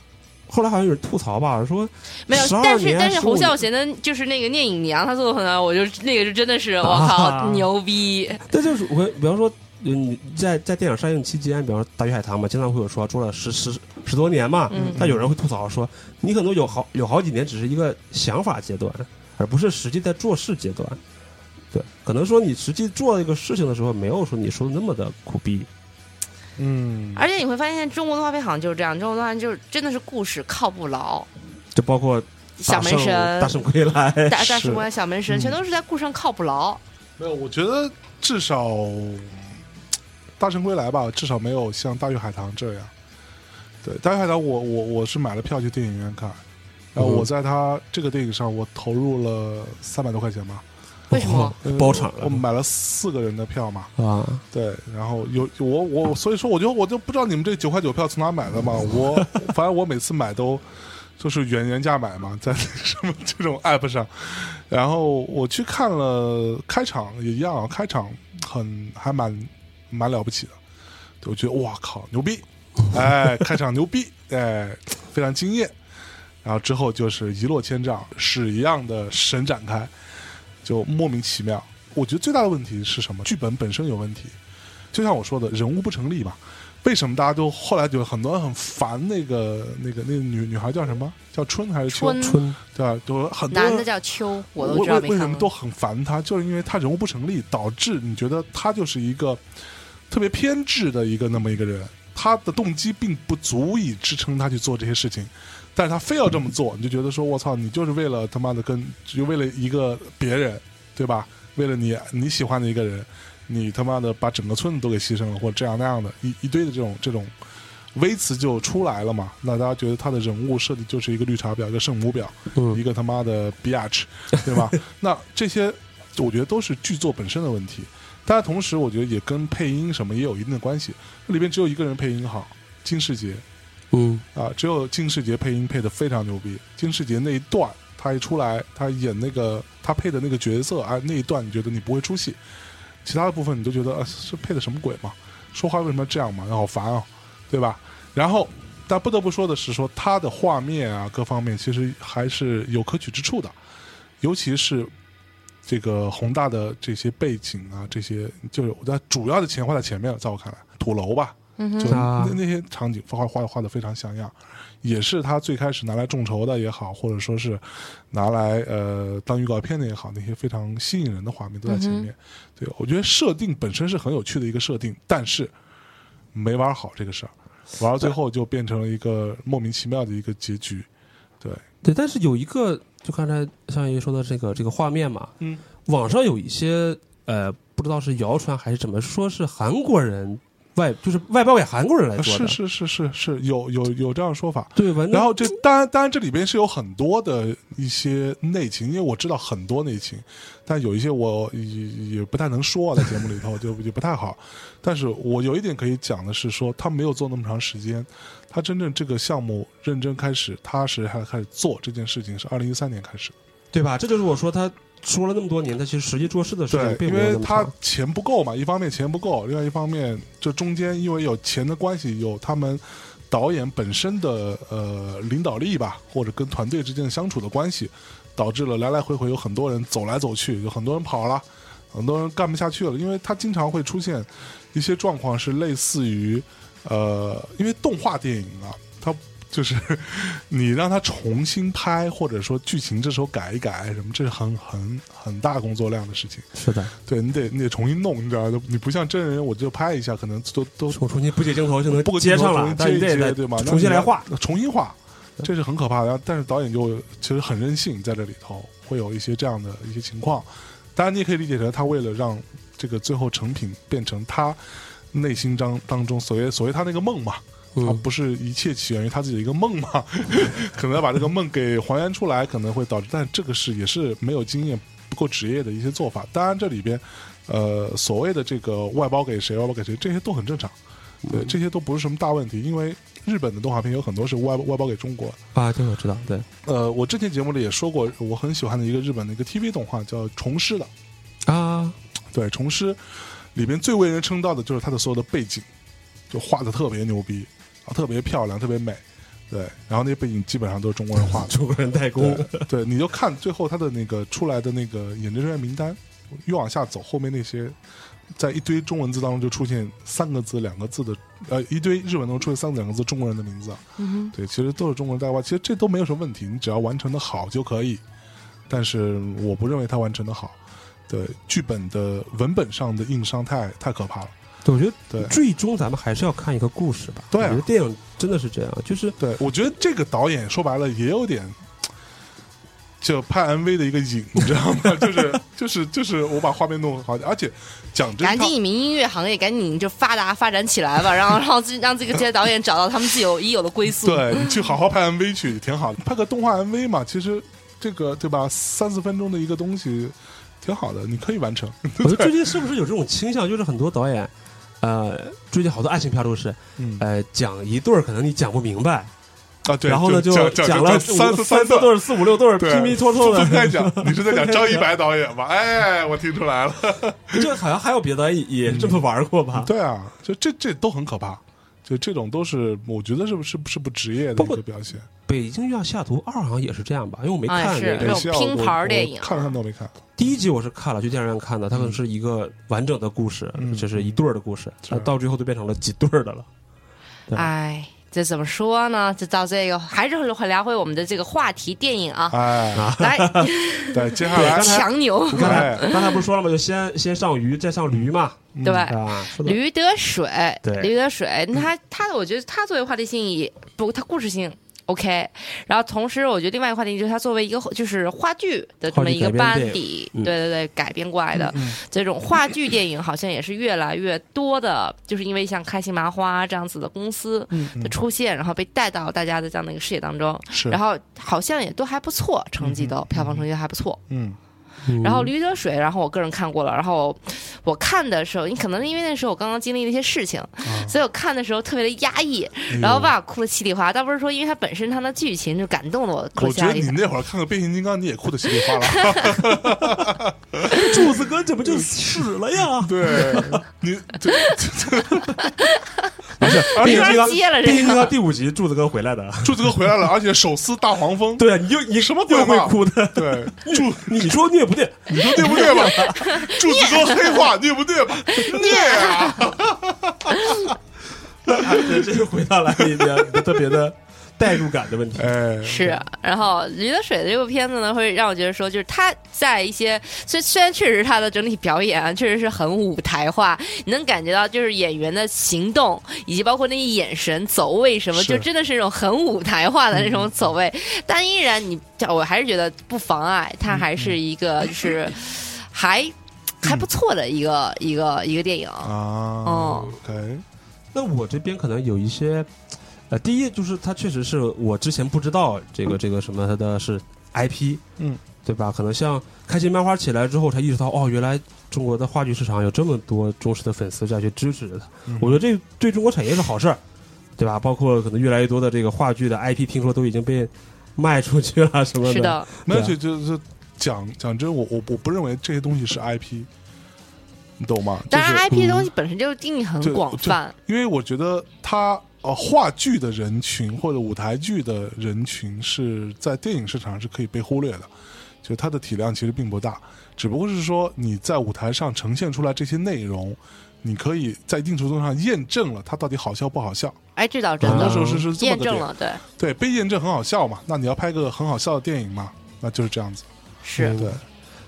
后来好像有人吐槽吧，说
没有，
12
但是
年
但是
15
侯
年
孝贤的，就是那个聂隐娘，她做的很好，我就那个是真的是我
啊
靠牛逼，
但就是我，比方说，嗯，你在在电影上映期间，比方说《大鱼海棠》嘛，经常会有说住了十十十多年嘛，
嗯
但有人会吐槽说，你可能有好有好几年只是一个想法阶段，而不是实际在做事阶段。对，可能说你实际做一个事情的时候，没有说你说的那么的苦逼。
嗯，
而且你会发现中国动画片好像就是这样，中国动画片就是真的是故事靠不牢，
就包括
小
大
门
圣
神
大。圣归来，
大大
是
圣官、小门神，全都是在故事上靠不牢。
没有，我觉得至少《大圣归来》吧，至少没有像《大鱼海棠》这样。对，《大鱼海棠》我我我是买了票去电影院看，然后
嗯
我在它这个电影上我投入了三百多块钱吧，
为什么？
呃
包场了
我买了四个人的票嘛，
啊？
对，然后有我我所以说我就我就不知道你们这九块九票从哪买的嘛，我反正我每次买都就是原原价买嘛，在什么这种 app 上，然后我去看了开场也一样啊，开场很还蛮蛮了不起的，对我觉得哇靠牛逼，哎，开场牛逼，哎，非常惊艳，然后之后就是一落千丈，屎一样的神展开，就莫名其妙。我觉得最大的问题是什么？剧本本身有问题，就像我说的，人物不成立嘛。为什么大家都后来就很多人很烦那个那个那个女女孩叫什么？叫春还是秋？
春
春
对吧？就很多人
男的叫秋，我都
为
知道
为
没
为什
看
么
过。
都很烦他，就是因为他人物不成立，导致你觉得他就是一个特别偏执的一个那么一个人，他的动机并不足以支撑他去做这些事情，但是他非要这么做，你就觉得说我操，你就是为了他妈的跟，就为了一个别人，对吧？为了你你喜欢的一个人，你他妈的把整个村子都给牺牲了，或者这样那样的，一一堆的这种这种。微词就出来了嘛，那大家觉得他的人物设计就是一个绿茶婊，一个圣母婊，
嗯
一个他妈的 bitch，对吧？ 那这些我觉得都是剧作本身的问题，但同时我觉得也跟配音什么也有一定的关系。这里边只有一个人配音好，金世杰
嗯
啊，只有金世杰配音配的非常牛逼。金世杰那一段他一出来，他演那个他配的那个角色啊，那一段你觉得你不会出戏，其他的部分你都觉得啊，这配的什么鬼嘛？说话为什么要这样嘛？好烦啊，对吧？然后，但不得不说的是说，它的画面啊，各方面其实还是有可取之处的，尤其是这个宏大的这些背景啊，这些就是我在主要的钱花在前面了，在我看来，土楼吧，就
啊
那那些场景画画画的非常像样，也是他最开始拿来众筹的也好，或者说是拿来呃当预告片的也好，那些非常吸引人的画面都在前面。对我觉得设定本身是很有趣的一个设定，但是没玩好这个事儿，玩到最后就变成了一个莫名其妙的一个结局。对，
对，但是有一个，就刚才像爷说的这个这个画面嘛，
嗯，
网上有一些呃，不知道是谣传还是怎么说，是韩国人外就是外包给韩国人来做
啊是
的，嗯
是是是是有有有这样的说法。
对，完
然后这当然当然这里边是有很多的一些内情，因为我知道很多内情，但有一些我也也不太能说啊，在节目里头 就也不太好。但是我有一点可以讲的是说，他没有做那么长时间，他真正这个项目认真开始踏实还开始做这件事情是二零一三年开始。
对吧？这就是我说他说了那么多年，他其实实际做事的时
对
间，并
因
没有
为
那么
他
长。
钱不够嘛，一方面钱不够，另外一方面这中间因为有钱的关系，有他们导演本身的呃领导力吧，或者跟团队之间的相处的关系，导致了来来回回有很多人走来走去，有很多人跑了，很多人干不下去了，因为他经常会出现一些状况是类似于呃，因为动画电影啊，它就是 你让它重新拍，或者说剧情这时候改一改什么，这是很很很大工作量的事情。
是的，
对你得你得重新弄，你知道吗？你不像真人，我就拍一下，可能都都
我重新不接镜头就能
不
接上
重
了
新，
但你得
接一接
得
对吗？
重新来画。
那你要，重新画，这是很可怕的。然后但是导演就其实很任性，在这里头会有一些这样的一些情况。当然，你也可以理解成他为了让这个最后成品变成他内心当当中所谓所谓他那个梦嘛，他
嗯，
不是一切起源于他自己的一个梦嘛？ 可能要把这个梦给还原出来，可能会导致，但这个是也是没有经验、不够职业的一些做法。当然，这里边，呃，所谓的这个外包给谁、外包给谁，这些都很正常，对，这些都不是什么大问题，因为日本的动画片有很多是外外包给中国。
啊，这个我知道，对
呃，我之前节目里也说过，我很喜欢的一个日本的一个 TV 动画叫《虫师》的，
啊，
对，《虫师》里边最为人称道的就是它的所有的背景，就画的特别牛逼啊，特别漂亮，特别美。对，然后那些背景基本上都是中国人画的。
中国人代工，
对， 对，你就看最后他的那个出来的那个演职人员名单，越往下走，后面那些在一堆中文字当中就出现三个字、两个字的，呃，一堆日文当中出现三个字、两个字中国人的名字。嗯、对，其实都是中国人在画，其实这都没有什么问题，你只要完成的好就可以。但是我不认为他完成的好，对剧本的文本上的硬伤太太可怕了。
对，我觉
对
得最终咱们还是要看一个故事吧。
对啊
我觉得电影真的是这样，就是
对，我觉得这个导演说白了也有点，就拍 MV 的一个瘾，你知道吗？ 就是就是就是我把画面弄好，而且讲真，
赶
他
紧你们音乐行业赶紧就发达发展起来吧，然后让自己让这个这些导演找到他们自有已有的归宿。
对你去好好拍 MV 去，挺好的，拍个动画 MV 嘛，其实这个对吧，三四分钟的一个东西，挺好的，你可以完成。
我觉得最近是不是有这种倾向，就是很多导演，呃，最近好多爱情片都是，
嗯
呃，讲一对儿可能你讲不明白，
啊，对，
然后呢
就
讲
讲
了五
讲三四
三
段
对儿、四五六对儿，
对
拼拼凑凑的
分开讲，你是在 讲张一
白。
白导演吧？哎，我听出来了。
这好像还有别的也这么玩过吧？
嗯对啊，就这这都很可怕，就这种都是我觉得是不是不是不职业的
包
一
括
个表现。
北京遇上西雅图二好像也是这样吧，因为我没
啊
看
是
这
那
个
种
西奥
拼
我
盘儿
我
电影啊
看看都没看。
第一集我是看了，去电影院看的，它可能是一个完整的故事，
嗯
就是一对儿的故事，
是
它到最后就变成了几对儿的了。对
哎，这怎么说呢？这到这个还是会聊回我们的这个话题，电影啊，
哎，
来
对，接 下来
刚才
强牛，
你刚才
哎
刚才不是说了吗？就先先上鱼，再上驴嘛，
对吧？
啊，说的
驴得水，
对
驴得水，那 它它的我觉得它作为话题性也不，它故事性 OK。然后同时，我觉得另外一个话题就是它作为一个就是话剧的这么一个班
话剧改编电
底，嗯
嗯
对对对，改编过来的、这种话剧电影好像也是越来越多的，就是因为像开心麻花这样子的公司的出现，然后被带到大家的这样的一个视野当中，
是
然后好像也都还不错，成绩都、票房成绩还不错。
嗯
然后《驴得水》，然后我个人看过了，然后我看的时候，你可能因为那时候我刚刚经历了一些事情，
啊
所以我看的时候特别的压抑，
嗯
然后把我哭的稀里哗啦。倒不是说因为它本身它的剧情就感动了我，哭
我
得稀
觉
里哗啦
得
一
你
下。
那会儿看个变形金刚，你也哭的稀里哗 啦。
柱子哥这不就死了呀？
对，你这这这
没事，变形金刚
没法接了这个
变形金刚第五集柱子哥回来的，
柱子哥回 来了，而且手撕大黄 蜂。
对啊，你就你
什么
又
鬼
会
话
哭的？
对，柱
你说虐不虐？
你说对不 对吧？柱子哥黑化对不对吧？对啊，
啊这这就回到了你的你的特别的代入感的问题。
哎，
是，然后《驴得水》的这部片子呢，会让我觉得说，就是它在一些虽虽然确实它的整体表演啊，确实是很舞台化，你能感觉到就是演员的行动以及包括那些眼神走位什么，
是嗯
就真的是那种很舞台化的那种走位。但依然你，我还是觉得不妨碍它还是一个就是还还不错的一个一个一个电影。
啊，
哦
，OK，
那我这边可能有一些，呃，第一就是它确实是我之前不知道这个这个什么它的是 IP，
嗯，
对吧？可能像开心麻花起来之后，才意识到哦，原来中国的话剧市场有这么多忠实的粉丝在去支持着它。我觉得这对中国产业是好事儿，对吧？包括可能越来越多的这个话剧的 IP，听说都已经被卖出去了什
嗯
么
是
的。
的，
没有
对
就
啊
就就讲讲真，我我我不认为这些东西是 IP，你懂吗？就
当然
是
IP 的
嗯
东西本身就定义很
就
广
就
泛。
因为我觉得它呃话剧的人群或者舞台剧的人群是在电影市场上是可以被忽略的，就它的体量其实并不大，只不过是说你在舞台上呈现出来这些内容，你可以在一定程度上验证了它到底好笑不好笑。
哎，这倒真
很
的
多时候是是这么
验
个
证
点
了，对，
对，被验证很好笑嘛，那你要拍个很好笑的电影嘛，那就是这样子。
是。
对，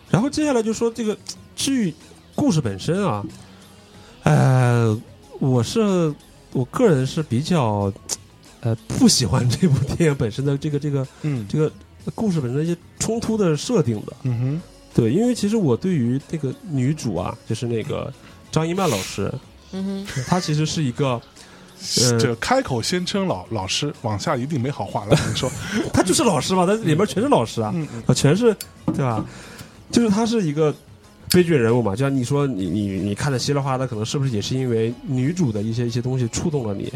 然后接下来就说这个剧故事本身啊，呃，我是我个人是比较呃不喜欢这部电影本身的这个这个
嗯
这个故事本身的一些冲突的设定的。
嗯哼。
对，因为其实我对于这个女主啊，就是那个张一曼老师，
嗯哼，
她其实是一个，呃
这开口先称老老师，往下一定没好话了。你说，
她就是老师嘛，她里面全是老师啊，
嗯嗯
啊，全是对吧？就是她是一个悲剧人物嘛，就像你说你你你看的稀里哗啦的，可能是不是也是因为女主的一些一些东西触动了你？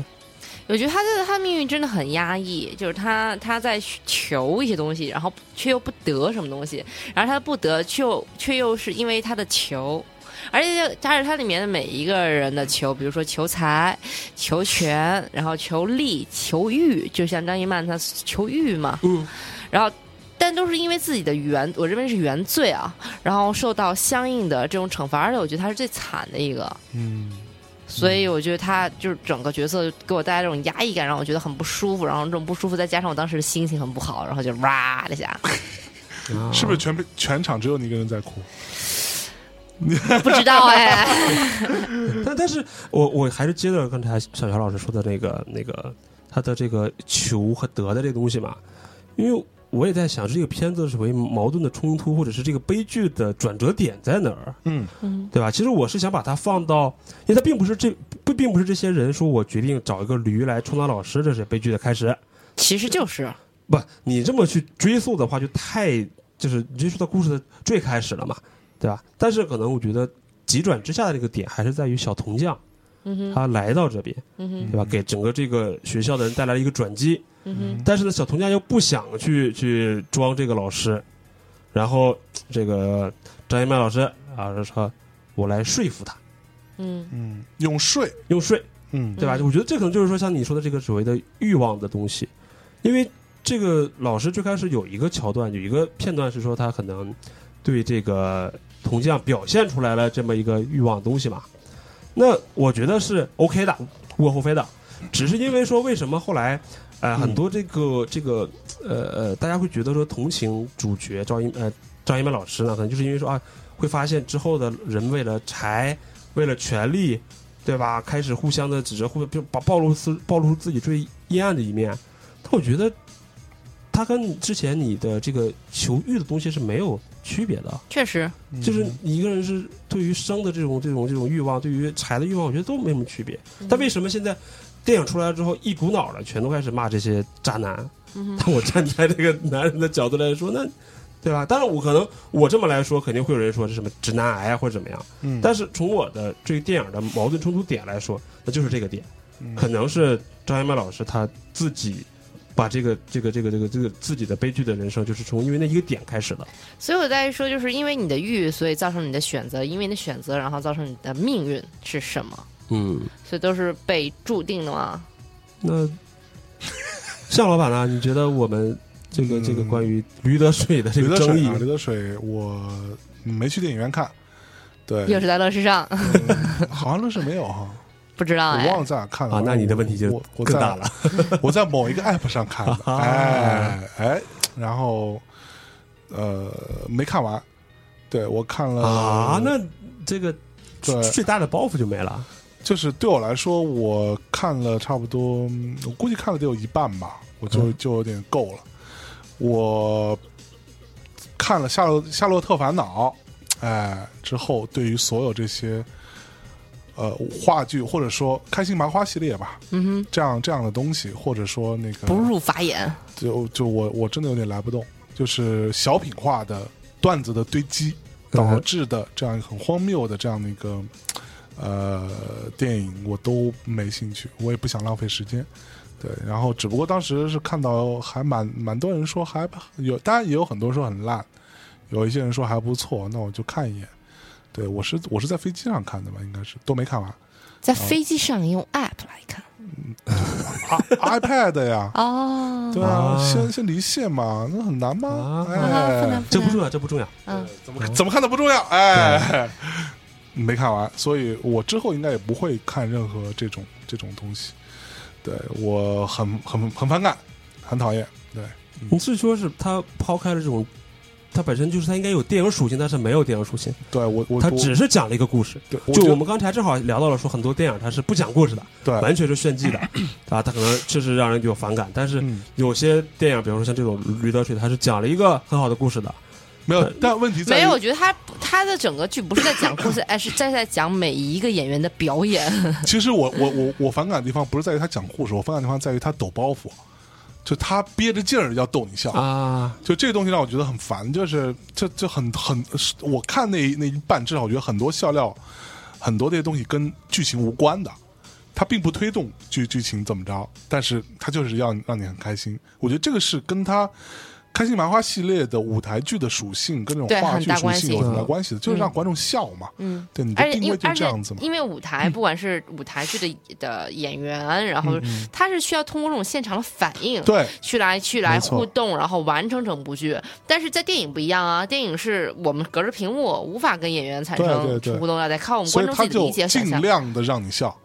我觉得他的他命运真的很压抑，就是他他在求一些东西，然后却又不得什么东西，然后他不得却又却又是因为他的求，而且加上他里面的每一个人的求，比如说求财、求权，然后求利、求欲，就像张一曼她求欲嘛，
嗯，
然后。但都是因为自己的原，我认为是原罪啊，然后受到相应的这种惩罚，而且我觉得他是最惨的一个，
嗯，
所以我觉得他就是整个角色给我带来这种压抑感，让我觉得很不舒服。然后这种不舒服，再加上我当时的心情很不好，然后就哇了一下，
是不是全全场只有你一个人在哭？
不知道哎，
但但是我我还是接着刚才小乔老师说的那个那个他的这个求和得的这个东西嘛，因为我也在想这个片子是为矛盾的冲突，或者是这个悲剧的转折点在哪儿，
嗯
对吧？其实我是想把它放到，因为它并不是这不并不是这些人说我决定找一个驴来充当老师，这是悲剧的开始。
其实就是
不，你这么去追溯的话，就太就是追溯到故事的最开始了嘛，对吧？但是可能我觉得急转直下的这个点还是在于小铜匠，
嗯哼，
他来到这边，
嗯哼，
对吧？给整个这个学校的人带来了一个转机。
嗯哼，
但是呢，小童家又不想去去装这个老师，然后这个张一曼老师啊就说：“我来说服他，
嗯
嗯，用税，
用税，
嗯
对吧？”
嗯
我觉得这可能就是说像你说的这个所谓的欲望的东西，因为这个老师最开始有一个桥段，有一个片段是说他可能对这个铜匠表现出来了这么一个欲望的东西嘛。那我觉得是 OK 的，无可厚非的。只是因为说为什么后来，呃，
嗯
很多这个这个呃呃，大家会觉得说同情主角赵一呃张一曼老师呢，可能就是因为说啊，会发现之后的人为了财，为了权力，对吧？开始互相的指责，或者把暴露自暴露出自己最阴暗的一面。但我觉得，他跟你之前你的这个求欲的东西是没有区别的。
确实，
就是你一个人是对于生的这种这种这种欲望，对于财的欲望，我觉得都没什么区别。但为什么现在电影出来了之后，一股脑的全都开始骂这些渣男？
嗯
但我站在这个男人的角度来说，那对吧？当然，我可能我这么来说，肯定会有人说是什么直男癌啊或者怎么样。
嗯，
但是从我的对于电影的矛盾冲突点来说，那就是这个点，
嗯
可能是张艺谋老师他自己。把这个这个这个这个这个自己的悲剧的人生，就是从因为那一个点开始的。
所以我在说，就是因为你的欲，所以造成你的选择；因为你的选择，然后造成你的命运是什么？
嗯，
所以都是被注定的嘛。
那向老板呢？你觉得我们这个
嗯
这个关于驴得水的这
刘
个
德
争
水
议
啊，，刘德水，我没去电影院看，对，
又是在乐视上，
嗯 好像乐视没有哈，
不知道
我
哎。
忘了在哪看了
啊那你的问题就
我我
更
在
大了。
我在某一个 app 上 看的，
啊
哎哎，然后呃没看完，对我看了
啊，那这个
呃对
最大的包袱就没了。
就是对我来说，我看了差不多，嗯我估计看了得有一半吧，我就
嗯
就有点够了。我看了《夏洛夏洛特烦恼》，哎，之后对于所有这些呃话剧或者说开心麻花系列吧，
嗯哼，
这样这样的东西，或者说那个
不入法眼。
就就我我真的有点来不动，就是小品化的段子的堆积
嗯
导
哼
致的这样一个很荒谬的这样的一个呃电影，我都没兴趣，我也不想浪费时间。对，然后只不过当时是看到还蛮蛮多人说还有，当然也有很多人说很烂，有一些人说还不错，那我就看一眼。对我是我是在飞机上看的吧，应该是都没看完
在飞机上用 app 来看
啊，iPad 呀，
哦，
对啊，
啊
先先离线嘛，那很难吗
啊？
哎，
啊不难
这不重要，这不重要。
嗯
怎么怎么看都不重要，哎，没看完，所以我之后应该也不会看任何这种这种东西。对我很很很反感，很讨厌。对，
你是说是他抛开了这种，他本身就是他应该有电影属性，但是没有电影属性，
对我我
他
我
只是讲了一个故事。
对我
就
觉
我
得
们刚才正好聊到了，说很多电影它是不讲故事的，
对，
完全是炫技的， 啊，它可能确实让人有反感。但是
嗯，
有些电影，比如说像这种《驴得水》，它是讲了一个很好的故事的，
没有
但，
但问题在于
没有，我觉得他他的整个剧不是在讲故 事，哎而是在在讲每一个演员的表演。
其实我我我我反感的地方不是在于他讲故事，我反感的地方在于他抖包袱，就他憋着劲儿要逗你 笑。
啊，
就这个东西让我觉得很烦，就是这这很很，是我看那那一半，至少我觉得很多笑料，很多这些东西跟剧情无关的，它并不推动剧剧情怎么着，但是它就是要让你很开心。我觉得这个是跟它开心麻花系列的舞台剧的属性跟这
对
种话
很
剧
大
属
关
性
系
有很大关系的，就是让观众笑嘛。
嗯，
对，你
而
的
且
定
因
位
为
就
而
这
且
样子嘛。
因为舞台不管是舞台剧的的演员，然后他是需要通过这种现场的反应，
嗯对，
去来去来
没错
互动，然后完成整部剧。但是在电影不一样啊，电影是我们隔着屏幕无法跟演员产
对
生
对对
互动的，得靠我们
所
观众
以他
自己的
就
理解和想
尽
象。
量的让你笑，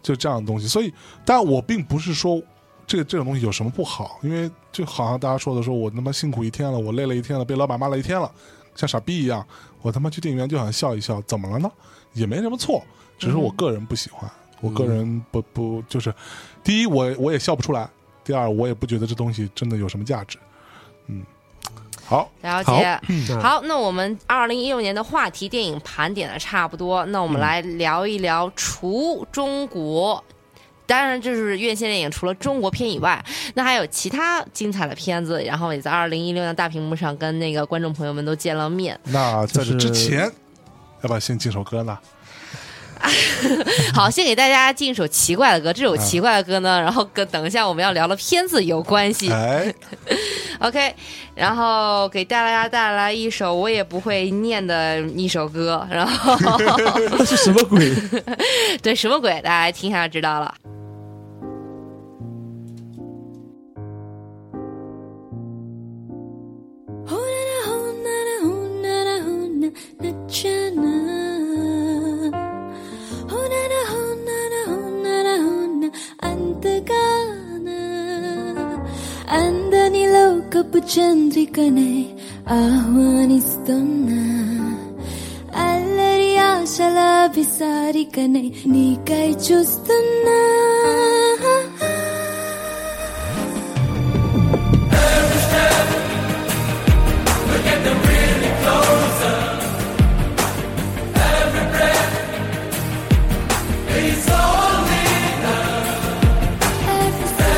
就这样的东西。所以，但我并不是说这这种东西有什么不好，因为就好像大家说的说，我他妈辛苦一天了，我累了一天了，被老板骂了一天了，像傻逼一样，我他妈去电影院就想笑一笑，怎么了呢？也没什么错，只是我个人不喜欢，
嗯
我个人不不就是，第一我我也笑不出来，第二我也不觉得这东西真的有什么价值，嗯，好，
了
好
解。
嗯
好，那我们二零一六年的话题电影盘点的差不多，那我们来聊一聊除中国。当然，就是院线电影除了中国片以外，那还有其他精彩的片子，然后也在二零一六年大屏幕上跟那个观众朋友们都见了面。
那在这
就是
之前，要不要先进首歌呢？
好，先给大家进一首奇怪的歌，这首奇怪的歌呢，然后跟等一下我们要聊的片子有关系。
哎，
OK，然后给大家带来一首我也不会念的一首歌，然后
这是什么鬼？
对什么鬼，大家听一下就知道了。
అందనిలో కప్పు చంద్రికనే ఆహ్వానిస్తున్నా అల్లరి ఆశల విసారికనే నీకై చూస్తున్నా Every step.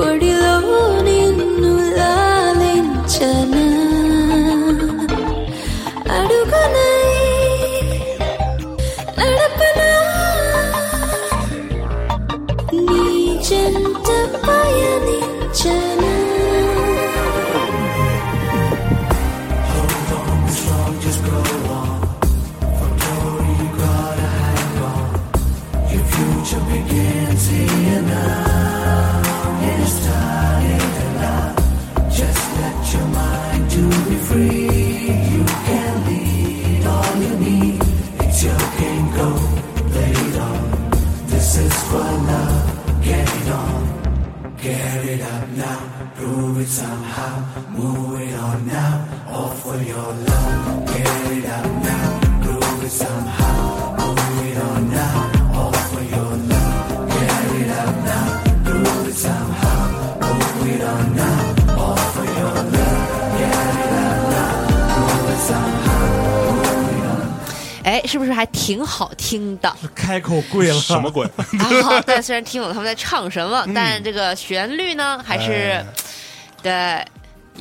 ఒడిలో నిన్ను లాలించనా అడుగునై నడపనా నీ చెంత పయనించనా
哎，是不是还挺好听 的？
开口跪了，
什么鬼？
然后，但虽然听不懂他们在唱什么，
嗯
但这个旋律呢，还
哎
是、对，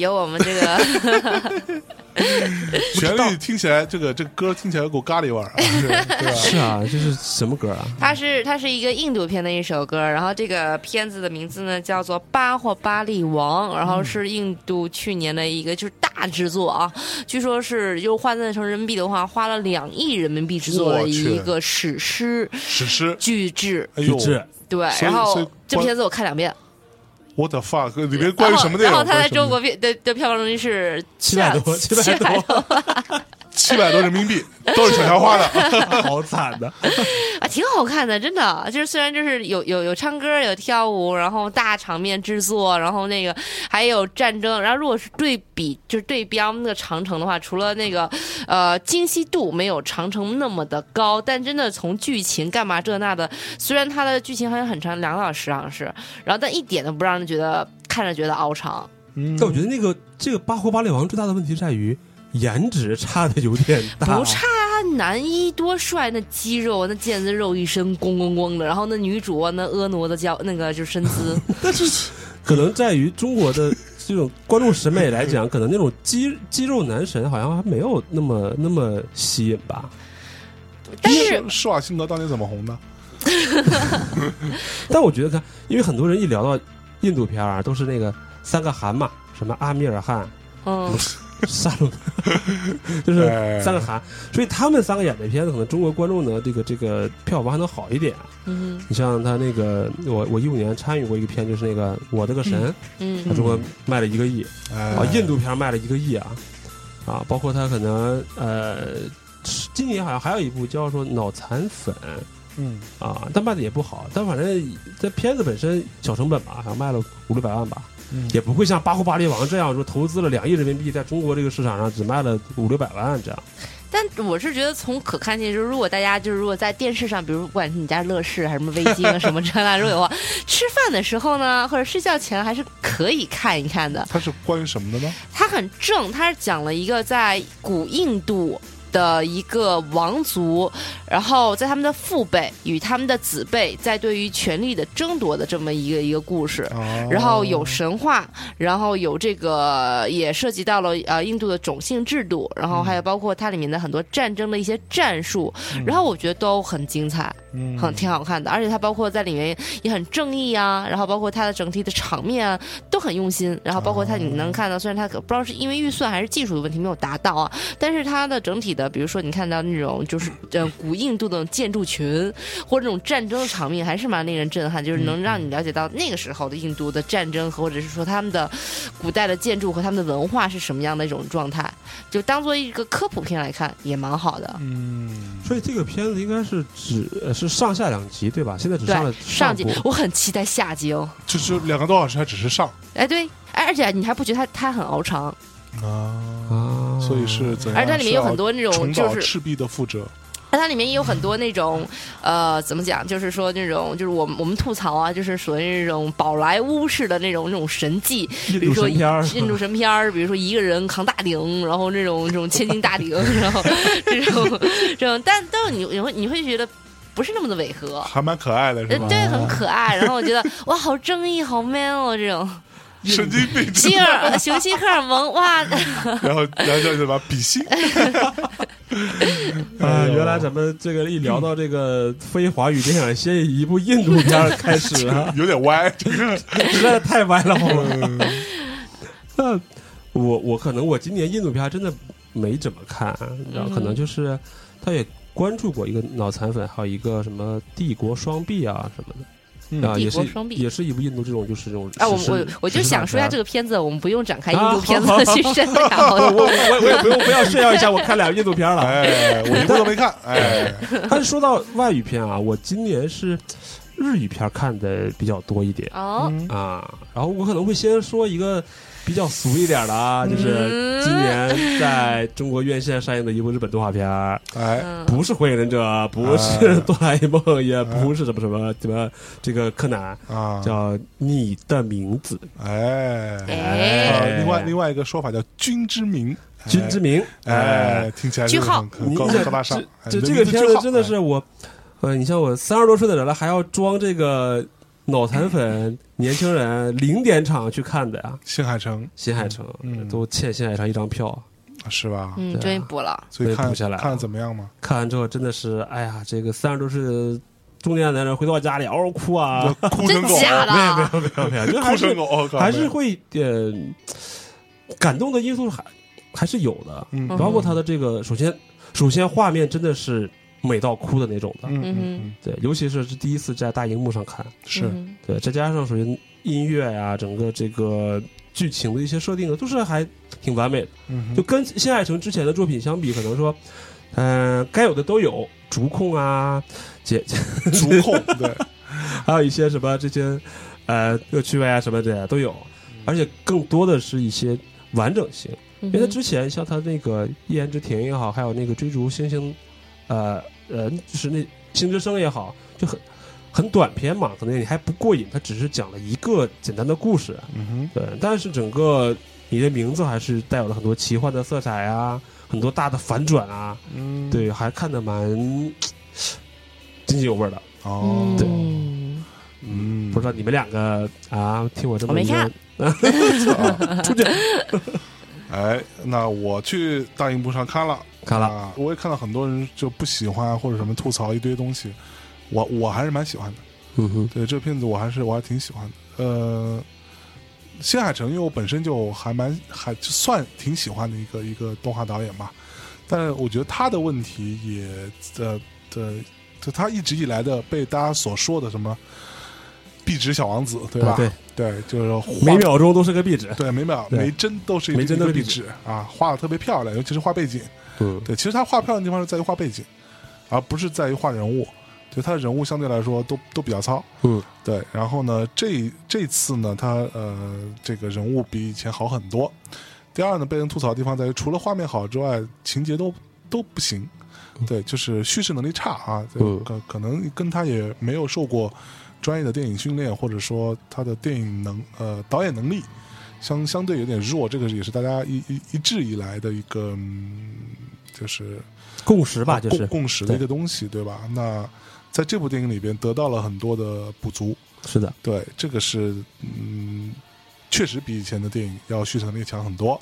有我们这个
旋律听起来，这个这个歌听起来有股咖喱味儿啊，是 对吧？
是啊，这是什么歌啊？
哎
它是它是一个印度片的一首歌，然后这个片子的名字呢叫做《巴霍巴利
嗯
王》，然后是印度去年的一个就是大制作啊，据说是就换算成人民币的话，花了两亿人民币制作的
我去
一个史诗
史诗，
巨制。
哎呦
李志
对，
所
然
以所以
后这
关
片子我看两遍，
，What the fuck？里面关于什么内
然
容？
后然后它
关
在
于什么
中国片的的票房成绩是
七百多
七
啊七百多
多
七百多人民币，都是小 乔花的。
好惨的，
啊，挺好看的，真的。就是虽然就是有有有唱歌，有跳舞，然后大场面制作，然后那个还有战争。然后如果是对比，就是对标那个长城的话，除了那个呃精细度没有长城那么的高，但真的从剧情干嘛这那的，虽然它的剧情好像很长，两个小时好像是，然后但一点都不让人觉得看着觉得熬长。
嗯
但我觉得那个这个《八霍八力王》最大的问题在于颜值差的有点大，
不差啊，男一多帅，那肌肉那腱子肉一身咣咣咣的，然后那女主啊那婀娜的娇那个就是身姿。
但是 可能在于中国的这种观众审美来讲，可能那种肌肌肉男神好像还没有那么那么吸引吧。
但是
施瓦辛格啊当年怎么红的？
但我觉得看，因为很多人一聊到印度片啊，都是那个三个韩嘛，什么阿米尔汗、
嗯，
沙鲁， 就是
哎
三个韩，所以他们三个演的片子，可能中国观众的这个这个票房还能好一点。
嗯
你像他那个，我我一五年参与过一个片，就是那个《我的个神》，在
嗯，
中国卖了一个亿。啊
啊，
印度片卖了一个亿啊，啊，包括他可能呃，是今年好像还有一部叫做《脑残粉
嗯，》
啊，但卖的也不好，但反正这片子本身小成本吧，好像卖了五六百万吧，
嗯
也不会像《巴霍巴利王》这样说投资了两亿人民币，在中国这个市场上只卖了五六百万这样，
但我是觉得从可看性，就是如果大家就是如果在电视上，比如不管是你家乐视还是什么微鲸啊什么这那，如果有啊吃饭的时候呢，或者睡觉前还是可以看一看的。
它是关于什么的呢？
它很正，它是讲了一个在古印度。的一个王族，然后在他们的父辈与他们的子辈在对于权力的争夺的这么一个一个故事，
哦
然后有神话，然后有这个也涉及到了呃印度的种姓制度，然后还有包括它里面的很多战争的一些战术，然后我觉得都很精彩，
嗯
很挺好看的，而且它包括在里面也很正义啊，然后包括它的整体的场面啊都很用心，然后包括它你能看到，虽然它可不知道是因为预算还是技术的问题没有达到啊，但是它的整体的，比如说你看到那种就是呃古印度的建筑群，或者那种战争的场面，还是蛮令人震撼，就是能让你了解到那个时候的印度的战争，或者是说他们的古代的建筑和他们的文化是什么样的一种状态，就当做一个科普片来看也蛮好的。
嗯，
所以这个片子应该是只呃是上下两集对吧？现在只
对
上了，
上集
部，
我很期待下集哦。
就是两个多小时，它只是上
哎，对，哎，而且你还不觉得它它很熬长，
啊，
啊，
所以是怎样？
而且它里面有很多那
是要
种
重
就
蹈
是
赤壁的覆辙，
那它里面也有很多那种，呃，怎么讲？就是说那种，就是我们我们吐槽啊，就是属于那种宝莱坞式的那种那种神技，
印
比如
度
说
神片儿，
印度神片儿，比如说一个人扛大鼎，然后那种这种千斤大鼎，然 后这种这种，但但是你你会你会觉得不是那么的违和，
还蛮可爱的，
呃
是吧？
对，很可爱。然后我觉得哇，好正义，好 man 哦，这 种
神经 病，
希尔雄性荷尔蒙哇，
然后然后叫什么比心？
啊，
哎呦
原来咱们这个一聊到这个非华语电影，先以一部印度片儿开始 啊，
有点歪，这个
实在是太歪了，好吗？
嗯
那我我可能我今年印度片还真的没怎么看，然后可能就是他也关注过一个脑残粉，还有一个什么帝国双臂啊什么
嗯
的，啊
帝
也
国
是
双臂
也是一部印度这种就是这种
啊，我
史
我
诗
我就想说一下这
个。
个片子，我们不用展 开印
啊
度片子
好好
的
好
去深聊
我。我我 我也不用不要炫耀一下，我看俩印度片了。
哎，我一部都没看，哎，
但是说到外语片啊，我今年是日语片看的比较多一点
哦，
啊。然后我可能会先说一个比较俗一点的啊，就是今年在中国院线上映的一部日本动画片儿，
哎，
嗯，
不是火影忍者，不
啊
是哆啦 A 梦，也不是什么什么什么这个柯南，
啊，
叫你的名字，
哎，啊
哎，
另外另外一个说法叫君之名，哎
君之，名，
哎，听起来就
句号
很很
你
高
这
高大上，哎
这
你
这个
名字
片
句
子
号
真的
哎
是我，呃，你像我三十多岁的人了，还要装这个脑残粉、年轻人零点场去看的呀。
新海诚
新海诚
嗯
都欠新海诚一张票，
是吧？
嗯，
啊
终于补了。
所以
对
看
补下来了
看怎么样嘛？
看完之后真的是，哎呀，这个三十多岁的中年男人回到家里嗷嗷哭啊，
哭成狗，
真假的
没有没有没有没有，就还
哭
是
成狗，我靠
还是会呃，感动的因素还还是有的，
嗯
包括他的这个，首先首先画面真的是美到哭的那种的，
嗯嗯嗯
嗯
对，尤其是第一次在大荧幕上看，
是
嗯
对，再加上首先音乐呀、整个这个剧情的一些设定啊，都是还挺完美的。
嗯
就跟新海诚之前的作品相比，可能说，嗯、该有的都有，竹控啊，姐，
足控 对，
还有一些什么这些，呃，恶趣味啊什么的都有，而且更多的是一些完整性。
嗯
因为他之前像他那个《一言之庭》也好，还有那个《追逐星星》，呃呃，就是那《星之声》也好，就很很短篇嘛，可能你还不过瘾。他只是讲了一个简单的故事，
嗯哼
对，但是整个你的名字还是带有了很多奇幻的色彩啊，很多大的反转啊，
嗯
对，还看得蛮津津有味的。
哦
对
嗯
嗯
不知道你们两个啊，听我这么
我没
一个
看，
道
出去
哎，那我去大荧幕上看了
看了
啊我也看到很多人就不喜欢啊或者什么吐槽一堆东西，我我还是蛮喜欢的。
嗯哼，
对这片子我还是我还挺喜欢的。呃，新海诚，因为我本身就还蛮还就算挺喜欢的一个一个动画导演吧，但是我觉得他的问题也呃的，就他一直以来的被大家所说的什么壁纸小王子，对吧？
啊对
对，就是画
每秒钟都是个壁纸。
对每秒
对
每帧都是一
每帧都是
的壁
壁纸
纸啊，画的特别漂亮，尤其是画背景。
嗯，
对，其实他画漂亮的地方是在于画背景，而不是在于画人物。就他的人物相对来说都都比较糙，
嗯，
对。然后呢，这这次呢，他呃这个人物比以前好很多。第二呢，被人吐槽的地方在于，除了画面好之外，情节都都不行。对，就是叙事能力差啊，对
嗯
可可能跟他也没有受过专业的电影训练，或者说他的电影能呃导演能力相相对有点弱，这个也是大家一一一致以来的一个、嗯就是
共识吧，就是
共共识的一个东西，对吧？那在这部电影里边得到了很多的补足，
是的，
对，这个是嗯，确实比以前的电影要续成力强很多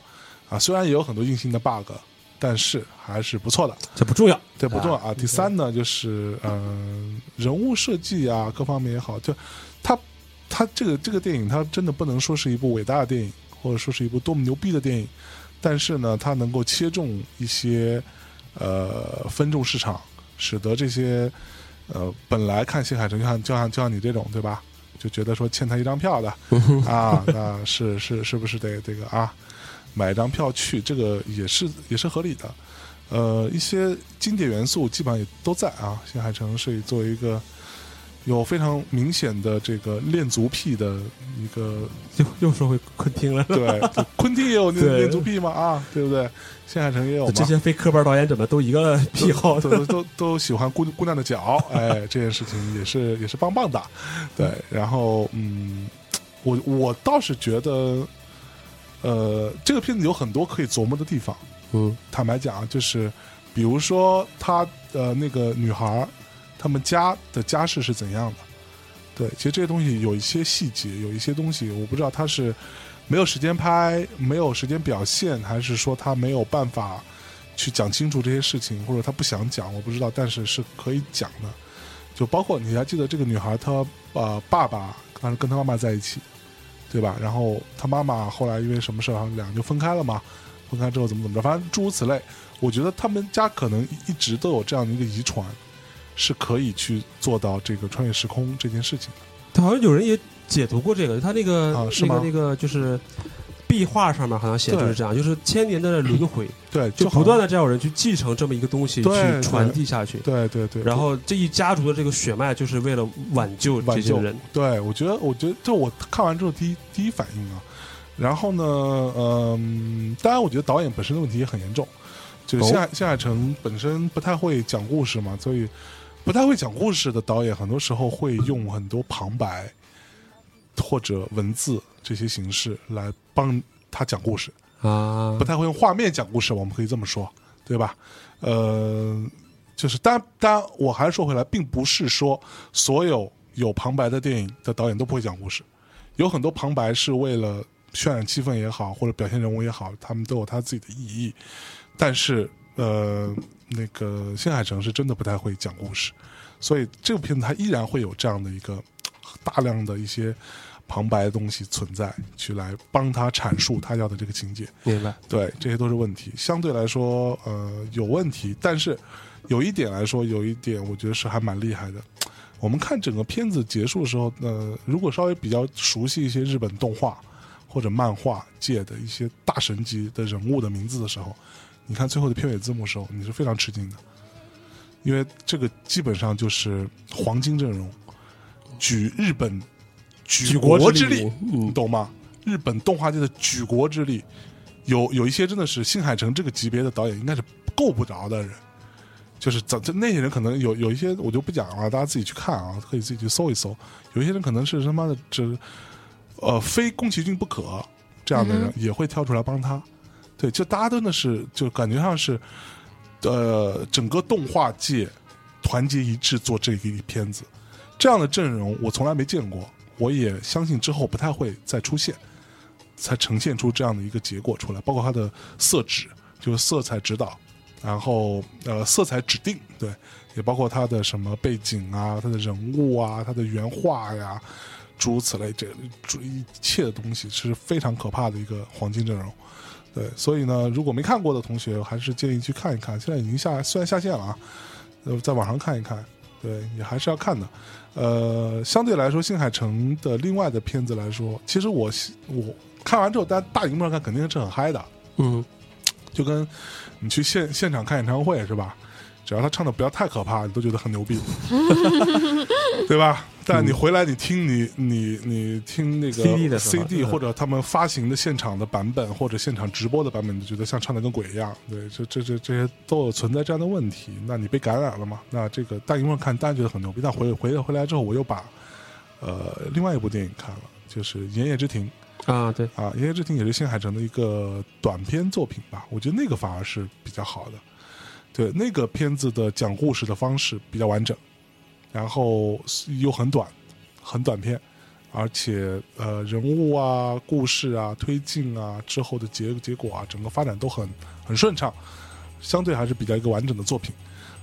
啊。虽然也有很多硬性的 bug，但是还是不错的。
这不重要。
对，不重要啊。第三呢，就是嗯、人物设计啊，各方面也好，就它它这个这个电影，它真的不能说是一部伟大的电影，或者说是一部多么牛逼的电影，但是呢，它能够切中一些呃分众市场，使得这些呃本来看新海诚就像就像就像你这种对吧，就觉得说欠他一张票的啊，那是是是不是得这个啊买一张票去，这个也是也是合理的。呃，一些经典元素基本上也都在啊。新海诚是作为一个有非常明显的这个恋足癖的一个，
又又说回昆汀了，
对，对昆汀也有恋
对
恋足癖嘛啊，对不对？新海诚也有嘛，
这些非科班导演怎么都一个癖好？
都都都都喜欢姑姑娘的脚，哎，这件事情也是也是棒棒的，对。然后嗯，我我倒是觉得，呃，这个片子有很多可以琢磨的地方。
嗯
坦白讲，啊就是比如说她呃那个女孩儿，他们家的家世是怎样的？对，其实这些东西有一些细节，有一些东西我不知道他是没有时间拍，没有时间表现，还是说他没有办法去讲清楚这些事情，或者他不想讲，我不知道，但是是可以讲的。就包括你还记得这个女孩她呃爸爸当时跟她妈妈在一起，对吧？然后她妈妈后来因为什么事儿，然后俩人就分开了嘛。分开之后怎么怎么着，反正诸如此类。我觉得他们家可能一直都有这样的一个遗传，是可以去做到这个穿越时空这件事情的。
他好像有人也解读过这个，他那个、
啊是
那
吗
个那个就是壁画上面好像写的就是
对
这样，就是千年的轮回，
对，
就
好像
不断的这样有人去继承这么一个东西，
对
去传递下去。
对对对，
然后这一家族的这个血脉，就是为了挽救这
挽
些
救
人。
对，我觉得，我觉得这我看完之后第一第一反应啊，然后呢，嗯、当然我觉得导演本身的问题也很严重，
哦
就是夏夏海城本身不太会讲故事嘛，所以不太会讲故事的导演，很多时候会用很多旁白或者文字这些形式来帮他讲故事。
啊
不，太会用画面讲故事，我们可以这么说，对吧？呃，就是，但但我还是说回来，并不是说所有有旁白的电影的导演都不会讲故事，有很多旁白是为了渲染气氛也好，或者表现人物也好，他们都有他自己的意义。但是，呃，那个新海诚是真的不太会讲故事，所以这部片子它依然会有这样的一个大量的一些旁白的东西存在，去来帮他阐述他要的这个情节。
明白。
对，这些都是问题。相对来说，呃，有问题，但是有一点来说，有一点我觉得是还蛮厉害的。我们看整个片子结束的时候，呃，如果稍微比较熟悉一些日本动画或者漫画界的一些大神级的人物的名字的时候，你看最后的片尾字幕的时候，你是非常吃惊的，因为这个基本上就是黄金阵容，举日本举国之力，你
嗯，
懂吗？日本动画界的举国之力，有有一些真的是新海诚这个级别的导演应该是够不着的人，就是咱这那些人可能有有一些我就不讲了，大家自己去看啊，可以自己去搜一搜。有一些人可能是他妈的这，呃，非宫崎骏不可这样的人也会跳出来帮他。对，就大家真的是就感觉上是，呃，整个动画界团结一致做这一片子，这样的阵容我从来没见过，我也相信之后不太会再出现，才呈现出这样的一个结果出来，包括它的色纸，就是色彩指导，然后呃色彩指定，对，也包括它的什么背景啊、它的人物啊、它的原画呀、诸如此类这诸一切的东西是非常可怕的一个黄金阵容。对，所以呢，如果没看过的同学，还是建议去看一看。现在已经下虽然下线了啊，呃，在网上看一看，对，也还是要看的。呃，相对来说，新海诚的另外的片子来说，其实我我看完之后，大家大荧幕上看肯定是很嗨的，
嗯，
就跟你去现现场看演 唱会是吧？只要他唱的不要太可怕，你都觉得很牛逼，对吧？但你回来你听你你你听那个
CD 嗯的时候
CD
嗯
或者他们发行的现场的版本或者现场直播的版本，你就觉得像唱的跟鬼一样。对，这这这这些都有存在这样的问题。那你被感染了嘛？那这个大荧幕上看，当然觉得很牛逼。但回回回来之后，我又把呃另外一部电影看了，就是《炎夜之庭》。
啊，对，
啊，《爷爷之庭》也是新海诚的一个短篇作品吧，我觉得那个反而是比较好的。对，那个片子的讲故事的方式比较完整，然后又很短，很短片，而且呃人物啊、故事啊、推进啊之后的结结果啊，整个发展都很很顺畅，相对还是比较一个完整的作品。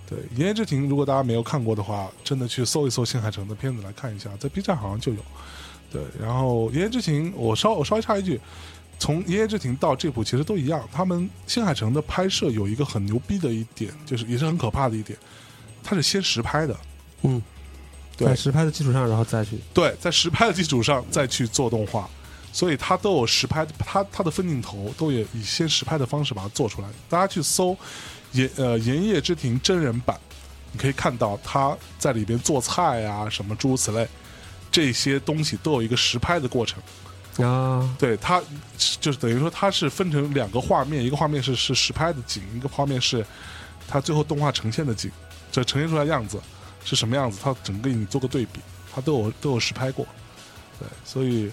对，《爷爷之庭》如果大家没有看过的话，真的去搜一搜新海诚的片子来看一下，在 B 站好像就有。对，然后《爷爷之庭》，我稍我稍微插一句，从《爷爷之庭》到这部其实都一样，他们新海诚的拍摄有一个很牛逼的一点，就是也是很可怕的一点，它是先实拍的，
嗯，
对
在实拍的基础上，然后再去，
对，在实拍的基础上再去做动画，所以它都有实拍，它它的分镜头都也以先实拍的方式把它做出来。大家去搜炎呃《炎夜之庭》真人版，你可以看到他在里边做菜啊什么诸如此类，这些东西都有一个实拍的过程。
啊，
对它就是等于说它是分成两个画面，一个画面是是实拍的景，一个画面是它最后动画呈现的景，这呈现出来的样子是什么样子，它整个给你做个对比，它都有都有实拍过，对，所以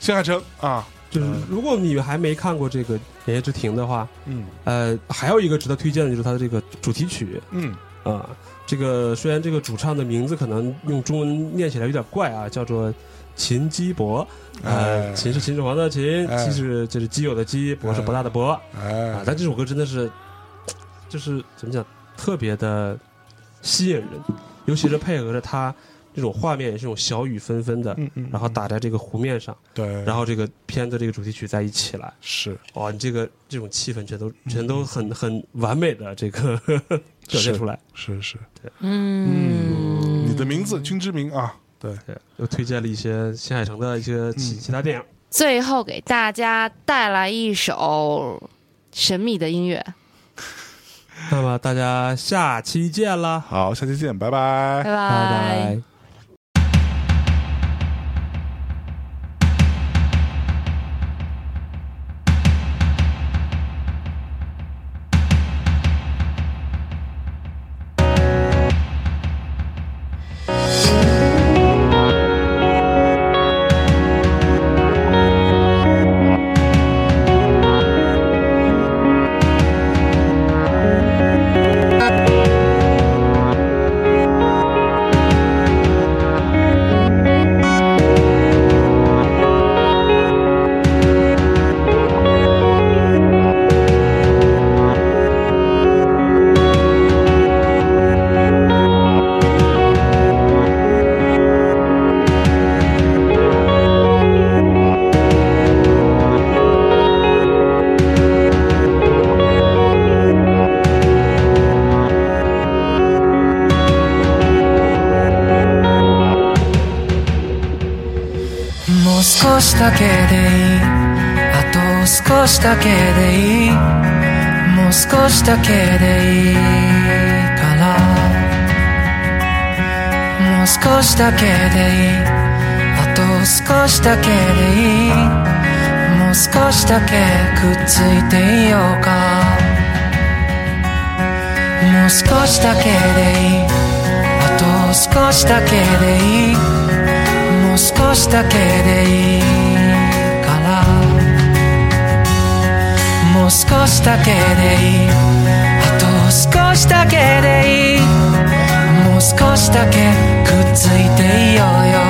新海诚啊，
就是如果你还没看过这个《炎夜之庭》的话，
嗯
呃，还有一个值得推荐的就是它的这个主题曲
嗯
啊、这个虽然这个主唱的名字可能用中文念起来有点怪啊，叫做秦基博，
哎
呃，秦是秦始皇的秦，
哎
基是就是基友的基，博是博大的博啊。
哎，
但这首歌真的是，就是怎么讲，特别的吸引人，尤其是配合着它这种画面也是那种小雨纷纷的，
嗯嗯，哎
然后打在这个湖面上，
对，
然后这个片子这个主题曲在一起来。
是
哇，你这个这种气氛全都全都很很完美的这 个表现出来，
是是，
嗯，
你的名字君之名啊，对，
对，又推荐了一些新海诚的一些其、
嗯
其他电影，
最后给大家带来一首神秘的音乐，
那么大家下期见啦，
好，下期见，拜拜
拜。
拜拜。
もう少しだけでいいあと少しだけでいいもう少しだけでいいからもう少しだけでいいあと少しだけでいいもう少しだけくっついていようかもう少しだけでいいあと少しだけでいいもう少しだけでいいからもう少しだけでいいあと少しだけでいいもう少しだけくっついていようよ